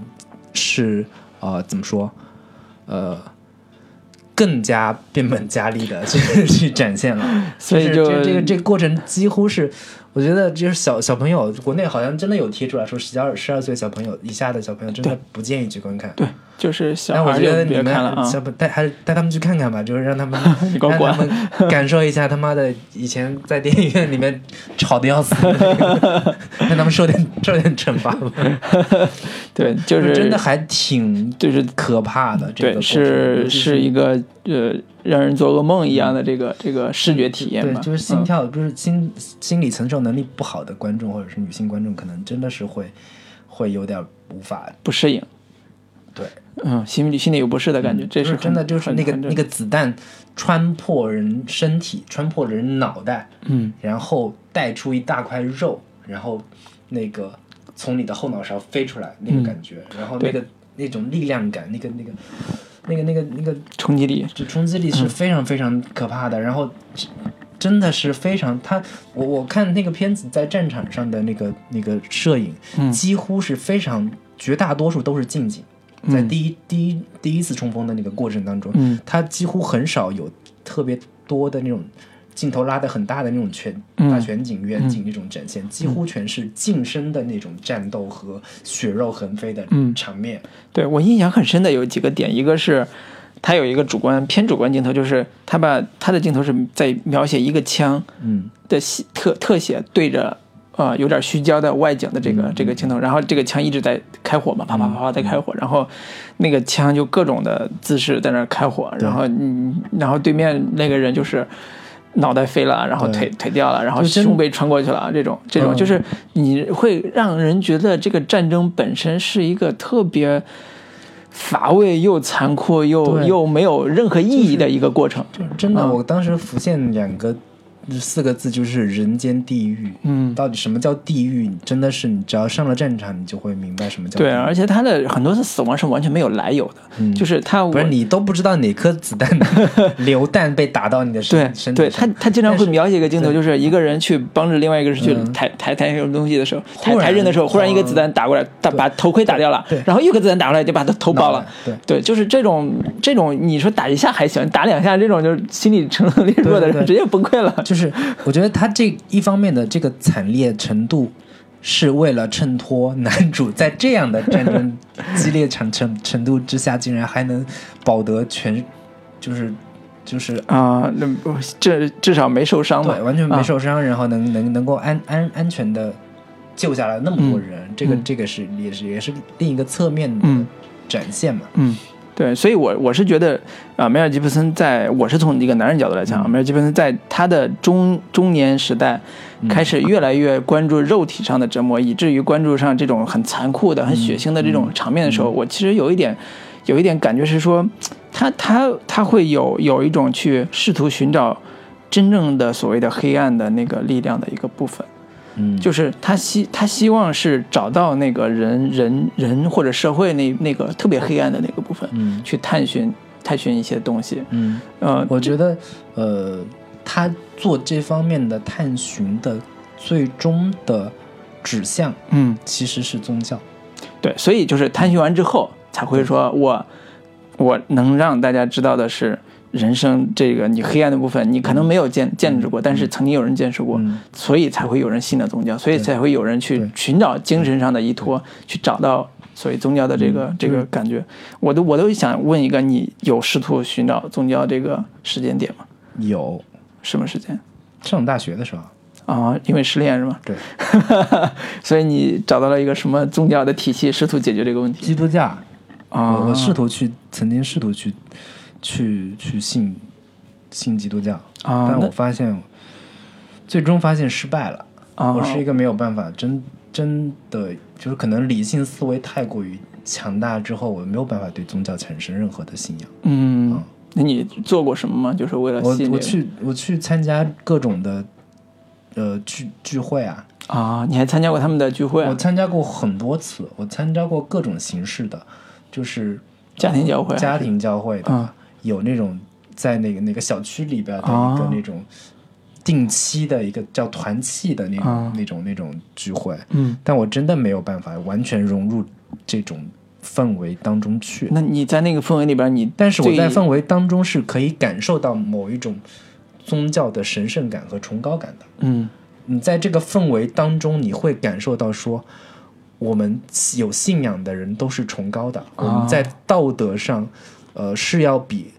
[SPEAKER 2] 是呃怎么说呃。更加 变本加厉的去去展现了，
[SPEAKER 1] 所以
[SPEAKER 2] 是
[SPEAKER 1] 就
[SPEAKER 2] 这这个这个过程几乎是，我觉得就是小小朋友，国内好像真的有提出来说，十二十二岁小朋友以下的小朋友真的不建议去观看。
[SPEAKER 1] 对，就是小
[SPEAKER 2] 但哎我
[SPEAKER 1] 孩
[SPEAKER 2] 觉得
[SPEAKER 1] 就
[SPEAKER 2] 你
[SPEAKER 1] 别
[SPEAKER 2] 们
[SPEAKER 1] 看了啊
[SPEAKER 2] 小，朋带还是带他们去看看吧，就是让他们
[SPEAKER 1] 你给我
[SPEAKER 2] 让
[SPEAKER 1] 滚
[SPEAKER 2] 他们感受一下他妈的以前在电影院里面吵得要死的那个， 让他们受点受点惩罚吧。
[SPEAKER 1] 对，就
[SPEAKER 2] 就是真的还挺
[SPEAKER 1] 就是
[SPEAKER 2] 可怕的，这个
[SPEAKER 1] 对，
[SPEAKER 2] 过程尤
[SPEAKER 1] 是
[SPEAKER 2] 其
[SPEAKER 1] 是一个呃让人做噩梦一样的这个这个视觉体验
[SPEAKER 2] 嗯对，
[SPEAKER 1] 吧，
[SPEAKER 2] 就是心
[SPEAKER 1] 嗯
[SPEAKER 2] 跳，就是心心理承受能力不好的观众或者是女性观众，可能真的是会会有点无法
[SPEAKER 1] 不适应，
[SPEAKER 2] 对。
[SPEAKER 1] 嗯，心里心里有不适的感觉，这
[SPEAKER 2] 嗯就是真的，
[SPEAKER 1] 很
[SPEAKER 2] 就是
[SPEAKER 1] 很
[SPEAKER 2] 那个
[SPEAKER 1] 很
[SPEAKER 2] 那个子弹穿破人身体，穿破人脑袋，
[SPEAKER 1] 嗯，
[SPEAKER 2] 然后带出一大块肉，然后那个从你的后脑勺飞出来
[SPEAKER 1] 嗯
[SPEAKER 2] 那个感觉，然后那个那种力量感，那个那个那个那个那个
[SPEAKER 1] 冲击力，
[SPEAKER 2] 就冲击力
[SPEAKER 1] 嗯
[SPEAKER 2] 是非常非常可怕的，然后真的是非常他我我看那个片子在战场上的那个那个摄影，
[SPEAKER 1] 嗯
[SPEAKER 2] 几乎是非常绝大多数都是近景，在第一、第一第一次冲锋的那个过程当中，
[SPEAKER 1] 嗯
[SPEAKER 2] 他几乎很少有特别多的那种。镜头拉的很大的那种全
[SPEAKER 1] 嗯
[SPEAKER 2] 大全景、远景那种展现，几乎全是近身的那种战斗和血肉横飞的
[SPEAKER 1] 嗯
[SPEAKER 2] 场面。
[SPEAKER 1] 对我印象很深的有几个点，一个是他有一个主观偏主观镜头，就是他把他的镜头是在描写一个枪
[SPEAKER 2] 嗯
[SPEAKER 1] 的细特特写对着。呃，有点虚焦的外景的这
[SPEAKER 2] 嗯
[SPEAKER 1] 个这个镜头，然后这个枪一直在开火嘛，啪啪啪啪在开火，然后那个枪就各种的姿势在那儿开火，然后嗯，然后对面那个人就是脑袋飞了，然后腿
[SPEAKER 2] 对
[SPEAKER 1] 腿掉了，然后
[SPEAKER 2] 就真
[SPEAKER 1] 胸被穿过去了，这种这种
[SPEAKER 2] 嗯
[SPEAKER 1] 就是你会让人觉得这个战争本身是一个特别乏味又残酷又
[SPEAKER 2] 对
[SPEAKER 1] 又没有任何意义的一个过程。
[SPEAKER 2] 就是真的，
[SPEAKER 1] 嗯
[SPEAKER 2] 啊我当时浮现两个四个字，就是人间地狱。
[SPEAKER 1] 嗯
[SPEAKER 2] 到底什么叫地狱？真的是你只要上了战场，你就会明白什么叫地狱
[SPEAKER 1] 对，啊而且他的很多的死亡是完全没有来由的，
[SPEAKER 2] 嗯
[SPEAKER 1] 就是他
[SPEAKER 2] 不是
[SPEAKER 1] 我
[SPEAKER 2] 你都不知道哪颗子 弹流弹被打到你的身
[SPEAKER 1] 对
[SPEAKER 2] 身
[SPEAKER 1] 对，
[SPEAKER 2] 体
[SPEAKER 1] 他
[SPEAKER 2] 上。
[SPEAKER 1] 他经常会描写一个镜头，
[SPEAKER 2] 对
[SPEAKER 1] 就是一个人去帮着另外一个人去
[SPEAKER 2] 嗯
[SPEAKER 1] 抬抬抬什么东西的时候，抬
[SPEAKER 2] 忽然嗯
[SPEAKER 1] 抬人的时候，忽然一个子弹打过来，打把头盔打掉了
[SPEAKER 2] 对，
[SPEAKER 1] 然后又一个子弹打过来就把他头爆了
[SPEAKER 2] 脑袋。对
[SPEAKER 1] 对，就是这种这种，你说打一下还行，打两下这种就是心理承受力弱的
[SPEAKER 2] 对对
[SPEAKER 1] 人
[SPEAKER 2] 对
[SPEAKER 1] 直接崩溃了。
[SPEAKER 2] 就是我觉得他这一方面的这个惨烈程度，是为了衬托男主在这样的战 争激烈程程程度之下，竟然还能保得全，就是就是
[SPEAKER 1] 啊，那不至至少没受伤嘛
[SPEAKER 2] 对，，完全没
[SPEAKER 1] 啊
[SPEAKER 2] 受伤，然后能能能够安安安全的救下来那么多
[SPEAKER 1] 嗯
[SPEAKER 2] 人，这个
[SPEAKER 1] 嗯
[SPEAKER 2] 这个是也是也是另一个侧面的
[SPEAKER 1] 嗯
[SPEAKER 2] 展现嘛。
[SPEAKER 1] 嗯，对，所以我我是觉得啊、梅尔吉布森在我是从一个男人角度来讲，啊，
[SPEAKER 2] 嗯
[SPEAKER 1] 梅尔吉布森在他的中中年时代开始越来越关注肉体上的折磨，以至于关注上这种很残酷的、很血腥的这种场面的时候，我其实有一点有一点感觉是说，他他他会有有一种去试图寻找真正的所谓的黑暗的那个力量的一个部分。
[SPEAKER 2] 嗯，
[SPEAKER 1] 就是他希他希望是找到那个人人人或者社会那那个特别黑暗的那个部分，
[SPEAKER 2] 嗯
[SPEAKER 1] 去探寻探寻一些东西。
[SPEAKER 2] 嗯，
[SPEAKER 1] 呃，
[SPEAKER 2] 我觉得呃，他做这方面的探寻的最终的指向
[SPEAKER 1] 嗯，
[SPEAKER 2] 其实是宗教。
[SPEAKER 1] 对，所以就是探寻完之后才会说我我能让大家知道的是。人生这个你黑暗的部分，你可能没有见见识过，但是曾经有人见识过，
[SPEAKER 2] 嗯
[SPEAKER 1] 所以才会有人信了宗教，所以才会有人去
[SPEAKER 2] 对
[SPEAKER 1] 寻找精神上的依托，去找到所谓宗教的这
[SPEAKER 2] 嗯
[SPEAKER 1] 个、这个感觉。我都我都想问一个，你有试图寻找宗教这个时间点吗？
[SPEAKER 2] 有
[SPEAKER 1] 什么时间
[SPEAKER 2] 上大学的时候，
[SPEAKER 1] 啊、因为失恋是吗？
[SPEAKER 2] 对，
[SPEAKER 1] 所以你找到了一个什么宗教的体系，试图解决这个问题
[SPEAKER 2] 基督教，
[SPEAKER 1] 啊？
[SPEAKER 2] 我我试图去曾经试图去去去信信基督教，
[SPEAKER 1] 啊
[SPEAKER 2] 但
[SPEAKER 1] 那
[SPEAKER 2] 我发现最终发现失败了。
[SPEAKER 1] 啊
[SPEAKER 2] 我是一个没有办法，真真的就是可能理性思维太过于强大之后，我没有办法对宗教产生任何的信仰。
[SPEAKER 1] 嗯，那你做过什么吗？就是为了
[SPEAKER 2] 我
[SPEAKER 1] 吸引
[SPEAKER 2] 我
[SPEAKER 1] 这个
[SPEAKER 2] 去我去参加各种的呃聚聚会啊，
[SPEAKER 1] 啊？你还参加过他们的聚会、
[SPEAKER 2] 我
[SPEAKER 1] 啊？
[SPEAKER 2] 参加过很多次，我参加过各种形式的，就是
[SPEAKER 1] 家庭教会还是
[SPEAKER 2] 家庭教会的，
[SPEAKER 1] 啊
[SPEAKER 2] 有那种在那个那个小区里边的一
[SPEAKER 1] 哦
[SPEAKER 2] 个那种定期的一个叫团契的那种、
[SPEAKER 1] 啊
[SPEAKER 2] 那种那种聚会，
[SPEAKER 1] 嗯，
[SPEAKER 2] 但我真的没有办法完全融入这种氛围当中去。
[SPEAKER 1] 那你在那个氛围里边，你
[SPEAKER 2] 但是我在
[SPEAKER 1] 最
[SPEAKER 2] 氛围当中是可以感受到某一种宗教的神圣感和崇高感的。
[SPEAKER 1] 嗯
[SPEAKER 2] 你在这个氛围当中，你会感受到说，我们有信仰的人都是崇高的，
[SPEAKER 1] 啊
[SPEAKER 2] 我们在道德上，呃，是要比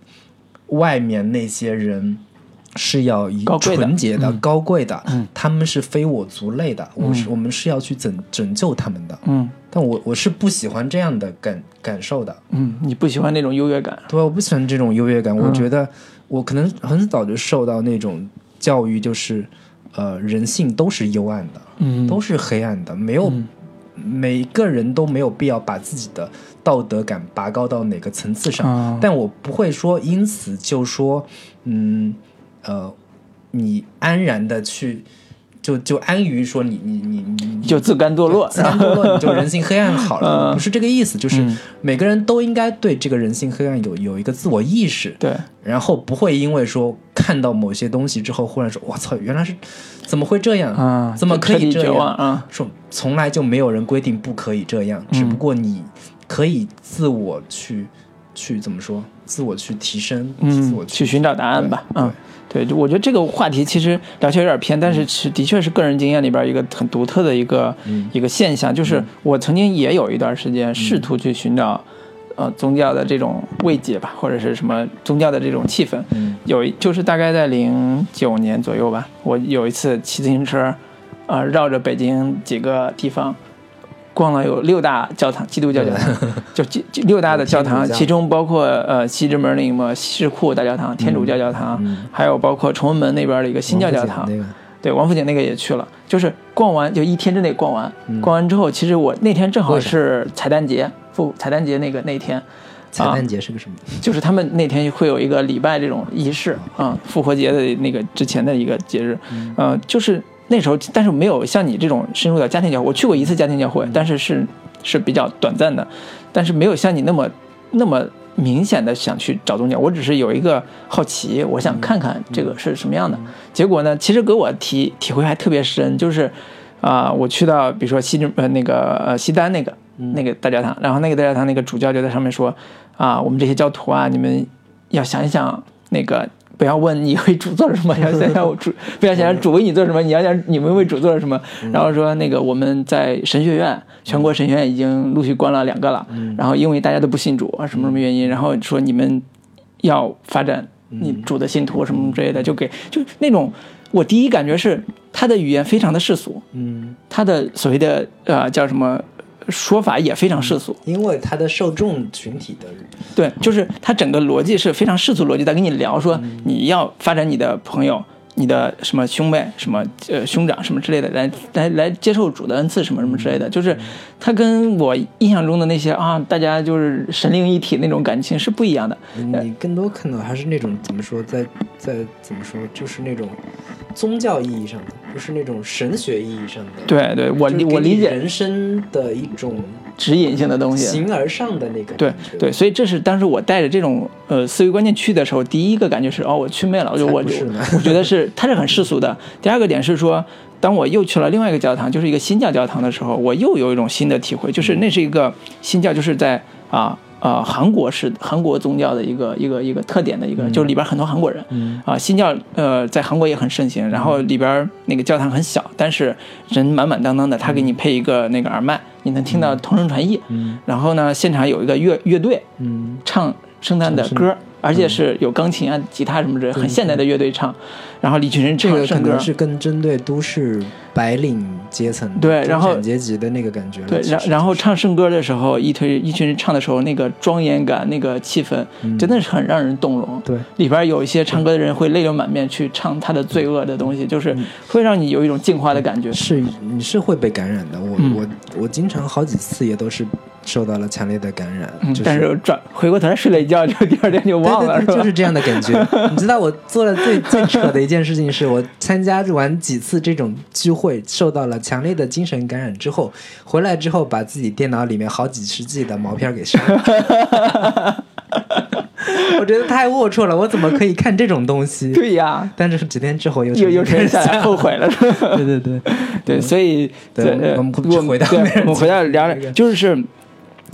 [SPEAKER 2] 外面那些人是要以
[SPEAKER 1] 高贵的嗯
[SPEAKER 2] 纯洁的、高贵的，他们是非我族类的，我是我们是要去拯拯救他们的。
[SPEAKER 1] 嗯
[SPEAKER 2] 但我我是不喜欢这样的感感受的，
[SPEAKER 1] 嗯，你不喜欢那种优越感嗯
[SPEAKER 2] 对，我不喜欢这种优越感。我觉得我可能很早就受到那种教育，就是呃，人性都是幽暗的，
[SPEAKER 1] 嗯
[SPEAKER 2] 都是黑暗的，没有、每个人都没有必要把自己的道德感拔高到哪个层次上。
[SPEAKER 1] 啊
[SPEAKER 2] 但我不会说因此就说，嗯，呃，你安然的去。就就安于说你你你你你
[SPEAKER 1] 就自甘堕落，嗯
[SPEAKER 2] 自甘 堕落，你就人性黑暗好了，不是这个意思，就是每个人都应该对这个人性黑暗有有一个自我意识，
[SPEAKER 1] 对，
[SPEAKER 2] 然后不会因为说看到某些东西之后，忽然说“我操，原来是怎么会这样
[SPEAKER 1] 啊
[SPEAKER 2] 怎么可
[SPEAKER 1] 彻底
[SPEAKER 2] 以这
[SPEAKER 1] 绝望
[SPEAKER 2] 样？”
[SPEAKER 1] 啊嗯
[SPEAKER 2] 说从来就没有人规定不可以这样，只不过你可以自我去去怎么说，自我去提升，自我
[SPEAKER 1] 嗯，去
[SPEAKER 2] 去
[SPEAKER 1] 寻找答案吧，
[SPEAKER 2] 对
[SPEAKER 1] 嗯。对，就我觉得这个话题其实聊起来有点偏，但是是的确是个人经验里边一个很独特的一个、一个现象，就是我曾经也有一段时间试图去寻找、呃宗教的这种慰藉吧，或者是什么宗教的这种气氛。
[SPEAKER 2] 嗯
[SPEAKER 1] 有一就是大概在零九年左右呃吧，我有一次骑自行车，啊、绕着北京几个地方，逛了有六大教堂，基督教教堂，就基基六大的教堂，
[SPEAKER 2] 天主教
[SPEAKER 1] 其中包括呃西直门那个西市库大教堂、天主教教
[SPEAKER 2] 嗯
[SPEAKER 1] 堂，还有包括崇文门那边的一个新教教堂，
[SPEAKER 2] 那个
[SPEAKER 1] 对，王府井那个也去了，就是逛完就一天之内逛完，
[SPEAKER 2] 嗯
[SPEAKER 1] 逛完之后，其实我那天正好是彩蛋节，不，彩蛋节那个那一天，啊
[SPEAKER 2] 彩蛋节是个什么？
[SPEAKER 1] 就是他们那天会有一个礼拜这种仪式啊、复活节的那个之前的一个节日，呃，就是那时候，但是没有像你这种深入到家庭教会，我去过一次家庭教会，但是是是比较短暂的，但是没有像你那么那么明显的想去找宗教，我只是有一个好奇，我想看看这个是什么样的。结果呢，其实给我体体会还特别深，就是啊、我去到比如说西直呃那个呃西单那个那个大教堂，然后那个大教堂那个主教就在上面说啊、我们这些教徒啊，你们要想一想那个。不要问你为主做了什么， 要想想我主，不要想想主为你做什么，你要想你们为主做了什么。然后说那个我们在神学院，全国神学院已经陆续关了两个了，然后因为大家都不信主啊，什么什么原因，然后说你们要发展你主的信徒什么什么之类的，就给就那种，我第一感觉是他的语言非常的世俗，
[SPEAKER 2] 嗯，
[SPEAKER 1] 他的所谓的呃叫什么说法也非常世俗，
[SPEAKER 2] 因为它的受众群体的
[SPEAKER 1] 对，就是他整个逻辑是非常世俗逻辑，在跟你
[SPEAKER 2] 嗯
[SPEAKER 1] 聊说你要发展你的朋友、你的什么兄妹、什么呃兄长什么之类的，来来来接受主的恩赐什么什么之
[SPEAKER 2] 嗯
[SPEAKER 1] 类的，就是他跟我印象中的那些啊，大家就是神灵一体那种感情是不一样的。
[SPEAKER 2] 你更多看到还是那种怎么说，在在怎么说，就是那种宗教意义上的，不是那种神学意义上的。
[SPEAKER 1] 对对，我
[SPEAKER 2] 就
[SPEAKER 1] 理
[SPEAKER 2] 是给
[SPEAKER 1] 我
[SPEAKER 2] 你
[SPEAKER 1] 理解
[SPEAKER 2] 人生的一种
[SPEAKER 1] 指引性的东西，
[SPEAKER 2] 形而上的那个
[SPEAKER 1] 对
[SPEAKER 2] 感觉
[SPEAKER 1] 对，，所以这是当时我带着这种呃思维观念去的时候，第一个感觉是哦，我去媚了，我就我
[SPEAKER 2] 才不是呢
[SPEAKER 1] 我觉得是它是很世俗的。第二个点是说，当我又去了另外一个教堂，就是一个新教教堂的时候，我又有一种新的体会，就是
[SPEAKER 2] 嗯
[SPEAKER 1] 那是一个新教，就是在啊。呃，韩国是韩国宗教的一个一个一个特点的一个，
[SPEAKER 2] 嗯
[SPEAKER 1] 就是里边很多韩国人，啊、新教呃在韩国也很盛行，然后
[SPEAKER 2] 嗯
[SPEAKER 1] 里边那个教堂很小，但是人满满当当的，他给
[SPEAKER 2] 嗯
[SPEAKER 1] 你配一个那个耳麦，你能听到同声传译，然后呢，现场有一个乐乐队，
[SPEAKER 2] 嗯，
[SPEAKER 1] 唱圣诞的歌，而且是有钢琴啊、吉他什么之类，很现代的乐队唱，然后李群生
[SPEAKER 2] 这个
[SPEAKER 1] 唱圣
[SPEAKER 2] 可
[SPEAKER 1] 歌
[SPEAKER 2] 能，是更针对都市白领阶层、
[SPEAKER 1] 对然后
[SPEAKER 2] 中产阶级的那个感觉了。
[SPEAKER 1] 对，
[SPEAKER 2] 其
[SPEAKER 1] 然
[SPEAKER 2] 实
[SPEAKER 1] 然后唱圣歌的时候，一推一群人唱的时候，那个庄严感、那个气氛，真的是很让人动容。
[SPEAKER 2] 嗯对，
[SPEAKER 1] 里边有一些唱歌的人会泪流满面去唱他的罪恶的东西，就是会让你有一种净化的感觉。
[SPEAKER 2] 嗯是你是会被感染的。我、
[SPEAKER 1] 嗯
[SPEAKER 2] 我我经常好几次也都是受到了强烈的感染，
[SPEAKER 1] 嗯
[SPEAKER 2] 就是、
[SPEAKER 1] 但是转回过头来睡了一觉，就第二天就忘了，
[SPEAKER 2] 对对对就是
[SPEAKER 1] 吧？
[SPEAKER 2] 这样的感 觉。你知道我做了最最扯的一件事情是，我参加完几次这种聚会，受到了强烈的精神感染之后，回来之后把自己电脑里面好几十 G 的毛片给删了。 我觉得太龌龊了，我怎么可以看这种东西？
[SPEAKER 1] 对呀，
[SPEAKER 2] 但是几天之后又
[SPEAKER 1] 又又
[SPEAKER 2] 沉
[SPEAKER 1] 沉下来后悔了， 是吧？
[SPEAKER 2] 对对对，
[SPEAKER 1] 对，所以
[SPEAKER 2] 嗯对
[SPEAKER 1] 对
[SPEAKER 2] 我
[SPEAKER 1] 呃
[SPEAKER 2] 们我们
[SPEAKER 1] 我
[SPEAKER 2] 回到
[SPEAKER 1] 对
[SPEAKER 2] 那个
[SPEAKER 1] 我们回到聊
[SPEAKER 2] 那个
[SPEAKER 1] 聊，就是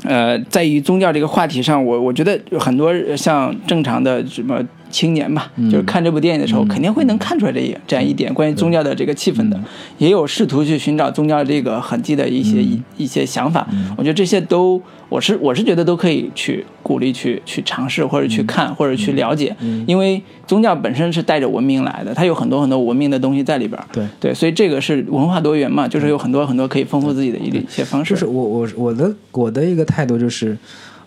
[SPEAKER 1] 呃，在于宗教这个话题上，我我觉得很多呃像正常的什么青年吧，就是
[SPEAKER 2] 嗯
[SPEAKER 1] 看这部电影的时候，肯定会能看出来这一这样一点关于宗教的这个气氛的，
[SPEAKER 2] 嗯
[SPEAKER 1] 也有试图去寻找宗教这个痕迹的一些、一一些想法。
[SPEAKER 2] 嗯
[SPEAKER 1] 我觉得这些都，我是我是觉得都可以去鼓励去去尝试或者
[SPEAKER 2] 嗯
[SPEAKER 1] 去看、或者去了解，因为宗教本身是带着文明来的，它有很多很多文明的东西在里边儿。
[SPEAKER 2] 对
[SPEAKER 1] 对，所以这个是文化多元嘛，就是有很多很多可以丰富自己的一一些方式。
[SPEAKER 2] 就是我我我的我的一个态度就是，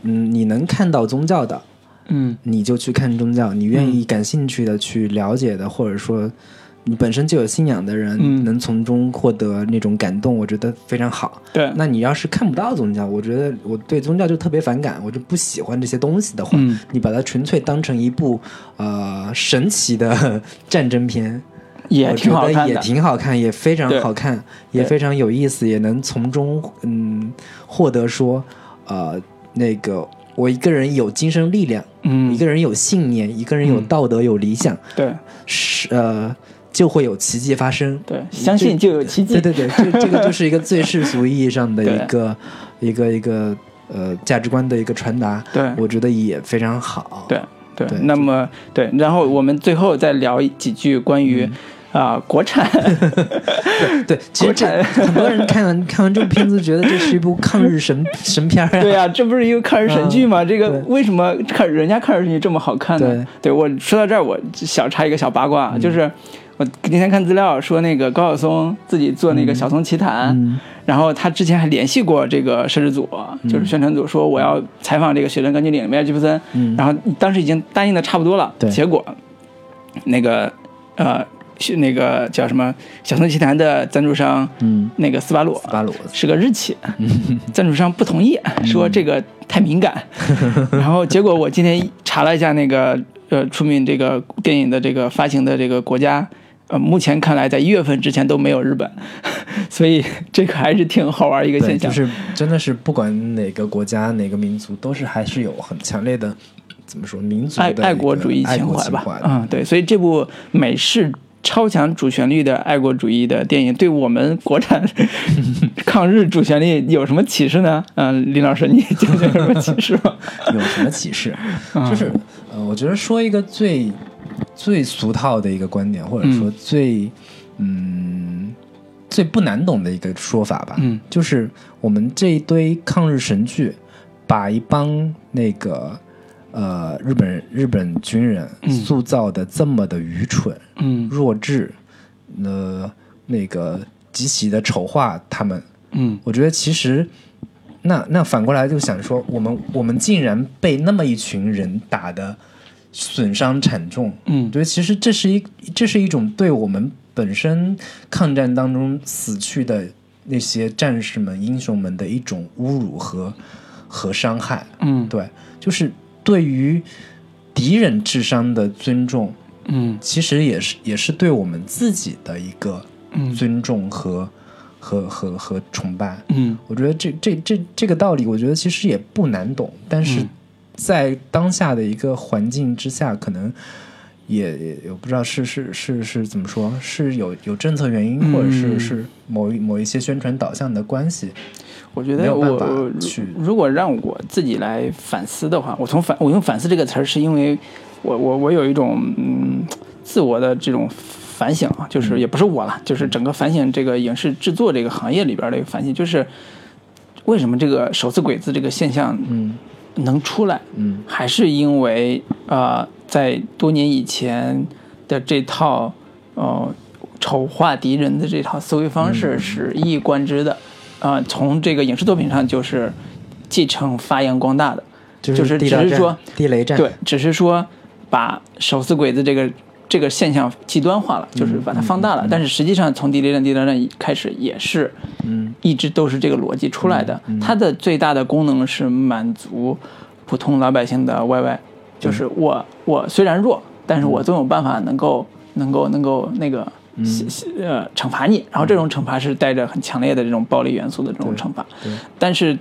[SPEAKER 2] 嗯，你能看到宗教的，
[SPEAKER 1] 嗯，
[SPEAKER 2] 你就去看宗教，你愿意感兴趣的去了解的，或者说你本身就有信仰的人，
[SPEAKER 1] 嗯
[SPEAKER 2] 能从中获得那种感动，我觉得非常好。
[SPEAKER 1] 对，
[SPEAKER 2] 那你要是看不到宗教，我觉得我对宗教就特别反感，我就不喜欢这些东西的话，
[SPEAKER 1] 嗯
[SPEAKER 2] 你把它纯粹当成一部呃神奇的 战争片，
[SPEAKER 1] 也
[SPEAKER 2] 我
[SPEAKER 1] 挺
[SPEAKER 2] 觉
[SPEAKER 1] 好
[SPEAKER 2] 得
[SPEAKER 1] 看
[SPEAKER 2] 也
[SPEAKER 1] 的。
[SPEAKER 2] 挺好看，也非常
[SPEAKER 1] 对
[SPEAKER 2] 好看，也
[SPEAKER 1] 对
[SPEAKER 2] 非常有意思，也能从中嗯获得说呃那个我一个人有精神力量，
[SPEAKER 1] 嗯
[SPEAKER 2] 一个人有信念，一个人有
[SPEAKER 1] 嗯
[SPEAKER 2] 道德，有理想，
[SPEAKER 1] 对
[SPEAKER 2] 是呃就会有奇迹发生。
[SPEAKER 1] 对，相信就有奇迹。
[SPEAKER 2] 对对对，这这个 就是一个最世俗意义上的一个一个一个呃价值观的一个传达，
[SPEAKER 1] 对
[SPEAKER 2] 我觉得也非常好。
[SPEAKER 1] 对对
[SPEAKER 2] 对
[SPEAKER 1] 那么对，然后我们最后再聊几句关于
[SPEAKER 2] 嗯
[SPEAKER 1] 啊、国 产
[SPEAKER 2] 对，其实这 很多人看完看完这部片子，觉得这是一部抗 日神神片儿、啊。
[SPEAKER 1] 对呀、 这不是一个抗日神剧吗？这个
[SPEAKER 2] 嗯对
[SPEAKER 1] 为什么
[SPEAKER 2] 嗯
[SPEAKER 1] 抗人家抗日神剧这么好看呢？对我说到这儿，我小插一个小八卦，就是我今天看资料说，那个高晓松自己做那
[SPEAKER 2] 嗯
[SPEAKER 1] 个《小松奇谈》然后他之前还联系过这个摄制组，
[SPEAKER 2] 嗯
[SPEAKER 1] 就是宣传组，说我要采访这个《雪山歌剧》里面的吉普森，然后当时已经答应的差不多了，
[SPEAKER 2] 嗯对
[SPEAKER 1] 结果那个呃是那个叫什么《小松奇谈》的赞助商，
[SPEAKER 2] 嗯，
[SPEAKER 1] 那个斯巴鲁，斯
[SPEAKER 2] 巴鲁
[SPEAKER 1] 是个日企，
[SPEAKER 2] 嗯
[SPEAKER 1] 赞助商不同意，说这个太敏 感。然后结果我今天查了一下那个呃出名这个电影的这个发行的这个国家。呃，目前看来，在一月份之前都没有日本， 所以这个还是挺好玩一个
[SPEAKER 2] 对，
[SPEAKER 1] 现象。
[SPEAKER 2] 就是真的是不管哪个国家哪个民族，都是还是有很强烈的怎么说民族的
[SPEAKER 1] 爱
[SPEAKER 2] 一个
[SPEAKER 1] 爱国主义
[SPEAKER 2] 爱
[SPEAKER 1] 情
[SPEAKER 2] 国
[SPEAKER 1] 怀
[SPEAKER 2] 情
[SPEAKER 1] 吧
[SPEAKER 2] 怀，
[SPEAKER 1] 嗯，对，所以这部美式超强主旋律的爱国主义的电影，对我们国 产抗日主旋律有什么启示呢？嗯，林老师， 你觉得有什么启示吗？
[SPEAKER 2] 有什么启 示？
[SPEAKER 1] 嗯
[SPEAKER 2] 就是呃，我觉得说一个最最俗套的一个观点，或者说最嗯最不难懂的一个说法吧，
[SPEAKER 1] 嗯，
[SPEAKER 2] 就是我们这一堆抗日神剧，把一帮那个呃日本日本军人塑造的这么的愚蠢，
[SPEAKER 1] 嗯
[SPEAKER 2] 弱智，呃，那个极其的丑化他们。
[SPEAKER 1] 嗯
[SPEAKER 2] 我觉得其实，那那反过来就想说，我们我们竟然被那么一群人打的损伤惨重，我
[SPEAKER 1] 嗯
[SPEAKER 2] 觉得其实这是一这是一种对我们本身抗战当中死去的那些战士们、英雄们的一种侮辱和和伤害。
[SPEAKER 1] 嗯
[SPEAKER 2] 对，就是对于敌人智商的尊重，
[SPEAKER 1] 嗯
[SPEAKER 2] 其实也是也是对我们自己的一个
[SPEAKER 1] 嗯
[SPEAKER 2] 尊重和、和和和崇拜。
[SPEAKER 1] 嗯
[SPEAKER 2] 我觉得这这这这个道理，我觉得其实也不难懂，但是
[SPEAKER 1] 嗯
[SPEAKER 2] 在当下的一个环境之下，可能也也也不知道是是是是怎么说，是有有政策原因，
[SPEAKER 1] 嗯
[SPEAKER 2] 或者是是某一某一些宣传导向的关系。
[SPEAKER 1] 我觉
[SPEAKER 2] 没
[SPEAKER 1] 得
[SPEAKER 2] 有
[SPEAKER 1] 我
[SPEAKER 2] 办法
[SPEAKER 1] 我
[SPEAKER 2] 去
[SPEAKER 1] 如果让我自己来反思的话，我从反我用反思这个词儿，是因为我我我有一种嗯自我的这种反省啊，就是也不是我了，就是整个反省这个影视制作这个行业里边儿的一个反省，就是为什么这个手撕鬼子这个现象
[SPEAKER 2] 嗯
[SPEAKER 1] 能出来，
[SPEAKER 2] 嗯
[SPEAKER 1] 还是因为呃，在多年以前的这套呃丑化敌人的这套思维方
[SPEAKER 5] 嗯
[SPEAKER 1] 式是一以贯之的，啊、从这个影视作品上就是继承发扬光大的，
[SPEAKER 5] 就是地
[SPEAKER 1] 只
[SPEAKER 5] 道
[SPEAKER 1] 是
[SPEAKER 5] 战
[SPEAKER 1] 说
[SPEAKER 5] 地雷战，
[SPEAKER 1] 对，只是说把手撕鬼子这个这个现象极端化了，就是把它放大了。但是实际上，从地雷战、地雷战开始也是，
[SPEAKER 2] 嗯，
[SPEAKER 1] 一直都是这个逻辑出来的。它的最大的功能是满足普通老百姓的 YY，就是我我虽然弱，但是我总有办法能够能够能够那个。西西呃，惩罚你，然后这种惩罚是带着很强烈的这种暴力元素的这种惩罚，但是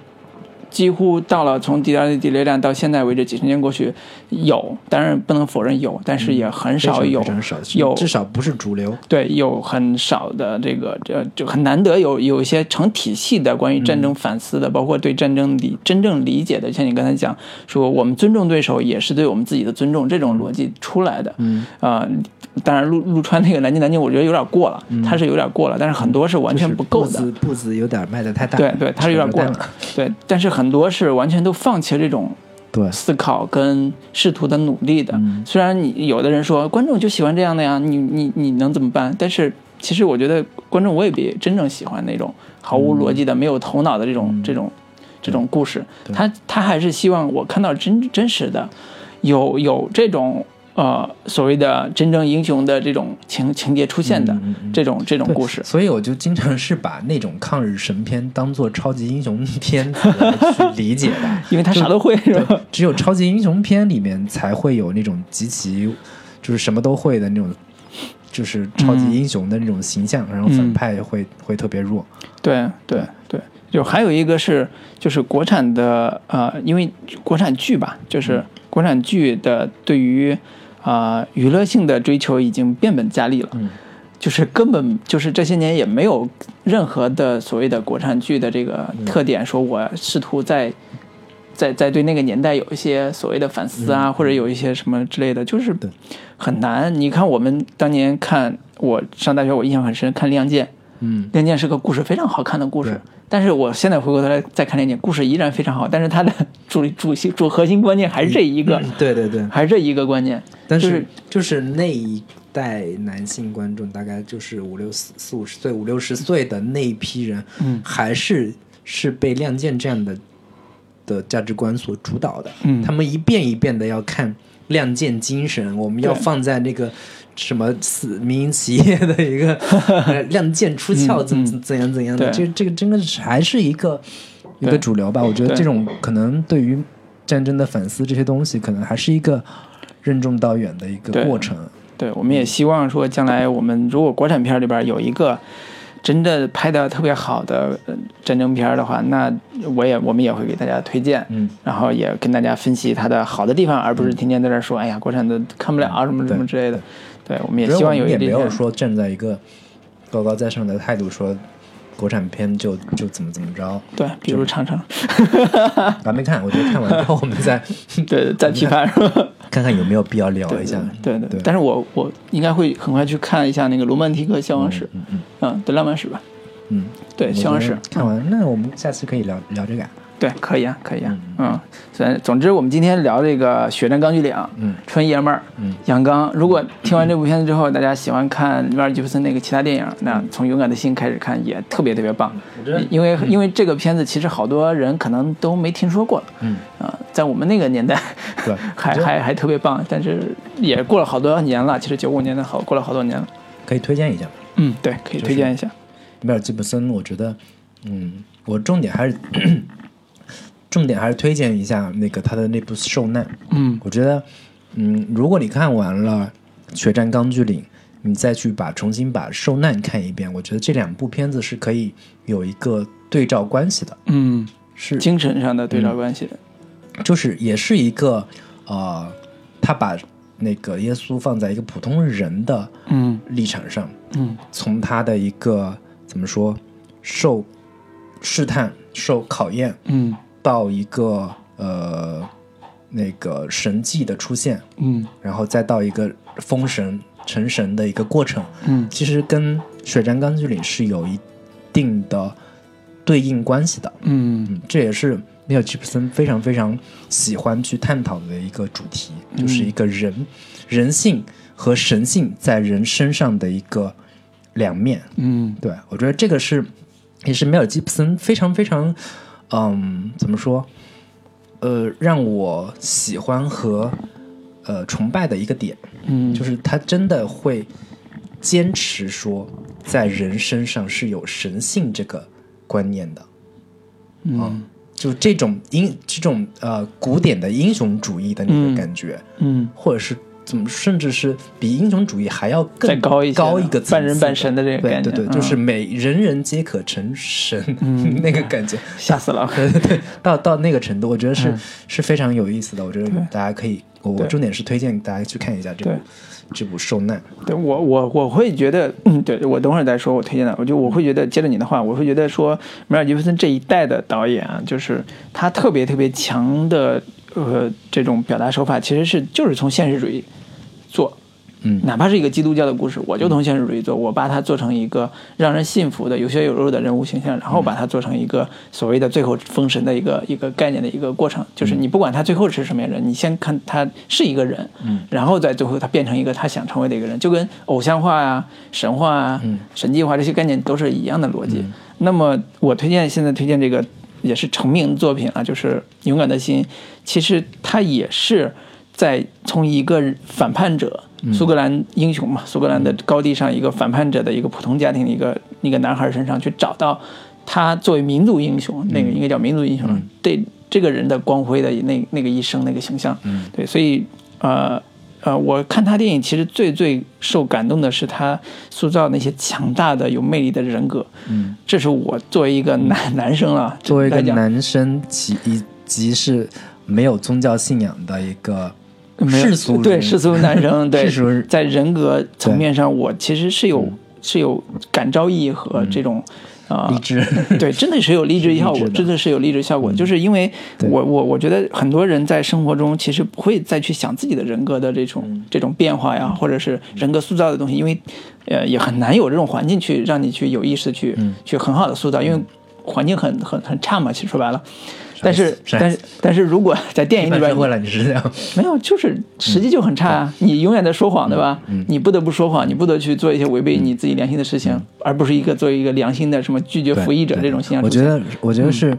[SPEAKER 1] 几乎到了从第二、第六站到现在为止，几十年过去，有，当然不能否认有，但是也很
[SPEAKER 5] 非常
[SPEAKER 1] 少有，
[SPEAKER 5] 嗯非常少，
[SPEAKER 1] 有
[SPEAKER 5] 至少不是主流。
[SPEAKER 1] 对，有很少的这个，这就很难得有有一些成体系的关于战争反思的，包括对战争理真正理解的，像你刚才讲说，我们尊重对手也是对我们自己的尊重，这种逻辑出来的。嗯，啊，当然陆陆川那个南京南京，我觉得有点过了，他是有点过了，但是很多是完全不
[SPEAKER 5] 嗯
[SPEAKER 1] 够
[SPEAKER 5] 就是
[SPEAKER 1] 的。
[SPEAKER 5] 步子步子有点迈得太大，
[SPEAKER 1] 对对，他是有点过
[SPEAKER 5] 扯着
[SPEAKER 1] 了，对，但是很多是完全都放弃了这种
[SPEAKER 2] 对
[SPEAKER 1] 思考跟试图的努力的。虽然你有的人说观众就喜欢这样的呀，你你你能怎么办？但是其实我觉得观众未必真正喜欢那种毫无逻辑的、没有头脑的这种、这种这种故事。他他还是希望我看到真真实的，有有这种。呃，所谓的真正英雄的这种情情节出现的、这种这种
[SPEAKER 2] 对
[SPEAKER 1] 故事，
[SPEAKER 2] 所以我就经常是把那种抗日神片当做超级英雄片来去理解的。
[SPEAKER 1] 因为他啥都会，是吧？
[SPEAKER 2] 只有超级英雄片里面才会有那种极其就是什么都会的那种，就是超
[SPEAKER 5] 嗯
[SPEAKER 2] 级英雄的那种形象，然后反派会、会特别弱。
[SPEAKER 1] 对对对，就还有一个是就是国产的呃，因为国产剧吧，就是国产剧的对于啊、呃娱乐性的追求已经变本加厉
[SPEAKER 2] 嗯
[SPEAKER 1] 了。
[SPEAKER 5] 嗯
[SPEAKER 1] 就是根本就是这些年也没有任何的所谓的国产剧的这个特点，说我试图在在在对那个年代有一些所谓的反思啊，或者有一些什么之类的，就是很难。你看我们当年看我上大学，我印象很深，看《亮剑》，
[SPEAKER 5] 嗯
[SPEAKER 1] 《亮剑》是个故事，非常好看的故事。但是我现在回过头来再看《亮剑》，故事依然非常好，但是它的主主心
[SPEAKER 2] 嗯
[SPEAKER 1] 主核心观念还是这一个，
[SPEAKER 5] 对对对，
[SPEAKER 1] 还是这一个观念。
[SPEAKER 5] 但
[SPEAKER 1] 就是是
[SPEAKER 5] 就是那一
[SPEAKER 2] 代男性观众，大概就是五六四四五十岁、五六十岁的那一批人，
[SPEAKER 1] 嗯
[SPEAKER 2] 还是是被《亮剑》这样的的价值观所主导的。
[SPEAKER 1] 嗯
[SPEAKER 2] 他们一遍一遍的要看《亮剑》精神，我们要
[SPEAKER 1] 对
[SPEAKER 2] 放在那个什么死民营企业的 一个呃亮剑出鞘，
[SPEAKER 1] 嗯
[SPEAKER 2] 怎
[SPEAKER 1] 嗯
[SPEAKER 2] 怎怎样怎样的，
[SPEAKER 1] 对
[SPEAKER 2] 这这个真的是还是一个一个
[SPEAKER 1] 对
[SPEAKER 2] 主流吧。我觉得
[SPEAKER 1] 对
[SPEAKER 2] 这种可能对于战争的反思这些东西，可能还是一个任重道远的一个
[SPEAKER 1] 对
[SPEAKER 2] 过程。
[SPEAKER 1] 对，我们也希望说，将来我们如果国产片儿里边儿有一个真的拍的特别好的呃战争片儿的话，那我也我们也会给大家推荐，
[SPEAKER 2] 嗯，
[SPEAKER 1] 然后也跟大家分析它的好的地方，而不是天天在这儿说，哎呀，国产的看不了啊什么什么之类的。对，我们也
[SPEAKER 2] 我觉得
[SPEAKER 1] 希望
[SPEAKER 2] 我
[SPEAKER 1] 有
[SPEAKER 2] 们
[SPEAKER 1] 一
[SPEAKER 2] 也没
[SPEAKER 1] 点
[SPEAKER 2] 有说站在一个高高在上的态度说。国产片就就怎么怎么着，
[SPEAKER 1] 对，比如尝 尝，
[SPEAKER 2] 还没看，我觉得看完之后我们 再
[SPEAKER 1] 对，再批判是吧？
[SPEAKER 2] 看看有没有必要聊一下。
[SPEAKER 1] 对对
[SPEAKER 2] 对
[SPEAKER 1] 但是我我应该会很快去看一下那个《罗曼蒂克消亡史》，
[SPEAKER 2] 嗯嗯
[SPEAKER 1] 嗯，对，浪漫史吧，
[SPEAKER 2] 嗯，
[SPEAKER 1] 对，消亡
[SPEAKER 2] 我觉
[SPEAKER 1] 史
[SPEAKER 2] 得，看完，那我们下次可以聊聊这个啊。
[SPEAKER 1] 对，可以啊，可以啊，嗯，所以总之我们今天聊这个《血战钢锯岭》，
[SPEAKER 2] 嗯
[SPEAKER 1] 纯爷们儿，
[SPEAKER 2] 嗯
[SPEAKER 1] 阳刚。如果听完这部片子之后，大家喜欢看威尔吉布森那个其他电影，
[SPEAKER 2] 嗯
[SPEAKER 1] 那从《勇敢的心》开始看也特别特别棒，因为因为这个片子其实好多人可能都没听说过，
[SPEAKER 2] 嗯
[SPEAKER 1] 啊、在我们那个年代，
[SPEAKER 2] 对
[SPEAKER 1] 还还还特别棒，但是也过了好多年了，其实九五年的好过了好多年了，
[SPEAKER 2] 可以推荐一下吗？
[SPEAKER 1] 嗯，对，可以推荐一下，
[SPEAKER 2] 威尔吉布森，我觉得，嗯，我重点还是 重点还是推荐一下那个他的那部《受难》。
[SPEAKER 1] 嗯
[SPEAKER 2] 我觉得，嗯，如果你看完了《血战钢锯岭》，你再去把重新把《受难》看一遍，我觉得这两部片子是可以有一个对照关系的，
[SPEAKER 1] 嗯，
[SPEAKER 2] 是
[SPEAKER 1] 精神上的对
[SPEAKER 2] 嗯
[SPEAKER 1] 照关系，
[SPEAKER 2] 就是也是一个呃，他把那个耶稣放在一个普通人的
[SPEAKER 1] 嗯
[SPEAKER 2] 立场上，
[SPEAKER 1] 嗯
[SPEAKER 2] 从他的一个怎么说受试探、受考验，
[SPEAKER 1] 嗯
[SPEAKER 2] 到一个呃那个神迹的出现，
[SPEAKER 1] 嗯
[SPEAKER 2] 然后再到一个封神成神的一个过程，
[SPEAKER 1] 嗯
[SPEAKER 2] 其实跟《血战钢锯岭》是有一定的对应关系的。
[SPEAKER 1] 嗯
[SPEAKER 2] 嗯，这也是尼尔·吉普森非常非常喜欢去探讨的一个主题，就是一个人、人性和神性在人身上的一个两面。
[SPEAKER 1] 嗯
[SPEAKER 2] 对我觉得这个是也是梅尔吉普森非常非常嗯怎么说呃让我喜欢和呃崇拜的一个点，
[SPEAKER 1] 嗯，
[SPEAKER 2] 就是他真的会坚持说在人身上是有神性这个观念的。
[SPEAKER 1] 嗯
[SPEAKER 2] 就这种英这种呃古典的英雄主义的那
[SPEAKER 1] 嗯
[SPEAKER 2] 个感觉，
[SPEAKER 1] 嗯，
[SPEAKER 2] 或者是怎么，甚至是比英雄主义还要更
[SPEAKER 1] 再高一些的
[SPEAKER 2] 高一个层次的
[SPEAKER 1] 半人半神的这个概念
[SPEAKER 2] 对对对，
[SPEAKER 1] 嗯
[SPEAKER 2] 就是每人人皆可成神、
[SPEAKER 1] 嗯
[SPEAKER 2] 那个感觉，
[SPEAKER 1] 吓死了。
[SPEAKER 2] 对对对，到到那个程度，我觉得是、
[SPEAKER 1] 嗯
[SPEAKER 2] 是非常有意思的。我觉得
[SPEAKER 1] 对
[SPEAKER 2] 大家可以，我我
[SPEAKER 1] 对
[SPEAKER 2] 重点是推荐大家去看一下这部
[SPEAKER 1] 对
[SPEAKER 2] 这部《受难》。
[SPEAKER 1] 对我我我会觉得，嗯，对我等会儿再说我推荐的，我就我会觉得接着你的话，我会觉得说梅尔吉布森这一代的导演啊，就是他特别特别强的呃这种表达手法，其实是就是从现实主义做。
[SPEAKER 2] 嗯
[SPEAKER 1] 哪怕是一个基督教的故事，我就从现实主义做，我把它做成一个让人信服的、有血有肉的人物形象，然后把它做成一个所谓的最后封神的一个一个概念的一个过程。就是你不管他最后是什么样的人，你先看他是一个人，嗯，然后再最后他变成一个他想成为的一个人，就跟偶像化啊、神话啊、神迹化这些概念都是一样的逻辑。那么我推荐现在推荐这个也是成名作品啊，就是《勇敢的心》，其实它也是。在从一个反叛者，
[SPEAKER 2] 嗯
[SPEAKER 1] 苏格兰英雄嘛，苏格兰的高地上一个反叛者的一个普通家庭的一个一个男孩身上去找到他作为民族英雄，
[SPEAKER 2] 嗯
[SPEAKER 1] 那个应该叫民族英雄，对这个人的光辉的那那个一生那个形象，
[SPEAKER 2] 嗯
[SPEAKER 1] 对，所以呃呃，我看他电影其实最最受感动的是他塑造那些强大的有魅力的人格，嗯，这是我作为一个男男生啊，
[SPEAKER 2] 作为一个
[SPEAKER 1] 来讲
[SPEAKER 2] 男生，其以及是没有宗教信仰的一个
[SPEAKER 1] 没有
[SPEAKER 2] 世俗
[SPEAKER 1] 对
[SPEAKER 2] 人
[SPEAKER 1] 世俗男 生，对
[SPEAKER 2] 世俗人嗯
[SPEAKER 1] 在人格层面上，我其实是有是有感召意和这种啊
[SPEAKER 2] 励志。
[SPEAKER 1] 对，真的是有励志效
[SPEAKER 2] 励
[SPEAKER 1] 果，
[SPEAKER 2] 志的嗯
[SPEAKER 1] 真的是有励志效果。就是因为
[SPEAKER 2] 对
[SPEAKER 1] 我我我觉得很多人在生活中其实不会再去想自己的人格的这种、
[SPEAKER 2] 嗯
[SPEAKER 1] 这种变化呀，或者是人格塑造的东西，
[SPEAKER 2] 嗯
[SPEAKER 1] 因为呃也很难有这种环境去让你去有意识地去、去很好的塑造，因为。环境很很很差嘛，其实说白了。但是
[SPEAKER 2] 啥意思
[SPEAKER 1] 但是但是如果 在电影里
[SPEAKER 2] 一般
[SPEAKER 1] 边
[SPEAKER 2] 社，会了，你是这样，
[SPEAKER 1] 没有，就是实际就很差啊！
[SPEAKER 2] 嗯
[SPEAKER 1] 你永远在说谎，对吧？你不得不说谎，你不得去做一些违背你自己良心的事情，而不是一个做一个良心的什么拒绝
[SPEAKER 2] 对
[SPEAKER 1] 服役者
[SPEAKER 2] 嗯对
[SPEAKER 1] 这种形象
[SPEAKER 2] 我
[SPEAKER 1] 出
[SPEAKER 2] 觉
[SPEAKER 1] 现。嗯
[SPEAKER 2] 得，我觉得是、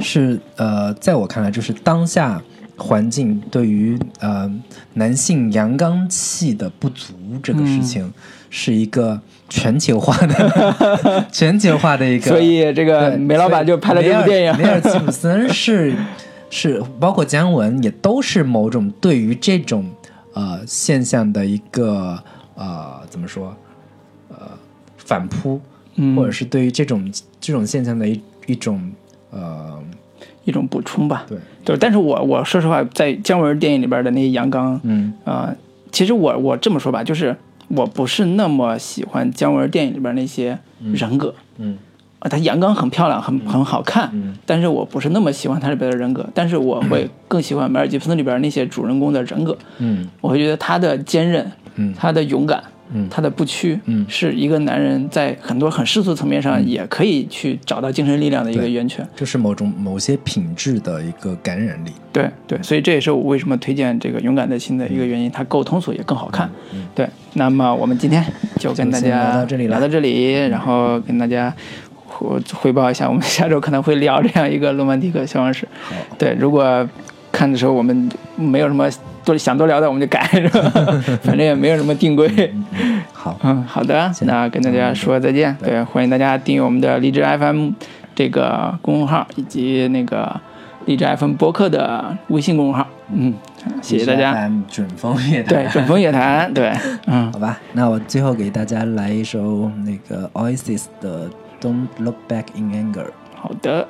[SPEAKER 2] 是呃，在我看来，就是当下环境对于呃男性阳刚气的不足这个
[SPEAKER 1] 嗯
[SPEAKER 2] 事情，是一个全球化的 全球化的一个。
[SPEAKER 1] 所以这个
[SPEAKER 2] 对
[SPEAKER 1] 梅老板就拍了这部
[SPEAKER 2] 所以
[SPEAKER 1] 电
[SPEAKER 2] 梅尔梅尔
[SPEAKER 1] 影，
[SPEAKER 2] 吉普森是是包括姜文也都是某种对于这种呃现象的一个呃怎么说呃反扑，
[SPEAKER 1] 嗯
[SPEAKER 2] 或者是对于这种这种现象的一一种呃
[SPEAKER 1] 一种补充吧。
[SPEAKER 2] 对
[SPEAKER 1] 对，但是我我说实话，在姜文电影里边的那些阳刚，
[SPEAKER 2] 嗯
[SPEAKER 1] 呃，其实我我这么说吧，就是我不是那么喜欢姜文电影里边那些人格。
[SPEAKER 2] 嗯
[SPEAKER 1] 啊，她阳刚很漂亮，很很好看，
[SPEAKER 2] 嗯
[SPEAKER 1] 但是我不是那么喜欢她里边的人格，但是我会更喜欢梅尔吉普森里边那些主人公的人格，
[SPEAKER 2] 嗯
[SPEAKER 1] 我会觉得他的坚韧，
[SPEAKER 2] 嗯
[SPEAKER 1] 他的勇敢，
[SPEAKER 2] 嗯
[SPEAKER 1] 他的不屈，
[SPEAKER 2] 嗯
[SPEAKER 1] 是一个男人在很多很世俗层面上也可以去找到精神力量的一个
[SPEAKER 2] 对
[SPEAKER 1] 源泉。
[SPEAKER 2] 就是某种某些品质的一个感染力。
[SPEAKER 1] 对对，所以这也是我为什么推荐这个《勇敢的心》的
[SPEAKER 2] 嗯
[SPEAKER 1] 一个原因，它够通俗也更好看。对，那么我们今天就跟大
[SPEAKER 2] 就先
[SPEAKER 1] 家
[SPEAKER 2] 聊到这里了嗯
[SPEAKER 1] 聊到这里然后跟大家汇汇报一下，我们下周可能会聊这样一个罗曼蒂克消亡史。对，如果看的时候我们没有什么多想多聊的，我们就改，是 吧？反正也没有什么定规。
[SPEAKER 2] 嗯好，
[SPEAKER 1] 嗯，好的，那跟大家说再见。嗯对，欢迎大家订阅我们的荔枝 FM 这个公众号，以及那个荔枝 FM 博客的微信公众号。嗯，谢谢大家。，
[SPEAKER 2] 准风乐
[SPEAKER 1] 对，
[SPEAKER 2] 坛。
[SPEAKER 1] 准风乐坛，对，嗯
[SPEAKER 2] 好，吧，那我最后给大家来一首那个 Oasis 的《Don't Look Back in Anger》。
[SPEAKER 1] 好的。